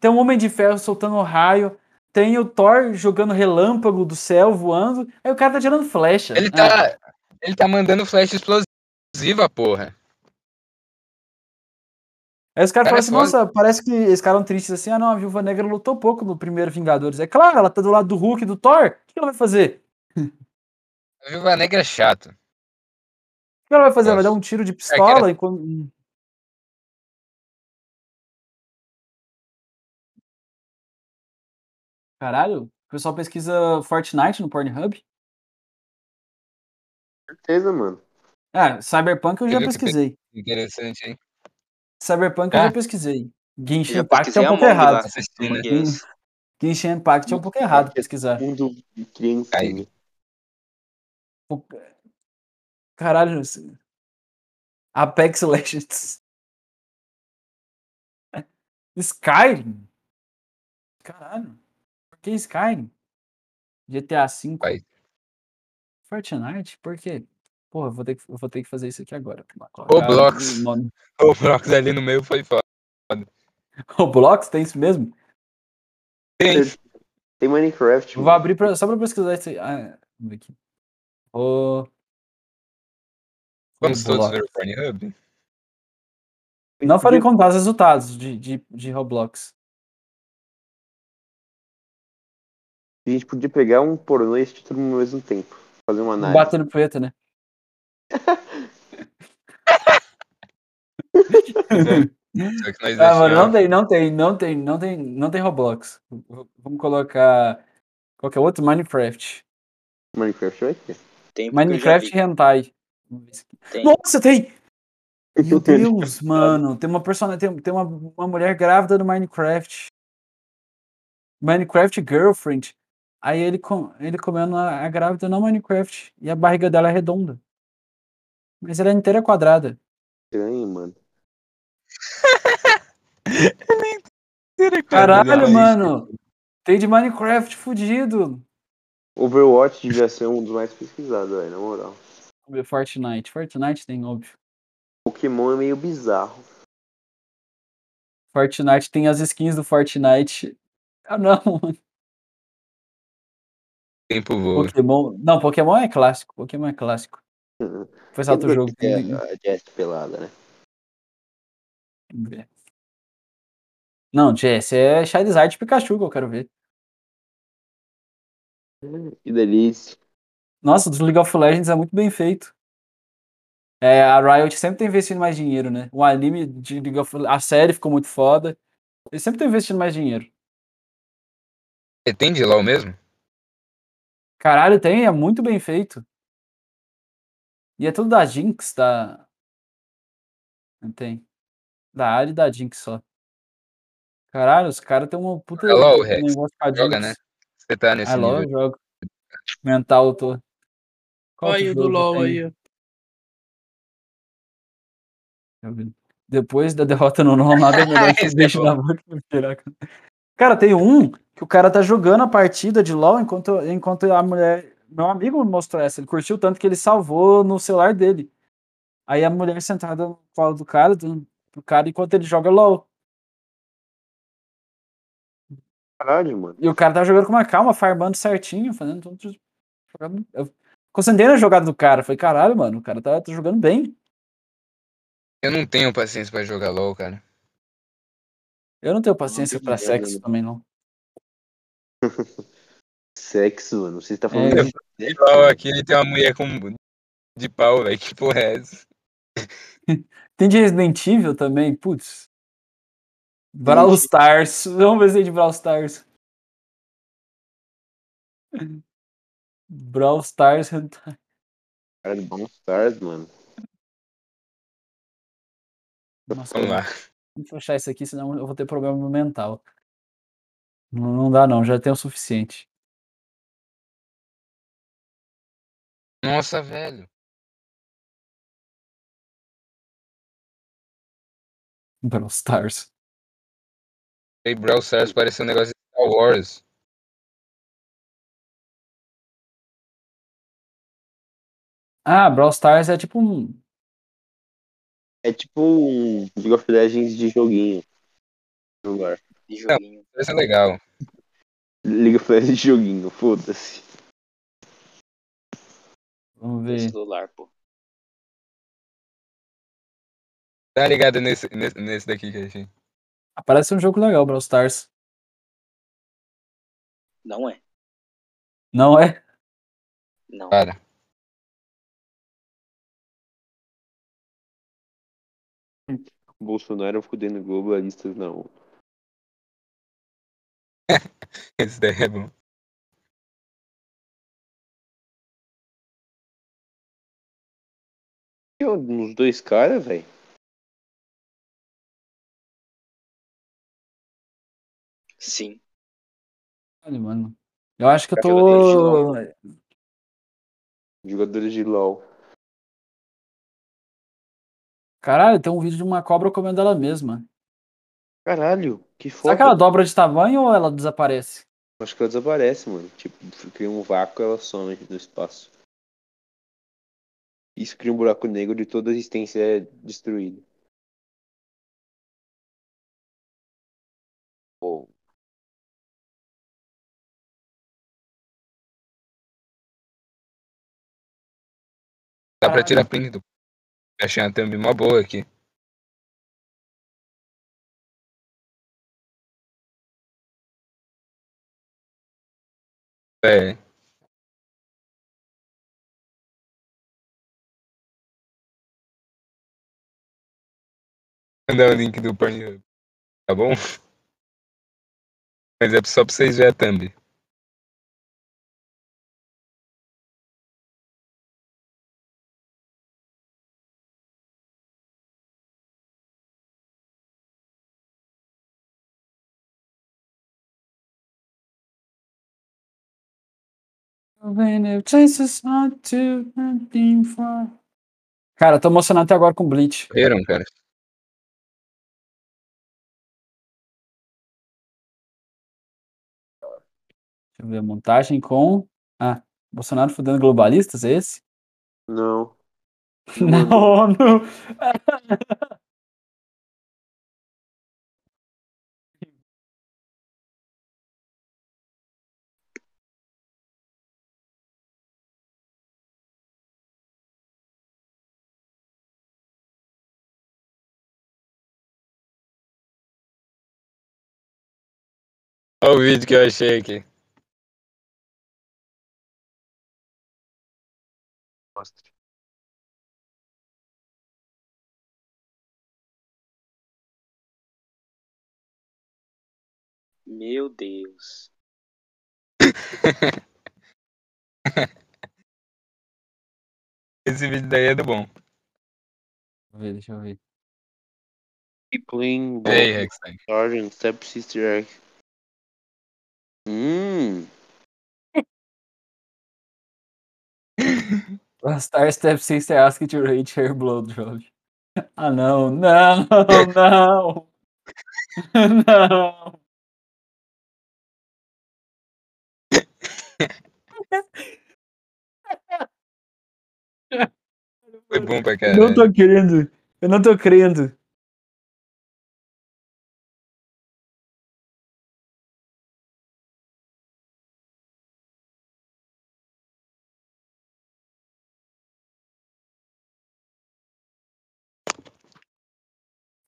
[SPEAKER 4] Tem um Homem de Ferro soltando raio. Tem o Thor jogando relâmpago do céu, voando. Aí o cara tá tirando flecha.
[SPEAKER 1] Ele
[SPEAKER 4] Ah,
[SPEAKER 1] tá, ele tá mandando flecha explosiva, porra.
[SPEAKER 4] Aí os
[SPEAKER 1] Cara,
[SPEAKER 4] caras falam
[SPEAKER 1] é
[SPEAKER 4] assim,
[SPEAKER 1] foda.
[SPEAKER 4] nossa, parece que eles ficaram tristes assim, ah não, a Viúva Negra lutou pouco no primeiro Vingadores. É claro, ela tá do lado do Hulk e do Thor, o que ela vai fazer?
[SPEAKER 1] A Viúva Negra é chato.
[SPEAKER 4] O que ela vai fazer? Ela vai dar
[SPEAKER 1] Nossa.
[SPEAKER 4] um tiro de
[SPEAKER 1] Arqueira-
[SPEAKER 4] pistola? enquanto- Hum. Caralho, o pessoal pesquisa Fortnite no Pornhub?
[SPEAKER 10] Certeza, mano.
[SPEAKER 4] Ah, Cyberpunk eu
[SPEAKER 1] Você
[SPEAKER 4] já
[SPEAKER 1] viu que
[SPEAKER 4] pesquisei.
[SPEAKER 1] Interessante, hein?
[SPEAKER 4] Cyberpunk eu
[SPEAKER 1] Ah.
[SPEAKER 4] já pesquisei. Genshin
[SPEAKER 8] Já
[SPEAKER 4] Impact é
[SPEAKER 8] pesquisei
[SPEAKER 4] um
[SPEAKER 8] a
[SPEAKER 4] pouco
[SPEAKER 8] Among
[SPEAKER 4] errado.
[SPEAKER 8] lá.
[SPEAKER 1] Tá Assistindo.
[SPEAKER 8] Among é esse.
[SPEAKER 4] Genshin Impact é um pouco errado
[SPEAKER 1] Ah.
[SPEAKER 4] pesquisar.
[SPEAKER 10] Mundo de criancinha.
[SPEAKER 4] Pô, Caralho, esse- Apex Legends. Skyrim? Caralho, por que Skyrim? GTA V?
[SPEAKER 1] Vai.
[SPEAKER 4] Fortnite? Por quê? Porra, eu vou ter que, eu vou ter que fazer isso aqui agora. Colocar
[SPEAKER 1] Roblox.
[SPEAKER 4] o nome.
[SPEAKER 1] O Brox ali no meio foi foda.
[SPEAKER 4] Roblox, tem isso mesmo?
[SPEAKER 1] Tem.
[SPEAKER 10] Tem Minecraft,
[SPEAKER 4] Eu
[SPEAKER 10] mano.
[SPEAKER 4] vou abrir pra, só pra pesquisar isso aí. Ah, vamos ver aqui. O
[SPEAKER 1] Vamos todos ver
[SPEAKER 4] Roblox.
[SPEAKER 1] o Pornhub?
[SPEAKER 4] Não foram encontrados os resultados de, de, de Roblox.
[SPEAKER 10] A gente podia pegar um pornô e assistir tudo ao mesmo tempo. Fazer uma
[SPEAKER 4] Um
[SPEAKER 10] análise.
[SPEAKER 4] Batendo preta, né?
[SPEAKER 1] Só que nós
[SPEAKER 4] ah, mano, não
[SPEAKER 1] deixamos.
[SPEAKER 4] tem, não tem, não tem, não tem, não tem Roblox. V- Vamos colocar qualquer outro Minecraft.
[SPEAKER 10] Minecraft vai ter.
[SPEAKER 8] Tem porque eu já
[SPEAKER 4] Minecraft
[SPEAKER 8] vi.
[SPEAKER 4] Hentai. Vamos ver isso aqui.
[SPEAKER 8] Tem.
[SPEAKER 4] Nossa, tem! um Meu Deus, mano. Tem uma personagem. Tem, tem uma, uma mulher grávida no Minecraft. Minecraft Girlfriend. Aí ele, com, ele comendo a, a grávida no Minecraft. E a barriga dela é redonda. Mas ela é inteira quadrada.
[SPEAKER 9] Estranho, mano.
[SPEAKER 4] Caralho, mano. Tem de Minecraft fudido.
[SPEAKER 9] Overwatch devia ser um dos mais pesquisados, velho, na moral.
[SPEAKER 4] Fortnite. Fortnite tem, óbvio.
[SPEAKER 9] Pokémon é meio bizarro.
[SPEAKER 4] Fortnite tem as skins do Fortnite. Ah, não.
[SPEAKER 1] Tempo voa.
[SPEAKER 4] Pokémon. Não, Pokémon é clássico. Pokémon é clássico. Foi salto o Tá jogo.
[SPEAKER 9] É, a Jess pelada, né?
[SPEAKER 4] É. Não, Jess, é Charizard e Pikachu que eu quero ver.
[SPEAKER 9] né? Que delícia.
[SPEAKER 4] Nossa, do League of Legends é muito bem feito. É, a Riot sempre tá investindo mais dinheiro, né? O anime de League of A série ficou muito foda. Eles sempre estão investindo mais dinheiro.
[SPEAKER 1] Você tem de LOL mesmo?
[SPEAKER 4] Caralho, tem, é muito bem feito. E é tudo da Jinx, da. Não tem. Da área e da Jinx só. Caralho, os caras têm uma puta.
[SPEAKER 1] É LOL,
[SPEAKER 4] um
[SPEAKER 1] Rex.
[SPEAKER 4] negócio com a
[SPEAKER 1] Joga,
[SPEAKER 4] Jinx.
[SPEAKER 1] né? Você tá nesse
[SPEAKER 4] Ah, LOL eu
[SPEAKER 1] nível.
[SPEAKER 4] jogo. Mental eu tô. Qual
[SPEAKER 6] Olha aí o
[SPEAKER 4] outro
[SPEAKER 6] do
[SPEAKER 4] jogo
[SPEAKER 6] LOL
[SPEAKER 4] tem?
[SPEAKER 6] aí, ó.
[SPEAKER 4] Depois da derrota no Ronaldo, é melhor que o
[SPEAKER 1] Esse é
[SPEAKER 4] beijo
[SPEAKER 1] bom.
[SPEAKER 4] na boca. do Piraca. Cara, tem um que o cara tá jogando a partida de LoL enquanto, enquanto a mulher. Meu amigo me mostrou essa. Ele curtiu tanto que ele salvou no celular dele. Aí a mulher sentada no colo do cara, do, do cara enquanto ele joga LoL.
[SPEAKER 9] Caralho, mano.
[SPEAKER 4] E o cara tá jogando com uma calma, farmando certinho, fazendo tudo. Jogando, eu concentrei na jogada do cara. Falei, caralho, mano, o cara tá, tá jogando bem.
[SPEAKER 1] Eu não tenho paciência pra jogar LOL, cara.
[SPEAKER 4] Eu não tenho paciência
[SPEAKER 9] que
[SPEAKER 4] pra
[SPEAKER 9] merda,
[SPEAKER 4] sexo
[SPEAKER 9] mano.
[SPEAKER 4] também, não.
[SPEAKER 9] Sexo, mano. Você tá
[SPEAKER 4] É.
[SPEAKER 9] falando de
[SPEAKER 1] E
[SPEAKER 9] sexo?
[SPEAKER 1] LOL aqui, ele tem uma mulher com de pau, velho. Que porra é essa?
[SPEAKER 4] Tem de Resident Evil também, putz. Brawl
[SPEAKER 9] Ixi.
[SPEAKER 4] Stars. Vamos ver se tem de Brawl Stars. Brawl Stars.
[SPEAKER 9] Cara de Brawl Stars, mano.
[SPEAKER 4] Nossa,
[SPEAKER 1] Vamos lá.
[SPEAKER 4] Vamos fechar isso aqui, senão eu vou ter problema mental. Não, não dá, não, já tem o suficiente.
[SPEAKER 1] Nossa, velho.
[SPEAKER 4] Brawl Stars.
[SPEAKER 1] Hey, Brawl Stars parece um negócio de Star Wars.
[SPEAKER 4] Ah, Brawl Stars é tipo um.
[SPEAKER 9] É tipo um League of Legends de joguinho. Jogar.
[SPEAKER 8] De joguinho.
[SPEAKER 1] Parece legal.
[SPEAKER 9] League of Legends de joguinho, foda-se.
[SPEAKER 4] Vamos
[SPEAKER 8] De
[SPEAKER 4] ver.
[SPEAKER 8] celular, pô.
[SPEAKER 1] Dá uma ligada nesse, nesse, nesse daqui que eu achei.
[SPEAKER 4] Ah, parece um jogo legal, Brawl Stars.
[SPEAKER 8] Não é.
[SPEAKER 4] Não é?
[SPEAKER 8] Não.
[SPEAKER 1] Para.
[SPEAKER 9] é um
[SPEAKER 10] Bolsonaro fudendo globalistas na ONU.
[SPEAKER 1] Esse daí é bom.
[SPEAKER 10] Que é
[SPEAKER 9] um
[SPEAKER 10] Uns dois caras, velho.
[SPEAKER 8] Sim.
[SPEAKER 4] Olha, mano. Eu acho que eu
[SPEAKER 8] Jogadores de LOL.
[SPEAKER 4] tô.
[SPEAKER 10] Jogadores de LOL.
[SPEAKER 4] Caralho, tem um vídeo de uma cobra comendo ela mesma.
[SPEAKER 10] Caralho, que
[SPEAKER 4] Será
[SPEAKER 10] foda.
[SPEAKER 4] que ela dobra de tamanho ou ela desaparece?
[SPEAKER 10] Acho que ela desaparece, mano. Tipo, cria um vácuo, ela some do espaço. Isso cria um buraco negro de toda a existência é destruída. Ou
[SPEAKER 1] Dá pra
[SPEAKER 4] Caralho.
[SPEAKER 1] tirar print do. Achei uma thumb mó boa aqui. É. Mandar o link do Pornhub. Tá bom? Mas é só pra vocês verem a thumb.
[SPEAKER 4] When it places not to nothing for. Cara, tô emocionado até agora com Bleach.
[SPEAKER 1] Morreram, cara.
[SPEAKER 4] Deixa eu ver a montagem com. Ah, Bolsonaro fudendo globalistas, é esse?
[SPEAKER 9] Não.
[SPEAKER 4] Não, não.
[SPEAKER 1] Olha o vídeo que eu achei aqui. é
[SPEAKER 8] Meu Deus.
[SPEAKER 1] Esse vídeo daí é do bom.
[SPEAKER 4] Deixa eu ver, deixa eu ver.
[SPEAKER 10] Playing
[SPEAKER 1] Ei,
[SPEAKER 10] Ball
[SPEAKER 1] Rex.
[SPEAKER 10] Sergeant Step Sister Act. Hum.
[SPEAKER 4] Star Step Sister asking to rate her blowjob. Ah, não, não, não. não.
[SPEAKER 1] Foi bom pra
[SPEAKER 4] Eu
[SPEAKER 1] caralho.
[SPEAKER 4] Não tô querendo. Eu não tô crendo.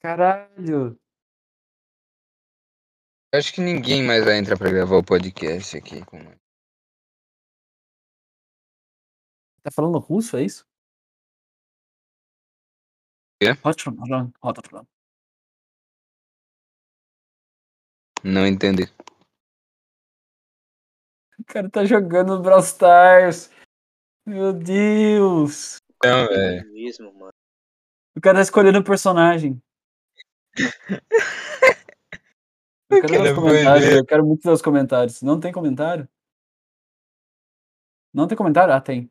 [SPEAKER 4] Caralho.
[SPEAKER 1] Eu Acho que ninguém mais vai entrar pra gravar o podcast aqui. com nós.
[SPEAKER 4] Tá falando russo, é isso?
[SPEAKER 1] Quê?
[SPEAKER 4] Rotron, Rotron, Rotron.
[SPEAKER 1] Não entender.
[SPEAKER 4] O cara tá jogando Brawl Stars. Meu Deus.
[SPEAKER 1] Não, é. velho.
[SPEAKER 8] Mesmo, mano.
[SPEAKER 4] O cara tá escolhendo o personagem. Eu quero
[SPEAKER 1] Cara,
[SPEAKER 4] ver os
[SPEAKER 1] foi
[SPEAKER 4] comentários.
[SPEAKER 1] ver.
[SPEAKER 4] Eu quero muito ver os comentários. Não tem comentário? Não tem comentário? Ah, tem.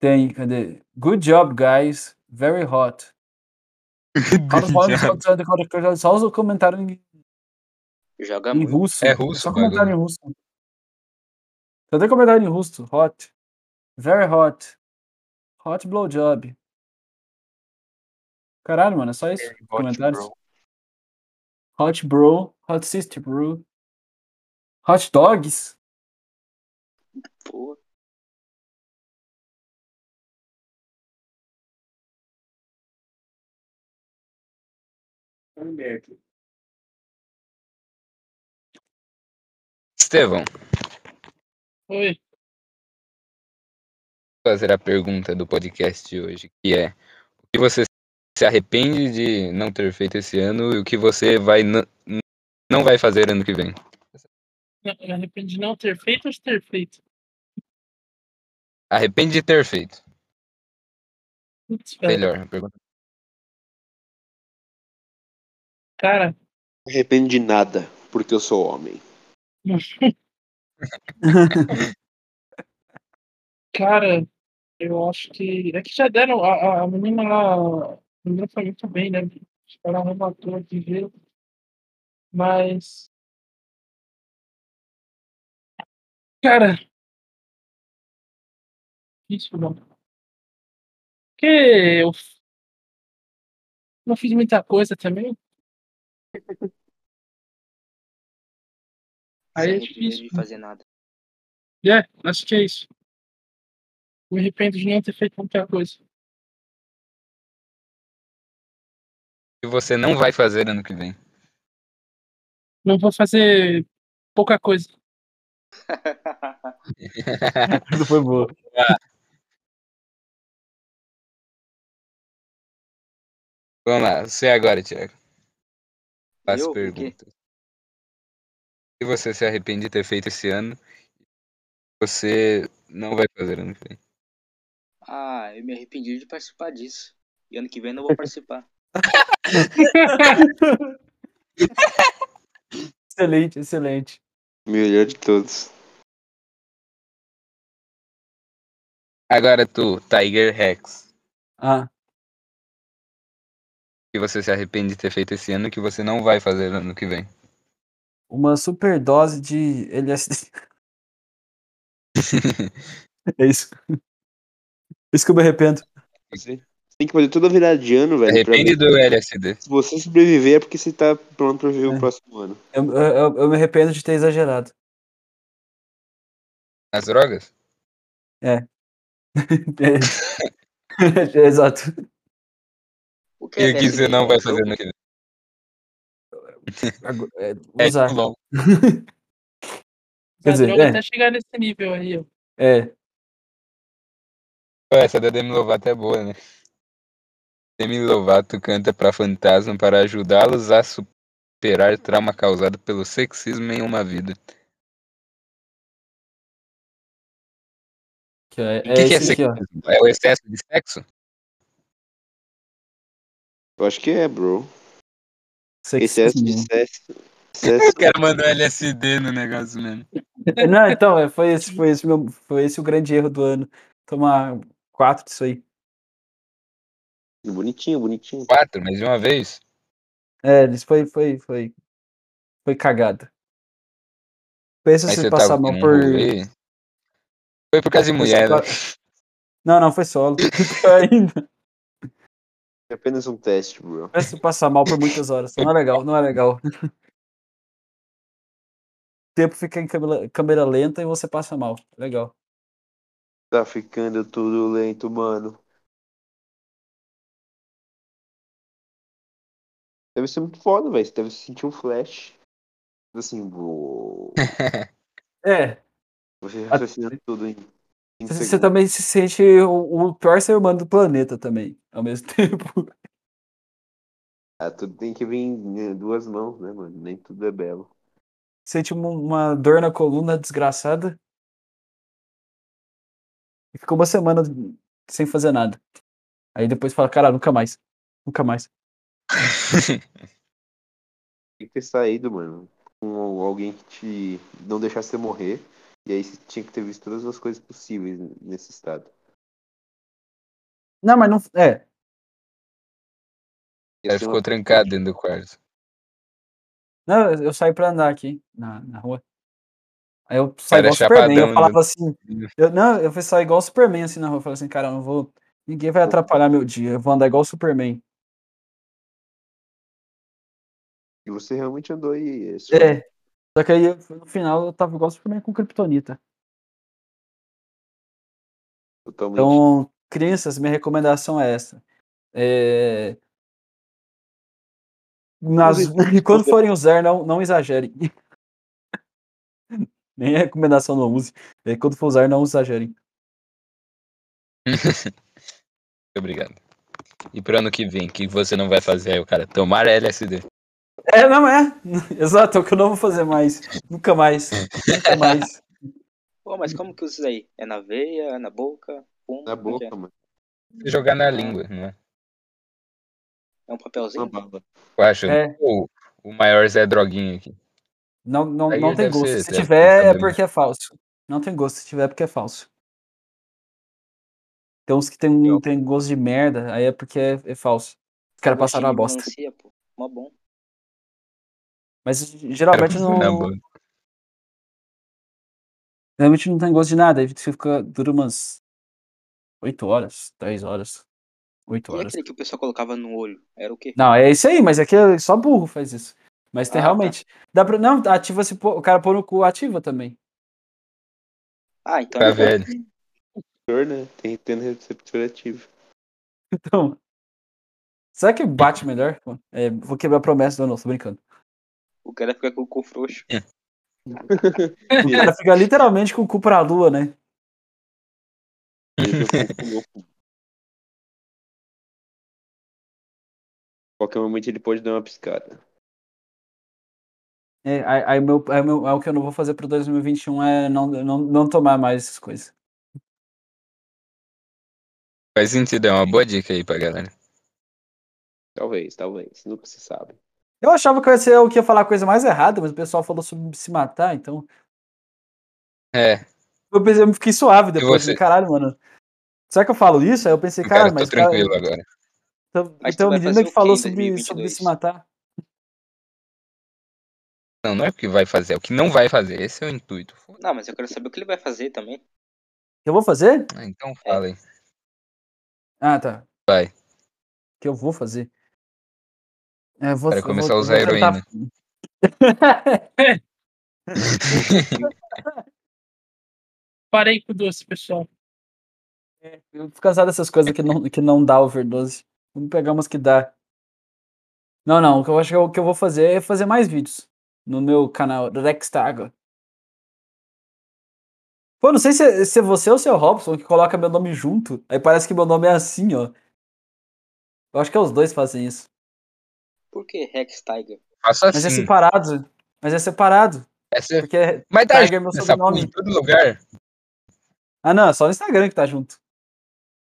[SPEAKER 4] Tem, cadê? Good job, guys. Very hot. Só
[SPEAKER 1] Good
[SPEAKER 4] os mods-
[SPEAKER 1] job.
[SPEAKER 4] só- só- Só os comentários em,
[SPEAKER 8] Joga
[SPEAKER 4] em
[SPEAKER 8] Tá muito.
[SPEAKER 4] russo.
[SPEAKER 1] É russo
[SPEAKER 4] Só
[SPEAKER 1] o
[SPEAKER 4] comentário
[SPEAKER 1] bagulho.
[SPEAKER 4] em russo. Só tem comentário em russo. Hot. Very hot. Hot blowjob. Caralho, mano, é só isso.
[SPEAKER 10] Hot
[SPEAKER 4] comentários.
[SPEAKER 10] Bro.
[SPEAKER 4] Hot bro. Hot sister bro. Hot dogs.
[SPEAKER 8] Pô,
[SPEAKER 1] Estevão, vou
[SPEAKER 6] Oi.
[SPEAKER 1] fazer a pergunta do podcast de hoje, que é o que você se arrepende de não ter feito esse ano e o que você vai n- n- não vai fazer ano que vem.
[SPEAKER 6] Não, eu me arrependo de não ter feito ou de ter feito?
[SPEAKER 1] Arrepende de ter feito.
[SPEAKER 6] Putz, velho.
[SPEAKER 1] Melhor a pergunta.
[SPEAKER 6] Cara,
[SPEAKER 10] Não arrependo de nada, porque eu sou homem.
[SPEAKER 6] cara, eu acho que. É que já deram. A, a- a menina lá. A menina foi muito bem, né? Ela arrematou aqui, viu? Mas. Cara. Isso, não. Porque eu f- não fiz muita coisa também.
[SPEAKER 8] se
[SPEAKER 6] Aí é
[SPEAKER 8] arrependeu
[SPEAKER 6] difícil.
[SPEAKER 8] de fazer nada.
[SPEAKER 6] É, acho que é isso. Me arrependo de não ter feito muita coisa.
[SPEAKER 1] O que você não vai fazer ano que vem.
[SPEAKER 6] Não vou fazer pouca coisa.
[SPEAKER 4] Essa foi boa.
[SPEAKER 1] Vamos lá, você agora, Thiago. Faz
[SPEAKER 8] Eu? O quê?
[SPEAKER 1] perguntas. O que você se arrepende de ter feito esse ano e você não vai fazer ano que vem.
[SPEAKER 8] Ah, eu me arrependi de participar disso. E ano que vem não vou participar.
[SPEAKER 4] Excelente, excelente.
[SPEAKER 10] Melhor de todos.
[SPEAKER 1] Agora tu, Tiger Rex.
[SPEAKER 4] Ah.
[SPEAKER 1] Que você se arrepende de ter feito esse ano que você não vai fazer ano que vem.
[SPEAKER 4] Uma superdose de LSD. é isso. Isso que eu me arrependo.
[SPEAKER 9] Você tem que fazer toda virada de ano, velho. pra
[SPEAKER 1] Arrepende
[SPEAKER 9] ver
[SPEAKER 1] do LSD.
[SPEAKER 9] Se você sobreviver é porque você tá pronto pra viver
[SPEAKER 4] É.
[SPEAKER 9] o próximo ano.
[SPEAKER 4] Eu, eu- eu- eu me arrependo de ter exagerado.
[SPEAKER 1] Nas drogas?
[SPEAKER 4] É, é, exato.
[SPEAKER 8] O que
[SPEAKER 1] E
[SPEAKER 8] é
[SPEAKER 1] o que você
[SPEAKER 8] LSD?
[SPEAKER 1] não
[SPEAKER 8] É
[SPEAKER 1] vai
[SPEAKER 8] um
[SPEAKER 1] fazer
[SPEAKER 8] jogo?
[SPEAKER 1] ano que vem?
[SPEAKER 4] Agora, é,
[SPEAKER 1] É
[SPEAKER 4] usar.
[SPEAKER 1] longo.
[SPEAKER 4] Quer
[SPEAKER 6] A
[SPEAKER 4] dizer,
[SPEAKER 6] droga
[SPEAKER 4] é.
[SPEAKER 6] até chegar nesse nível aí, ó.
[SPEAKER 4] É,
[SPEAKER 1] Essa da Demi Lovato é boa, né? Demi Lovato canta pra fantasma para ajudá-los a superar trauma causado pelo sexismo em uma vida.
[SPEAKER 4] que é,
[SPEAKER 1] O que,
[SPEAKER 4] é
[SPEAKER 1] que é
[SPEAKER 4] esse aqui, ó.
[SPEAKER 1] sexismo? É o excesso de sexo?
[SPEAKER 9] Eu acho que é, bro. Excesso de
[SPEAKER 4] Sexismo.
[SPEAKER 9] sexo. Excesso.
[SPEAKER 1] O cara mandou LSD no negócio mesmo.
[SPEAKER 4] Não, então, é, foi esse, foi esse meu, foi esse o grande erro do ano. Tomar quatro disso aí.
[SPEAKER 9] Bonitinho, bonitinho.
[SPEAKER 1] Quatro, mas de uma vez.
[SPEAKER 4] É, isso foi, foi, foi, foi cagada. Pensa
[SPEAKER 1] Aí
[SPEAKER 4] se
[SPEAKER 1] você tava
[SPEAKER 4] passar mal
[SPEAKER 1] em um
[SPEAKER 4] por.
[SPEAKER 1] rolê. Foi por causa de mulher, né?
[SPEAKER 4] Não, não, foi solo. Pior Ainda.
[SPEAKER 9] É apenas um teste, bro.
[SPEAKER 4] Pensa se passar mal por muitas horas. Não é legal, não é legal. O tempo fica em câmera, câmera lenta e você passa mal. Legal.
[SPEAKER 9] Tá ficando tudo lento, mano. Deve ser muito foda, velho. Você deve sentir um flash. Assim, uou.
[SPEAKER 4] É,
[SPEAKER 9] Você
[SPEAKER 4] A-
[SPEAKER 9] raciocina tudo em cinco
[SPEAKER 4] você você
[SPEAKER 9] segundos.
[SPEAKER 4] também se sente o, o pior ser humano do planeta também, ao mesmo tempo.
[SPEAKER 9] Ah, tudo tem que vir em duas mãos, né, mano? Nem tudo é belo.
[SPEAKER 4] Sente uma, uma dor na coluna desgraçada. E ficou uma semana sem fazer nada. Aí depois fala, cara, nunca mais. Nunca mais. tá-
[SPEAKER 9] Tem que ter saído, mano, com alguém que te não deixasse você morrer. E aí você tinha que ter visto todas as coisas possíveis nesse estado.
[SPEAKER 4] Não, mas não. É,
[SPEAKER 1] Aí
[SPEAKER 9] Ia ser
[SPEAKER 1] ficou
[SPEAKER 9] uma-
[SPEAKER 1] trancado dentro do quarto.
[SPEAKER 4] Não, eu eu saí pra andar aqui na, na rua. Aí eu saí
[SPEAKER 1] Cara
[SPEAKER 4] igual o Superman. Eu
[SPEAKER 1] chapadão
[SPEAKER 4] falava
[SPEAKER 1] andando.
[SPEAKER 4] assim. Eu, não, eu fui sair igual o Superman assim na rua. Eu falei assim, cara, eu não vou. Ninguém vai atrapalhar meu dia. Eu vou andar igual o Superman.
[SPEAKER 9] E você realmente andou aí. Esse foi-
[SPEAKER 4] É. Só que aí eu- no final eu tava igual o Superman com Kryptonita.
[SPEAKER 9] Totalmente.
[SPEAKER 4] Então, crianças, minha recomendação é essa. É, nas-
[SPEAKER 9] Usem tudo que
[SPEAKER 4] quando
[SPEAKER 9] puder.
[SPEAKER 4] forem usar, não, não exagerem. Nem é recomendação não use. É, quando for usar, não exagerem.
[SPEAKER 1] Muito obrigado. E pro ano que vem, o que você não vai fazer aí, o cara? Tomar LSD.
[SPEAKER 4] É, não é. Exato, é o que eu não vou fazer mais. Nunca mais. Nunca mais.
[SPEAKER 8] Pô, mas como que usa isso aí? É na veia, é na boca, fumo,
[SPEAKER 9] Na
[SPEAKER 8] como que é?
[SPEAKER 9] boca, mano.
[SPEAKER 1] Jogar na língua, não é?
[SPEAKER 8] É um
[SPEAKER 9] Uma
[SPEAKER 8] papelzinho?
[SPEAKER 9] bala.
[SPEAKER 1] Eu acho.
[SPEAKER 4] É.
[SPEAKER 1] O, o maior Zé Droguinha aqui.
[SPEAKER 4] Não, não, não
[SPEAKER 1] Tiger
[SPEAKER 4] tem
[SPEAKER 1] deve
[SPEAKER 4] gosto.
[SPEAKER 1] ser-
[SPEAKER 4] Se
[SPEAKER 1] deve
[SPEAKER 4] tiver,
[SPEAKER 1] ser
[SPEAKER 4] é
[SPEAKER 1] bem.
[SPEAKER 4] porque é falso. Não tem gosto. Se tiver, é porque é falso. Tem uns que tem, um-
[SPEAKER 1] Então.
[SPEAKER 9] Legal.
[SPEAKER 4] tem gosto de merda, aí é porque é, é falso. Os caras
[SPEAKER 8] Gostinho
[SPEAKER 4] passaram a
[SPEAKER 8] de
[SPEAKER 4] Tá bosta.
[SPEAKER 8] melancia, pô. Mó bom.
[SPEAKER 4] Mas geralmente
[SPEAKER 1] Na
[SPEAKER 4] não.
[SPEAKER 1] É boa.
[SPEAKER 4] Geralmente não tem gosto de nada. Aí você fica, dura umas 8 horas, 10 horas, 8
[SPEAKER 8] E é
[SPEAKER 4] horas.
[SPEAKER 8] aquele que o pessoal colocava no olho? Era o quê?
[SPEAKER 4] Não, é isso aí, mas é que é só burro faz isso. Mas tem
[SPEAKER 8] Ah, tá.
[SPEAKER 4] realmente. Dá pra, não, ativa se pô- o cara pôr no cu, ativa também.
[SPEAKER 8] Ah, então
[SPEAKER 1] Tá
[SPEAKER 8] é bom.
[SPEAKER 1] velho.
[SPEAKER 9] Receptor, né? Tem tendo receptor ativo.
[SPEAKER 4] Então, será que bate melhor? Pô, é, vou quebrar a promessa, não, não, tô brincando.
[SPEAKER 8] O cara fica com o cu frouxo.
[SPEAKER 4] O cara fica literalmente com o cu pra lua, né?
[SPEAKER 9] Ele ficou com louco. Qualquer momento ele pode dar uma piscada.
[SPEAKER 4] É, aí, aí meu, aí meu, aí o que eu não vou fazer pro 2021 é não, não, não tomar mais essas coisas.
[SPEAKER 1] Faz sentido, é uma boa dica aí pra galera.
[SPEAKER 9] Talvez, talvez. Nunca se sabe.
[SPEAKER 4] Eu achava que eu ia ser o que ia falar a coisa mais errada, mas o pessoal falou sobre se matar, então.
[SPEAKER 1] É.
[SPEAKER 4] Eu, pensei, eu fiquei suave
[SPEAKER 1] E
[SPEAKER 4] depois.
[SPEAKER 1] você?
[SPEAKER 4] Falei, caralho, mano. Será que eu falo isso? Aí eu pensei,
[SPEAKER 1] Cara,
[SPEAKER 4] cara,
[SPEAKER 1] tô
[SPEAKER 4] mas. cara,
[SPEAKER 1] tranquilo agora.
[SPEAKER 4] Então,
[SPEAKER 9] Mas tu
[SPEAKER 4] então a
[SPEAKER 9] vai
[SPEAKER 4] menina
[SPEAKER 9] fazer
[SPEAKER 4] que
[SPEAKER 9] o
[SPEAKER 4] falou
[SPEAKER 9] quê em
[SPEAKER 4] sobre, sobre
[SPEAKER 9] 2022?
[SPEAKER 4] se matar.
[SPEAKER 1] Não, não é o que vai fazer, é o que não vai fazer. Esse é o intuito. Foda-se.
[SPEAKER 9] Não, mas eu quero saber o que ele vai fazer também.
[SPEAKER 4] Eu vou fazer?
[SPEAKER 1] Ah, Então fala aí.
[SPEAKER 4] Ah, tá.
[SPEAKER 1] Vai.
[SPEAKER 4] Que eu vou fazer. É, eu vou,
[SPEAKER 1] Para
[SPEAKER 4] eu
[SPEAKER 1] começar
[SPEAKER 4] vou-
[SPEAKER 1] a
[SPEAKER 4] eu
[SPEAKER 1] usar
[SPEAKER 4] vou tentar-
[SPEAKER 1] heroína.
[SPEAKER 6] Parei com doce, pessoal.
[SPEAKER 4] Eu fico cansado dessas coisas que não, que não dá overdose. Vamos pegar umas que dá. Não, não. O que eu acho que eu, o que eu vou fazer é fazer mais vídeos no meu canal Rextaga. Pô, não sei se, se é você ou se é o Robson que coloca meu nome junto. Aí parece que meu nome é assim, ó. Eu acho que é os dois que fazem isso.
[SPEAKER 9] Por que Rex Tiger?
[SPEAKER 1] Faço
[SPEAKER 4] Mas é
[SPEAKER 1] assim.
[SPEAKER 4] separado. Mas é separado.
[SPEAKER 1] Essa-
[SPEAKER 4] Porque é
[SPEAKER 1] Mas tá
[SPEAKER 4] Tiger é meu
[SPEAKER 1] junto essa porra em
[SPEAKER 4] sobrenome.
[SPEAKER 1] todo lugar.
[SPEAKER 4] Ah, não. É só no Instagram que tá junto.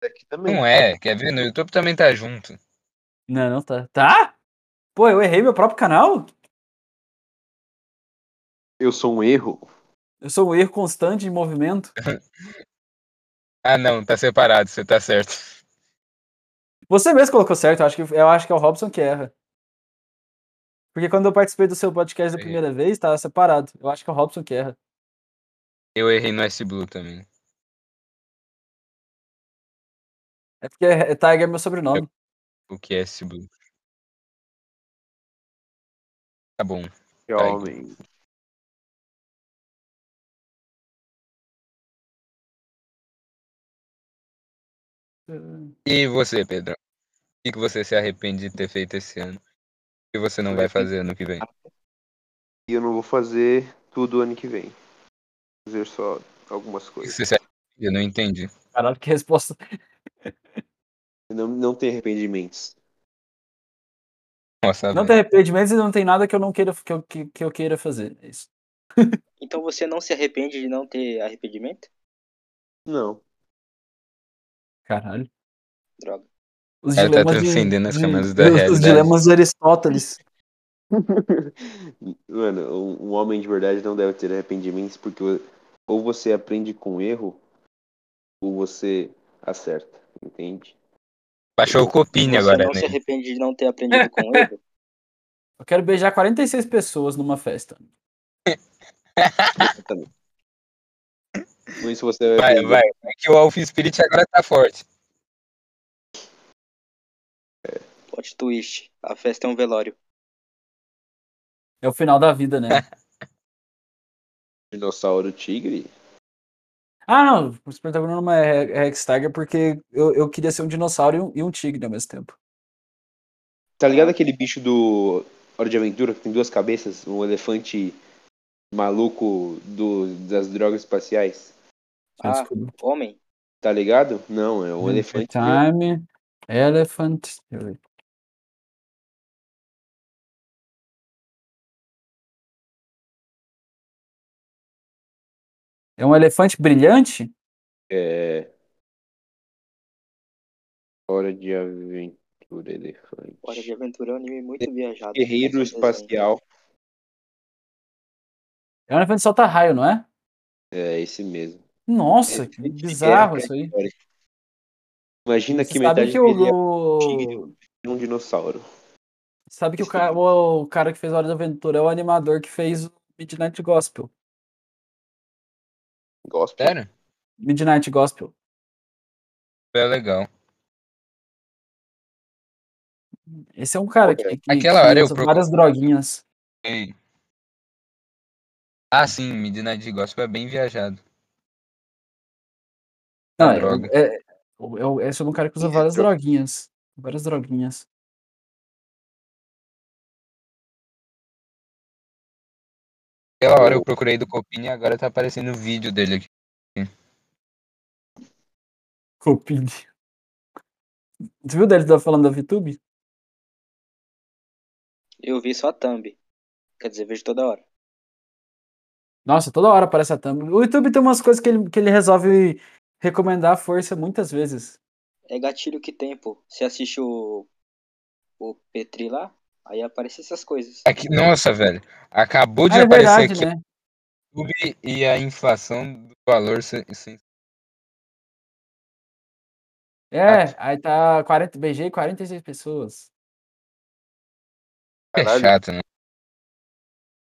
[SPEAKER 9] Aqui também.
[SPEAKER 1] Não é, quer ver? No YouTube também tá junto.
[SPEAKER 4] Não, não tá. Tá? Pô, eu errei meu próprio canal?
[SPEAKER 9] Eu sou um erro.
[SPEAKER 4] Eu sou um erro constante em movimento.
[SPEAKER 1] Ah, não, tá separado, você tá certo.
[SPEAKER 4] Você mesmo colocou certo, eu acho que, eu acho que é o Robson que erra. Porque quando eu participei do seu podcast da
[SPEAKER 1] Errei.
[SPEAKER 4] primeira vez, tava separado. Eu acho que é o Robson que erra.
[SPEAKER 1] Eu errei no S-Blue também.
[SPEAKER 4] É porque é- é Tiger é meu sobrenome.
[SPEAKER 1] O que é S-Blue? Tá bom.
[SPEAKER 9] Que
[SPEAKER 1] Tiger.
[SPEAKER 9] homem.
[SPEAKER 1] E você, Pedro? O que que você se arrepende de ter feito esse ano? O que você não vai fazer ano que vem?
[SPEAKER 9] E eu não vou fazer tudo ano que vem. Vou fazer só algumas
[SPEAKER 1] O que
[SPEAKER 9] coisas.
[SPEAKER 1] você se arrepende? Eu não entendi.
[SPEAKER 4] Caralho, que resposta.
[SPEAKER 1] Tá
[SPEAKER 9] Eu Não, não tenho arrependimentos.
[SPEAKER 1] Nossa,
[SPEAKER 4] Não
[SPEAKER 1] velho.
[SPEAKER 4] tem arrependimentos e não tem nada que eu não queira que eu, que, que eu queira fazer. É isso.
[SPEAKER 8] Então você não se arrepende de não ter arrependimento?
[SPEAKER 9] Não.
[SPEAKER 4] Caralho.
[SPEAKER 8] Droga.
[SPEAKER 4] Os
[SPEAKER 1] cara tá
[SPEAKER 4] dilemas
[SPEAKER 1] transcendendo
[SPEAKER 4] de,
[SPEAKER 1] as
[SPEAKER 4] de-
[SPEAKER 1] camadas da
[SPEAKER 4] os- Os
[SPEAKER 1] realidade.
[SPEAKER 4] dilemas de Aristóteles.
[SPEAKER 9] Mano, um, um homem de verdade não deve ter arrependimentos porque ou você aprende com erro ou você acerta. Entende?
[SPEAKER 1] Baixou o Copini
[SPEAKER 8] Você
[SPEAKER 1] agora,
[SPEAKER 8] não se
[SPEAKER 1] né?
[SPEAKER 8] arrepende de não ter aprendido com ele?
[SPEAKER 4] Eu quero beijar 46 pessoas numa festa.
[SPEAKER 9] Exatamente. Com isso você vai
[SPEAKER 1] Vai,
[SPEAKER 9] aprender.
[SPEAKER 1] vai. É que o Alpha Spirit agora tá forte.
[SPEAKER 8] Plot twist. A festa é um velório.
[SPEAKER 4] É o final da vida, né?
[SPEAKER 9] Dinossauro tigre?
[SPEAKER 4] Ah, não. Os protagonistas não é Re- Rex Tiger porque eu, eu queria ser um dinossauro e um, e um tigre ao mesmo tempo.
[SPEAKER 9] Tá ligado aquele bicho do Hora de Aventura que tem duas cabeças? Um elefante maluco do, das drogas espaciais?
[SPEAKER 4] Gente,
[SPEAKER 8] Ah,
[SPEAKER 4] desculpa.
[SPEAKER 8] homem.
[SPEAKER 9] Tá ligado? Não, é um
[SPEAKER 4] Winter
[SPEAKER 9] elefante.
[SPEAKER 4] Time, Elephant. Theory. É um elefante brilhante?
[SPEAKER 9] É. Hora de Aventura, elefante.
[SPEAKER 8] Hora de aventura é um anime muito viajado.
[SPEAKER 9] Guerreiro
[SPEAKER 8] Parece um desenho.
[SPEAKER 9] espacial.
[SPEAKER 4] É um elefante que solta raio, não é?
[SPEAKER 9] É esse mesmo.
[SPEAKER 4] Nossa, que
[SPEAKER 9] Elefante de
[SPEAKER 4] bizarro
[SPEAKER 9] guerra
[SPEAKER 4] isso aí.
[SPEAKER 9] pré-histórico. Imagina
[SPEAKER 4] Você
[SPEAKER 9] que
[SPEAKER 4] sabe
[SPEAKER 9] metade
[SPEAKER 4] que
[SPEAKER 9] dele
[SPEAKER 4] o, o-
[SPEAKER 9] é um dinossauro.
[SPEAKER 4] sabe que o cara, o, cara que fez Hora da Aventura é o animador que fez o Midnight Gospel.
[SPEAKER 9] Gospel.
[SPEAKER 1] Sério?
[SPEAKER 4] Midnight Gospel.
[SPEAKER 1] É legal.
[SPEAKER 4] Esse é um cara que, que,
[SPEAKER 1] Aquela
[SPEAKER 4] que
[SPEAKER 1] hora eu
[SPEAKER 4] usa várias droguinhas.
[SPEAKER 1] procurei. Ah, sim, Midnight Gospel é bem viajado. Da
[SPEAKER 4] Não, é,
[SPEAKER 1] droga.
[SPEAKER 4] é, é, é, é sobre um cara que usa
[SPEAKER 9] Isso,
[SPEAKER 4] várias
[SPEAKER 9] droga.
[SPEAKER 4] droguinhas. Várias droguinhas.
[SPEAKER 1] Aquela É hora eu procurei do Copini e agora tá aparecendo o vídeo dele aqui.
[SPEAKER 4] Coping. Você viu dele falando da VTube?
[SPEAKER 8] Eu vi só a thumb. Quer dizer, vejo toda hora.
[SPEAKER 4] Nossa, toda hora aparece a thumb. O YouTube tem umas coisas que ele, que ele resolve recomendar à força muitas vezes.
[SPEAKER 8] É gatilho que tem, pô. Você assiste o, o Petri lá, aí aparecem essas coisas.
[SPEAKER 1] Aqui, nossa, velho. Acabou de
[SPEAKER 4] Ah, é
[SPEAKER 1] aparecer
[SPEAKER 4] verdade,
[SPEAKER 1] aqui
[SPEAKER 4] né?
[SPEAKER 1] o YouTube e a inflação do valor. se- se- Ah.
[SPEAKER 4] É, aí tá 40, beijei 46 pessoas.
[SPEAKER 1] É
[SPEAKER 9] Caralho.
[SPEAKER 1] chato, né?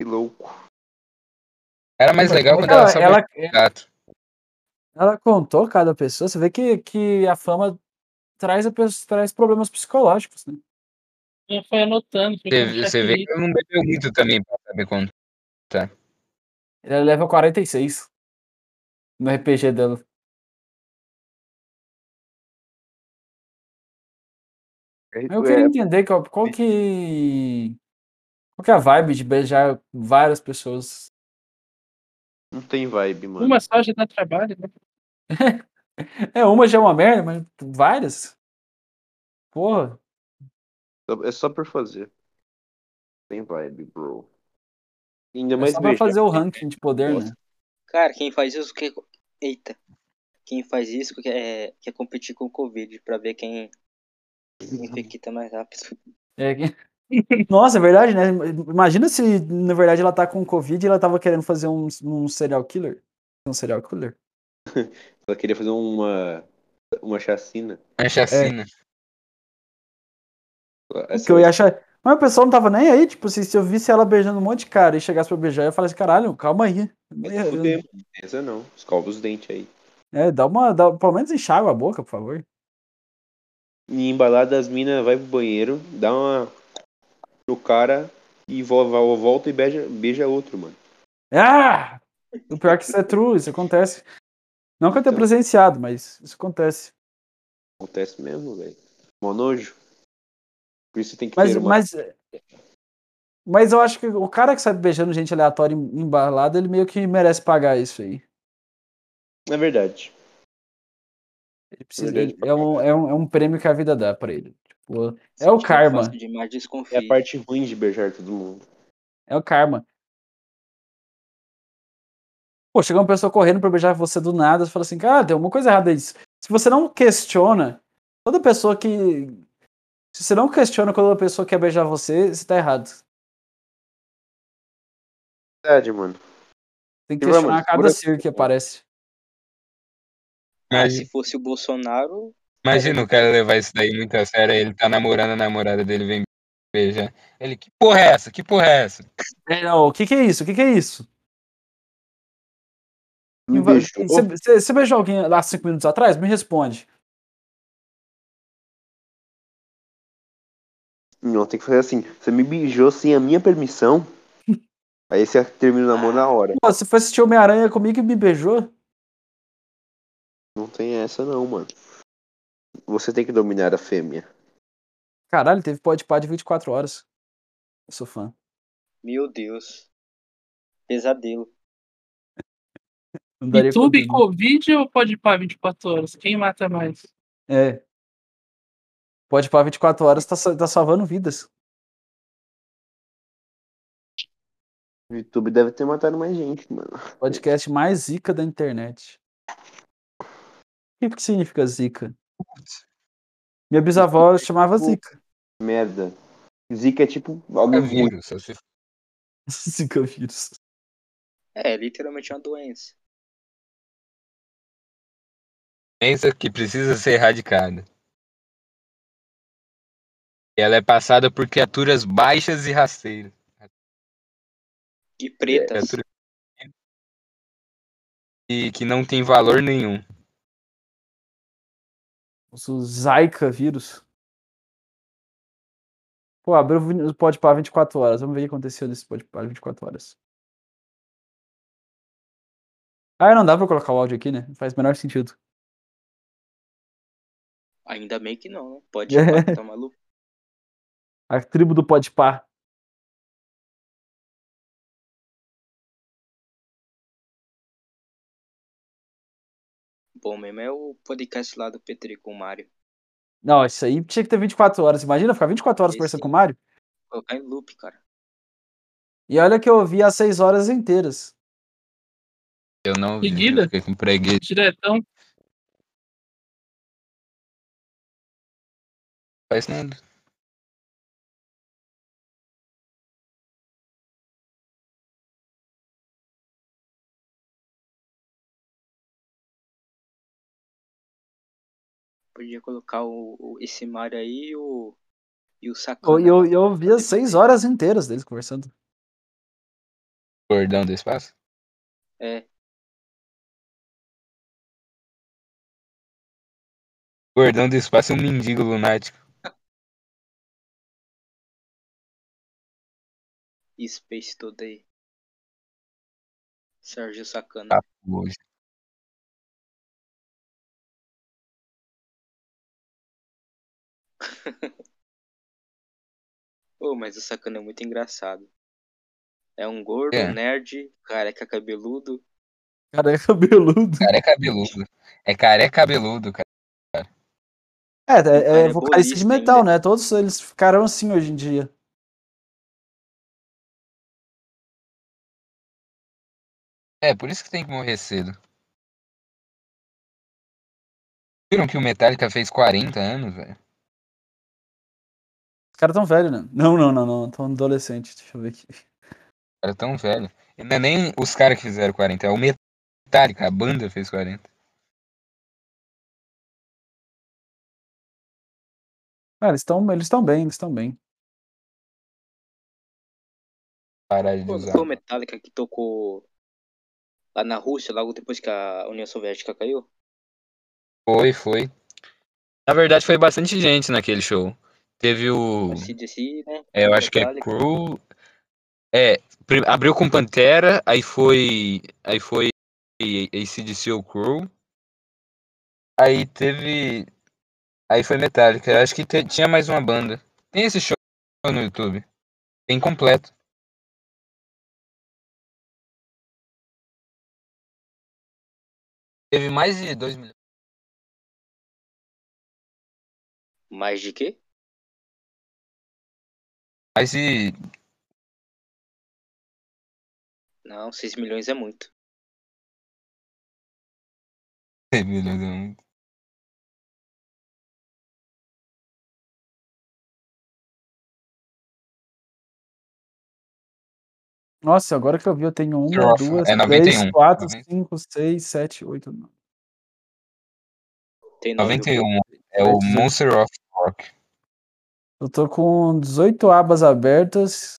[SPEAKER 9] Que louco.
[SPEAKER 1] Era mais legal quando
[SPEAKER 4] Ela-
[SPEAKER 1] ela só
[SPEAKER 4] é ela-
[SPEAKER 1] beijava o gato.
[SPEAKER 4] Ela contou cada pessoa, você vê que, que a fama traz, a pessoa, traz problemas psicológicos, né?
[SPEAKER 6] Ela foi anotando. Foi
[SPEAKER 1] Você, você vê que ela não bebeu muito também pra saber quando. Tá.
[SPEAKER 4] Ela leva 46 no RPG dela.
[SPEAKER 9] É,
[SPEAKER 4] Mas
[SPEAKER 9] Tipo,
[SPEAKER 4] Eu queria entender qual, qual que. Qual que é a vibe de beijar várias pessoas?
[SPEAKER 9] Não tem vibe, mano.
[SPEAKER 6] Uma só já dá trabalho, né?
[SPEAKER 4] É, uma já é uma merda, mas várias? Porra.
[SPEAKER 9] Só- É só por fazer. Tem vibe, bro. Ainda
[SPEAKER 4] É
[SPEAKER 9] mais
[SPEAKER 4] só pra
[SPEAKER 9] beijar.
[SPEAKER 4] fazer o ranking de poder, né?
[SPEAKER 8] Cara, quem faz isso que. Eita. Quem faz isso que é, quer competir com o Covid pra ver quem infecta mais rápido.
[SPEAKER 4] É que- Nossa, é verdade, né? Imagina se, na verdade, ela tá com Covid e ela tava querendo fazer um, um serial killer. Um serial killer.
[SPEAKER 9] Ela queria fazer uma, uma chacina.
[SPEAKER 1] A
[SPEAKER 4] É.
[SPEAKER 1] chacina.
[SPEAKER 9] É
[SPEAKER 4] Porque eu ia achar. Mas o pessoal não tava nem aí, tipo, assim, se eu visse ela beijando um monte de cara e chegasse pra eu beijar, eu ia falar assim, caralho, calma aí.
[SPEAKER 9] Mas fudeu, mano. Beleza, não. Escova os dentes aí.
[SPEAKER 4] É, dá uma. Dá, pelo menos enxágua a boca, por favor.
[SPEAKER 9] E embalada as minas, vai pro banheiro, dá uma pro cara e vo- vo- volta e beija, beija outro, mano.
[SPEAKER 4] Ah! O pior é que isso é true, isso acontece. Não que eu tenha presenciado, mas isso acontece.
[SPEAKER 9] Acontece mesmo, velho. Mó nojo. Por isso tem que
[SPEAKER 4] Mas,
[SPEAKER 9] ter uma.
[SPEAKER 4] mas, mas eu acho que o cara que sai beijando gente aleatória em- embalada, ele meio que merece pagar isso aí.
[SPEAKER 9] É verdade.
[SPEAKER 4] Ele precisa-
[SPEAKER 9] Verdade
[SPEAKER 4] ele- é, um, é, um, é um prêmio que a vida dá pra ele. Tipo, é o karma.
[SPEAKER 8] Fácil demais,
[SPEAKER 9] É
[SPEAKER 8] desconfio.
[SPEAKER 9] a parte ruim de beijar todo mundo.
[SPEAKER 4] É o karma. Pô, chega uma pessoa correndo pra beijar você do nada, você fala assim, cara, tem alguma coisa errada disso. Se você não questiona, toda pessoa que. Se você não questiona quando a pessoa quer beijar você, você tá errado.
[SPEAKER 9] Verdade, mano.
[SPEAKER 4] Tem que
[SPEAKER 9] Sim, vamos,
[SPEAKER 4] questionar cada
[SPEAKER 9] segura-
[SPEAKER 4] ser que aparece.
[SPEAKER 8] Ah,
[SPEAKER 1] Imagina,
[SPEAKER 8] se fosse o Bolsonaro,
[SPEAKER 1] imagina o cara levar isso daí muito a sério. aí Ele tá namorando a namorada dele, vem beijar. Ele, que porra é essa? Que porra é essa?
[SPEAKER 4] É, não, o que que é isso? O que que é isso?
[SPEAKER 9] Me
[SPEAKER 4] Inva-
[SPEAKER 9] beijou.
[SPEAKER 4] Você você- você beijou alguém lá cinco minutos atrás? Me responde.
[SPEAKER 9] Não, tem que fazer assim. Você me beijou sem a minha permissão. Aí você termina o namoro na hora.
[SPEAKER 4] Pô, você foi assistir Homem-Aranha comigo e me beijou?
[SPEAKER 9] Não tem essa não, mano. Você tem que dominar a fêmea.
[SPEAKER 4] Caralho, teve pode de 24 horas. Eu sou fã.
[SPEAKER 8] meu Deus. Pesadelo.
[SPEAKER 4] Não daria
[SPEAKER 6] YouTube,
[SPEAKER 4] conta,
[SPEAKER 6] Covid ou pode par 24 horas? Quem mata mais?
[SPEAKER 4] né? É. Pode para 24 horas tá, sa- tá salvando vidas.
[SPEAKER 9] O YouTube deve ter matado mais gente, mano.
[SPEAKER 4] Podcast mais zica da internet. O que, que significa zica? Minha bisavó chamava zica.
[SPEAKER 9] Merda. Zika é tipo algo
[SPEAKER 1] É
[SPEAKER 9] ruim.
[SPEAKER 1] vírus. só se for.
[SPEAKER 4] Zika vírus.
[SPEAKER 8] É, literalmente uma doença.
[SPEAKER 1] Pensa que precisa ser erradicada. E ela é passada por criaturas baixas e rasteiras.
[SPEAKER 8] E
[SPEAKER 9] É,
[SPEAKER 8] pretas.
[SPEAKER 1] Criaturas e que não tem valor nenhum.
[SPEAKER 4] O Zika vírus. Pô, abriu o vi- o pode para 24 horas. Vamos ver o que aconteceu nesse pode para 24 horas. Ah, não dá pra colocar o áudio aqui, né? Não Faz o menor sentido.
[SPEAKER 8] Ainda bem que não, né? Pode pá, tá maluco?
[SPEAKER 4] A tribo do pode par.
[SPEAKER 8] Bom mesmo é o podcast lá do Petri com o Mário.
[SPEAKER 4] Não, isso aí tinha que ter 24 horas. Imagina ficar 24 horas
[SPEAKER 8] Esse-
[SPEAKER 4] conversando com o Mário?
[SPEAKER 8] Colocar em loop, cara.
[SPEAKER 4] E olha que eu ouvi às 6 horas inteiras.
[SPEAKER 1] Eu não vi.
[SPEAKER 6] Seguida?
[SPEAKER 1] Eu fiquei com preguiça.
[SPEAKER 6] Diretão.
[SPEAKER 1] Faz nada.
[SPEAKER 8] Podia colocar o, o- esse Mario aí e o. E o
[SPEAKER 4] Eu,
[SPEAKER 8] Sakana.
[SPEAKER 4] eu, eu vi as seis horas inteiras deles conversando.
[SPEAKER 1] Gordão do espaço?
[SPEAKER 8] É.
[SPEAKER 1] Gordão do espaço é um mendigo lunático.
[SPEAKER 8] E Space Today. Sérgio Sakana.
[SPEAKER 1] Tá, hoje.
[SPEAKER 8] Pô, mas o Sakana é muito engraçado. É um gordo,
[SPEAKER 1] É.
[SPEAKER 8] nerd, careca cabeludo.
[SPEAKER 4] Cara, é cabeludo.
[SPEAKER 1] Cara é cabeludo. É cara é cabeludo, cara.
[SPEAKER 4] É, é,
[SPEAKER 8] cara
[SPEAKER 4] é
[SPEAKER 8] é
[SPEAKER 4] vocalista de
[SPEAKER 8] bolista
[SPEAKER 4] metal,
[SPEAKER 8] ainda.
[SPEAKER 4] né? Todos eles ficaram assim hoje em dia.
[SPEAKER 1] É, por isso que tem que morrer cedo. Viram que o Metallica fez 40 anos, velho?
[SPEAKER 4] Os caras tão velhos, né? Não, não, não, não. Tão adolescente. Deixa eu ver aqui.
[SPEAKER 1] Cara tão velho. E não é nem os caras que fizeram 40, é o Metallica, a banda fez 40.
[SPEAKER 4] Ah, eles estão eles tão bem, eles estão bem.
[SPEAKER 1] Parar de
[SPEAKER 8] Pô, não
[SPEAKER 1] usar.
[SPEAKER 8] foi o Metallica que tocou lá na Rússia, logo depois que a União Soviética caiu?
[SPEAKER 1] Foi, foi. Na verdade, foi bastante gente naquele show. Teve o.
[SPEAKER 8] AC/DC, né?
[SPEAKER 1] é, eu acho que é
[SPEAKER 8] Metallica.
[SPEAKER 1] Crew. É, pri- abriu com Pantera, aí foi. Aí foi ACDC ou Crew. Aí teve. Aí foi Metallica. Eu acho que te- tinha mais uma banda. Tem esse show no YouTube. Tem completo. Teve mais de 2 milhões.
[SPEAKER 8] Mais de quê?
[SPEAKER 1] Mais de.
[SPEAKER 8] Não, 6 milhões é muito.
[SPEAKER 1] 6 milhões é muito.
[SPEAKER 4] Nossa, agora que eu vi, eu tenho uma,
[SPEAKER 1] Órfão,
[SPEAKER 4] duas,
[SPEAKER 1] é
[SPEAKER 8] um,
[SPEAKER 4] três,
[SPEAKER 1] 91.
[SPEAKER 4] quatro,
[SPEAKER 1] 90.
[SPEAKER 4] cinco, seis, sete, oito, nove.
[SPEAKER 8] Tem nove o quê?
[SPEAKER 1] 91. É o Monster of Rock.
[SPEAKER 4] Eu tô com 18 abas abertas.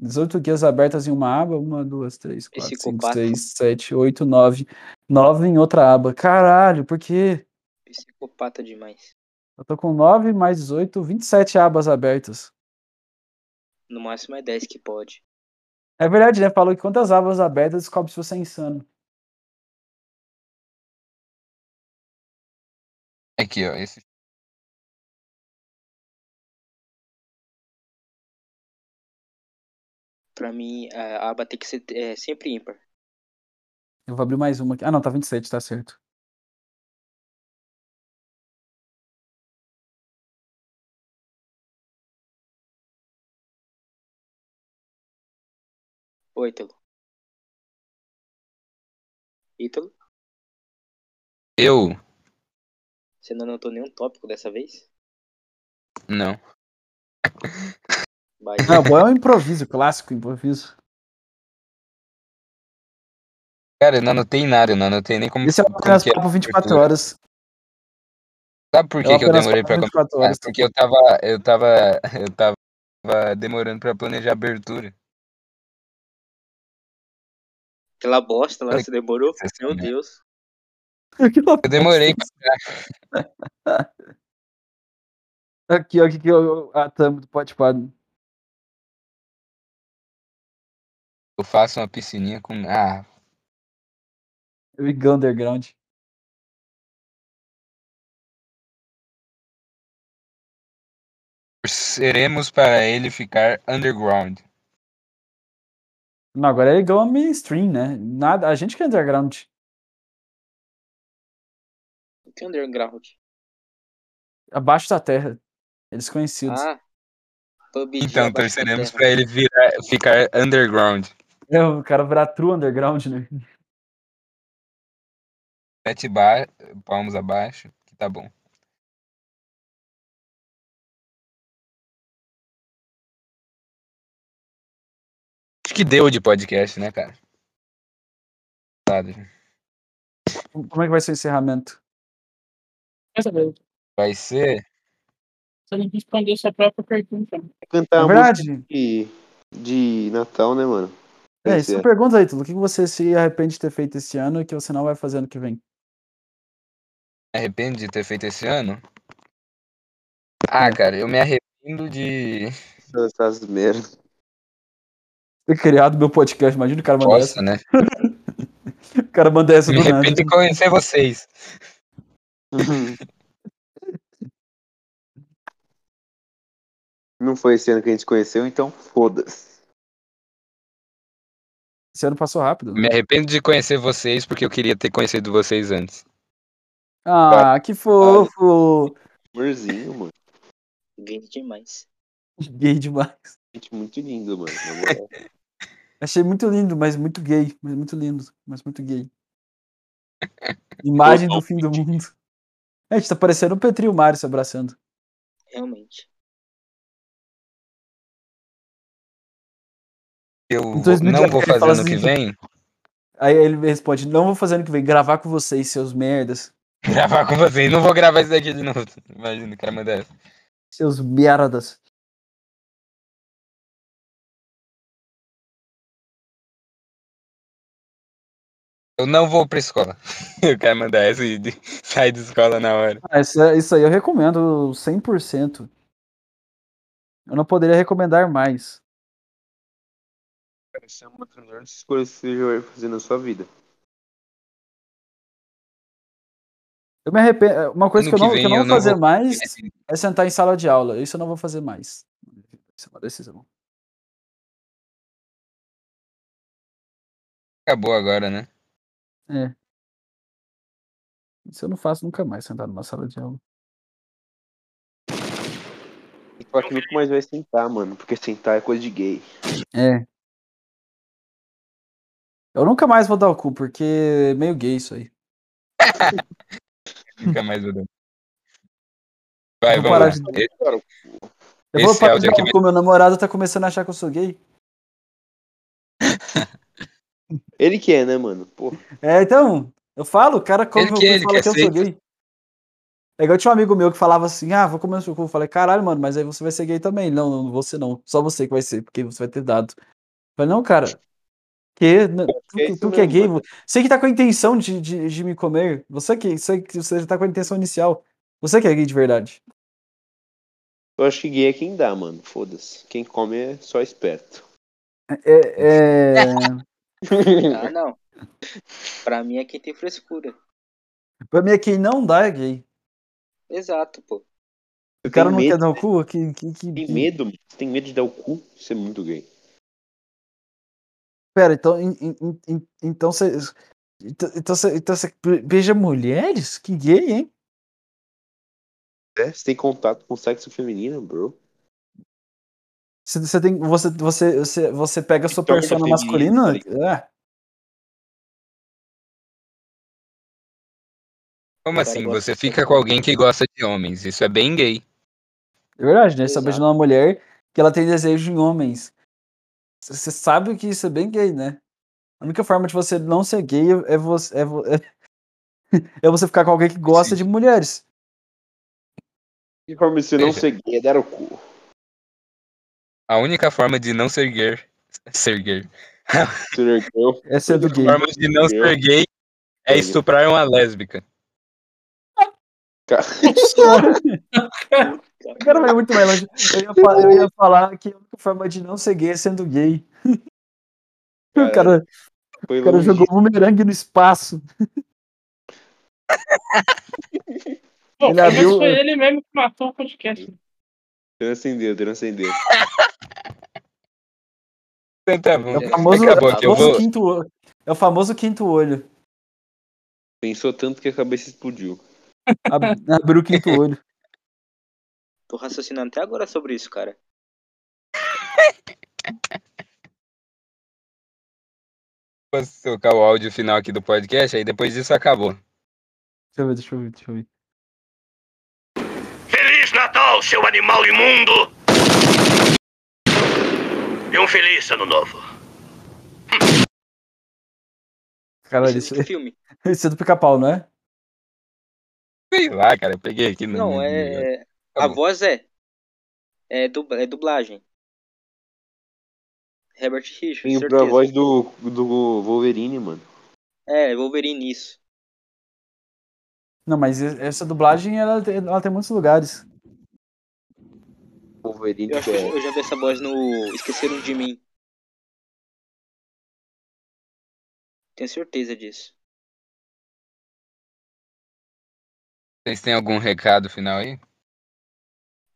[SPEAKER 4] 18 guias abertas em uma aba. Uma, duas, três, quatro, cinco,
[SPEAKER 8] Psicopata.
[SPEAKER 4] seis, sete, oito, nove. Nove em outra aba. Caralho, por quê?
[SPEAKER 8] Psicopata demais.
[SPEAKER 4] Eu tô com 9 mais 18, 27 abas abertas.
[SPEAKER 8] No máximo é 10 que pode.
[SPEAKER 4] É verdade, né? Falou que quantas abas abertas descobre se você é insano.
[SPEAKER 1] Aqui, ó. Esse
[SPEAKER 8] Pra mim, a aba tem que ser é, sempre ímpar.
[SPEAKER 4] Eu vou abrir mais uma aqui. Ah, não, tá 27, tá certo.
[SPEAKER 8] Ô, Ítalo. Ítalo,
[SPEAKER 1] Eu.
[SPEAKER 8] você não anotou nenhum tópico dessa vez?
[SPEAKER 1] Não.
[SPEAKER 8] Bahia.
[SPEAKER 4] Não, bom, é um improviso, clássico improviso.
[SPEAKER 1] Cara, eu não anotei nada, eu não anotei nem como.
[SPEAKER 4] Esse é o
[SPEAKER 1] como
[SPEAKER 4] apenas
[SPEAKER 1] que é a
[SPEAKER 4] papo 24
[SPEAKER 1] abertura.
[SPEAKER 4] horas.
[SPEAKER 1] Sabe por
[SPEAKER 4] É o
[SPEAKER 1] que, que eu
[SPEAKER 4] apenas
[SPEAKER 1] demorei
[SPEAKER 4] papo
[SPEAKER 1] pra
[SPEAKER 4] 24
[SPEAKER 1] começar?
[SPEAKER 4] horas.
[SPEAKER 1] Porque eu tava. Eu tava. Eu tava demorando pra planejar a abertura.
[SPEAKER 8] Aquela bosta lá,
[SPEAKER 1] Olha
[SPEAKER 8] você demorou?
[SPEAKER 1] que sensação, né?
[SPEAKER 8] Meu Deus.
[SPEAKER 1] Eu demorei
[SPEAKER 4] Aqui, ó, aqui que eu. A thumb do Potipado.
[SPEAKER 1] Eu faço uma piscininha com. Ah,
[SPEAKER 4] O Ig Underground.
[SPEAKER 1] torceremos para ele ficar underground.
[SPEAKER 4] Não, agora é igual a mainstream, né? Nada, a gente que é underground.
[SPEAKER 8] O que é underground?
[SPEAKER 4] Abaixo da terra. Eles conhecidos.
[SPEAKER 8] Ah, PUBG
[SPEAKER 1] Então,
[SPEAKER 8] abaixo da
[SPEAKER 1] torceremos
[SPEAKER 8] terra.
[SPEAKER 1] para ele virar, ficar underground.
[SPEAKER 4] É, o cara virar true underground, né?
[SPEAKER 1] Sete ba- palmos abaixo, que tá bom. Acho que deu de podcast, né, cara? Sabe?
[SPEAKER 4] Como é que vai ser o encerramento?
[SPEAKER 6] mesmo.
[SPEAKER 1] Vai ser.
[SPEAKER 6] Você não respondeu sua própria pergunta.
[SPEAKER 9] Cantar
[SPEAKER 1] Tá,
[SPEAKER 4] Na
[SPEAKER 9] uma
[SPEAKER 4] É verdade-
[SPEAKER 9] música de, de Natal, né, mano?
[SPEAKER 4] É,
[SPEAKER 9] Esse
[SPEAKER 4] isso pergunta aí, tudo. O que que você se arrepende de ter feito esse ano e que você não vai fazer ano que vem?
[SPEAKER 1] Me arrependo de ter feito esse ano? Ah,
[SPEAKER 4] É.
[SPEAKER 1] cara, eu me arrependo de.
[SPEAKER 9] ano, essas merdas.
[SPEAKER 4] Ter criado meu podcast, imagina o cara mandar
[SPEAKER 1] Nossa,
[SPEAKER 4] essa.
[SPEAKER 1] né?
[SPEAKER 4] O cara manda essa
[SPEAKER 1] Me
[SPEAKER 4] do nada.
[SPEAKER 1] arrependo de conhecer vocês.
[SPEAKER 9] Não foi esse ano que a gente conheceu, então foda-se.
[SPEAKER 4] Esse ano passou rápido.
[SPEAKER 1] Me arrependo de conhecer vocês porque eu queria ter conhecido vocês antes.
[SPEAKER 4] Ah, que fofo!
[SPEAKER 9] Amorzinho, mano.
[SPEAKER 8] Grande demais.
[SPEAKER 4] Gay demais.
[SPEAKER 9] Gente, muito lindo, mano. na moral.
[SPEAKER 4] Achei muito lindo, mas muito gay. Mas muito lindo, mas muito gay. Imagem do fim do mundo. É, a gente tá parecendo o Petri e o Mário se abraçando.
[SPEAKER 8] Realmente.
[SPEAKER 1] Eu
[SPEAKER 4] Em
[SPEAKER 1] vou-
[SPEAKER 4] 2000
[SPEAKER 1] não vou
[SPEAKER 4] ele fala
[SPEAKER 1] fazer ano
[SPEAKER 4] assim-
[SPEAKER 1] que vem.
[SPEAKER 4] Aí ele responde: Não vou fazer ano que vem, gravar com vocês, seus merdas.
[SPEAKER 1] Gravar com vocês. Não vou gravar isso daqui de novo. Imagina, o cara manda essa.
[SPEAKER 4] Seus merdas.
[SPEAKER 1] Eu não vou pra escola. O cara manda essa e de- sai de escola na hora.
[SPEAKER 4] Ah, isso, isso aí eu recomendo 100%. Eu não poderia recomendar mais.
[SPEAKER 9] Cara, Essa é uma das melhores escolhas que você já vai fazer na sua vida.
[SPEAKER 4] Eu me arrependo. é, Uma coisa
[SPEAKER 1] Ano
[SPEAKER 4] que eu
[SPEAKER 1] que
[SPEAKER 4] não, que
[SPEAKER 1] vem
[SPEAKER 4] eu não
[SPEAKER 1] eu
[SPEAKER 4] vou
[SPEAKER 1] não
[SPEAKER 4] fazer
[SPEAKER 1] vou-
[SPEAKER 4] mais é sentar em sala de aula. Isso eu não vou fazer mais. Isso é uma decisão.
[SPEAKER 1] Acabou agora, né?
[SPEAKER 4] É. Isso eu não faço nunca mais, sentar numa sala de aula.
[SPEAKER 9] Tem que falar que nunca mais vai sentar, mano. Porque sentar é coisa de gay.
[SPEAKER 4] É. Eu nunca mais vou dar o cu, porque é meio gay isso aí.
[SPEAKER 1] Nunca mais eu dou. Vai,
[SPEAKER 4] Vou parar
[SPEAKER 1] Valor.
[SPEAKER 4] de-
[SPEAKER 1] Esse-
[SPEAKER 4] Eu vou
[SPEAKER 1] Esse é
[SPEAKER 4] parar de
[SPEAKER 1] áudio
[SPEAKER 4] dar
[SPEAKER 1] aqui
[SPEAKER 4] o
[SPEAKER 1] vai-
[SPEAKER 4] cu, meu namorado tá começando a achar que eu sou gay.
[SPEAKER 9] Ele que é, né, mano? Porra.
[SPEAKER 4] É, então, eu falo, o cara come
[SPEAKER 1] Ele
[SPEAKER 4] meu
[SPEAKER 1] que
[SPEAKER 4] cu
[SPEAKER 1] é,
[SPEAKER 4] e
[SPEAKER 1] ele
[SPEAKER 4] fala
[SPEAKER 1] que
[SPEAKER 4] que eu sou
[SPEAKER 1] aceita.
[SPEAKER 4] gay. É igual tinha um amigo meu que falava assim, ah, vou comer o seu cu. Eu falei, caralho, mano, mas aí você vai ser gay também. Não, não, você não. Só você que vai ser, porque você vai ter dado. Eu falei, não, cara. Que? N- Tu
[SPEAKER 9] é
[SPEAKER 4] que,
[SPEAKER 9] isso
[SPEAKER 4] tu que é
[SPEAKER 9] mesmo,
[SPEAKER 4] gay?
[SPEAKER 9] mano.
[SPEAKER 4] Você que tá com a intenção de, de, de me comer. Você que, você que você tá com a intenção inicial. Você que é gay de verdade.
[SPEAKER 9] Eu acho que gay é quem dá, mano. Foda-se. Quem come é só esperto.
[SPEAKER 4] É, é...
[SPEAKER 8] Ah, não. Pra mim é quem tem frescura.
[SPEAKER 4] Pra mim é quem não dá é gay.
[SPEAKER 8] Exato, pô.
[SPEAKER 4] O cara
[SPEAKER 9] Tem
[SPEAKER 4] não
[SPEAKER 9] medo,
[SPEAKER 4] quer dar o cu? Que, que, que,
[SPEAKER 9] Tem
[SPEAKER 4] que-
[SPEAKER 9] medo, mano. Você tem medo de dar o cu? Isso é muito gay.
[SPEAKER 4] Pera, então. em- em- em- em- Então você. Então então você então você be- beija mulheres? Que gay, hein?
[SPEAKER 9] É? Você tem contato com o sexo feminino, bro?
[SPEAKER 4] Você, você tem, você, você, você, você pega a sua
[SPEAKER 9] Troca
[SPEAKER 4] persona
[SPEAKER 9] feminino, tá
[SPEAKER 4] masculina? É.
[SPEAKER 1] Como
[SPEAKER 8] cara
[SPEAKER 1] assim?
[SPEAKER 8] gosta
[SPEAKER 1] Você
[SPEAKER 8] de
[SPEAKER 1] fica com alguém que gosta de homens. Isso é bem gay.
[SPEAKER 4] É verdade, né? Você tá
[SPEAKER 8] Exato.
[SPEAKER 4] beijando uma mulher que ela tem desejo em homens. C- Você sabe que isso é bem gay, né? A única forma de você não ser gay é você, é, vo- é você ficar com alguém que gosta de mulheres.
[SPEAKER 9] E como se não
[SPEAKER 1] Veja.
[SPEAKER 9] ser gay é dar o cu.
[SPEAKER 1] A única forma de não ser gay. Ser gay.
[SPEAKER 9] Ser gay.
[SPEAKER 4] É
[SPEAKER 1] A
[SPEAKER 4] sendo
[SPEAKER 1] única
[SPEAKER 4] gay.
[SPEAKER 1] forma de não ser gay é
[SPEAKER 9] Gay.
[SPEAKER 1] estuprar uma lésbica.
[SPEAKER 9] Cara,
[SPEAKER 4] O cara vai muito mais longe. Eu ia, fa- eu ia falar que a única forma de não ser gay é sendo gay. o cara,
[SPEAKER 9] foi
[SPEAKER 4] o cara
[SPEAKER 9] longe.
[SPEAKER 4] jogou um bumerangue no espaço.
[SPEAKER 6] Bom,
[SPEAKER 4] Ele
[SPEAKER 6] pelo menos
[SPEAKER 4] abriu-
[SPEAKER 6] foi ele mesmo que matou o podcast.
[SPEAKER 9] Transcendeu, transcendeu.
[SPEAKER 1] Então tá bom.
[SPEAKER 4] É o famoso,
[SPEAKER 1] Acabou
[SPEAKER 4] é o
[SPEAKER 1] aqui. Eu
[SPEAKER 4] famoso
[SPEAKER 1] vou.
[SPEAKER 4] quinto olho. É o famoso quinto olho.
[SPEAKER 9] Pensou tanto que a cabeça explodiu.
[SPEAKER 4] Ab- Abriu o quinto olho.
[SPEAKER 8] Tô raciocinando até agora sobre isso, cara.
[SPEAKER 1] Vou tocar o áudio final aqui do podcast, aí depois disso acabou.
[SPEAKER 4] Deixa eu ver, deixa eu ver, deixa eu ver.
[SPEAKER 7] Feliz Natal, seu animal imundo! E um feliz ano novo.
[SPEAKER 4] Caralho, isso,
[SPEAKER 8] isso é de que filme?
[SPEAKER 4] isso é do pica-pau, não é?
[SPEAKER 1] Sei lá, cara, eu peguei aqui. no-
[SPEAKER 8] Não,
[SPEAKER 1] no-
[SPEAKER 8] é.
[SPEAKER 1] Tá
[SPEAKER 8] a
[SPEAKER 1] bom.
[SPEAKER 8] voz é. É, dubla- é dublagem. Herbert Richards,
[SPEAKER 10] Tem
[SPEAKER 8] certeza.
[SPEAKER 10] a voz do, do Wolverine, mano.
[SPEAKER 8] É, Wolverine, isso.
[SPEAKER 4] Não, mas e- essa dublagem ela, tem- ela tem muitos lugares.
[SPEAKER 10] Wolverine
[SPEAKER 9] é
[SPEAKER 8] Eu acho que eu já- eu já vi essa voz no Esqueceram de Mim. Tenho certeza disso.
[SPEAKER 1] Vocês têm algum recado final aí?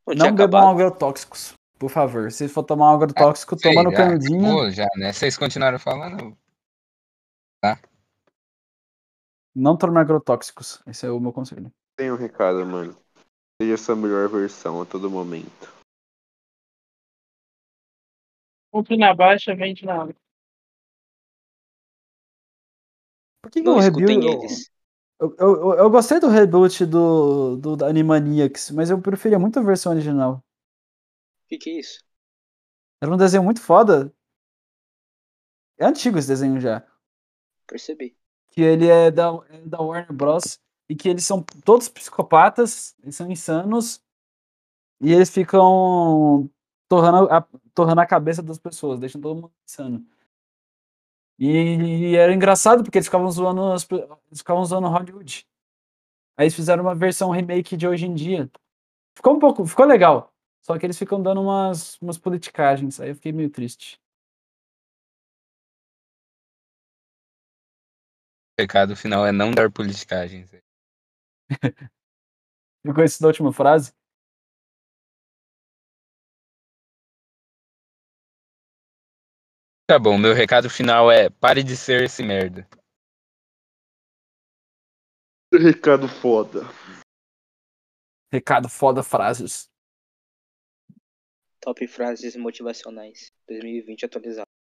[SPEAKER 8] Não tinha
[SPEAKER 4] Não bebam
[SPEAKER 8] acabado.
[SPEAKER 4] agrotóxicos, por favor. Se for tomar um agrotóxico, toma no
[SPEAKER 1] Sei, ah,
[SPEAKER 4] canudinho.
[SPEAKER 1] acabou já, né? Vocês continuaram falando?
[SPEAKER 4] Não tome agrotóxicos. Esse é o meu conselho.
[SPEAKER 10] Tem um recado, mano. Seja sua melhor versão a todo momento.
[SPEAKER 6] Compre na baixa, vende na alta.
[SPEAKER 4] Por que que
[SPEAKER 8] Não
[SPEAKER 4] o
[SPEAKER 8] escutem
[SPEAKER 4] rebuild-
[SPEAKER 8] eles.
[SPEAKER 4] Eu, eu, eu- eu gostei do reboot do, do da Animaniacs, mas eu preferia muito a versão original.
[SPEAKER 8] O que, que é isso?
[SPEAKER 4] Era um desenho muito foda. É antigo esse desenho já.
[SPEAKER 8] Percebi.
[SPEAKER 4] Que ele é da, é da Warner Bros. E que eles são todos psicopatas, eles são insanos. E eles ficam torrando a, torrando a cabeça das pessoas, deixam todo mundo insano. E, era engraçado porque eles ficavam zoando as pe- eles ficavam zoando Hollywood. Aí eles fizeram uma versão remake de hoje em dia. Ficou um pouco, ficou legal. Só que eles ficam dando umas, umas politicagens. Aí eu fiquei meio triste.
[SPEAKER 1] O recado final é não dar politicagem.
[SPEAKER 4] Ficou isso da última frase?
[SPEAKER 1] Tá bom, meu recado final é pare de ser esse merda.
[SPEAKER 4] Um
[SPEAKER 10] Recado foda.
[SPEAKER 4] Recado foda frases.
[SPEAKER 8] Top frases motivacionais. 2020 atualizado.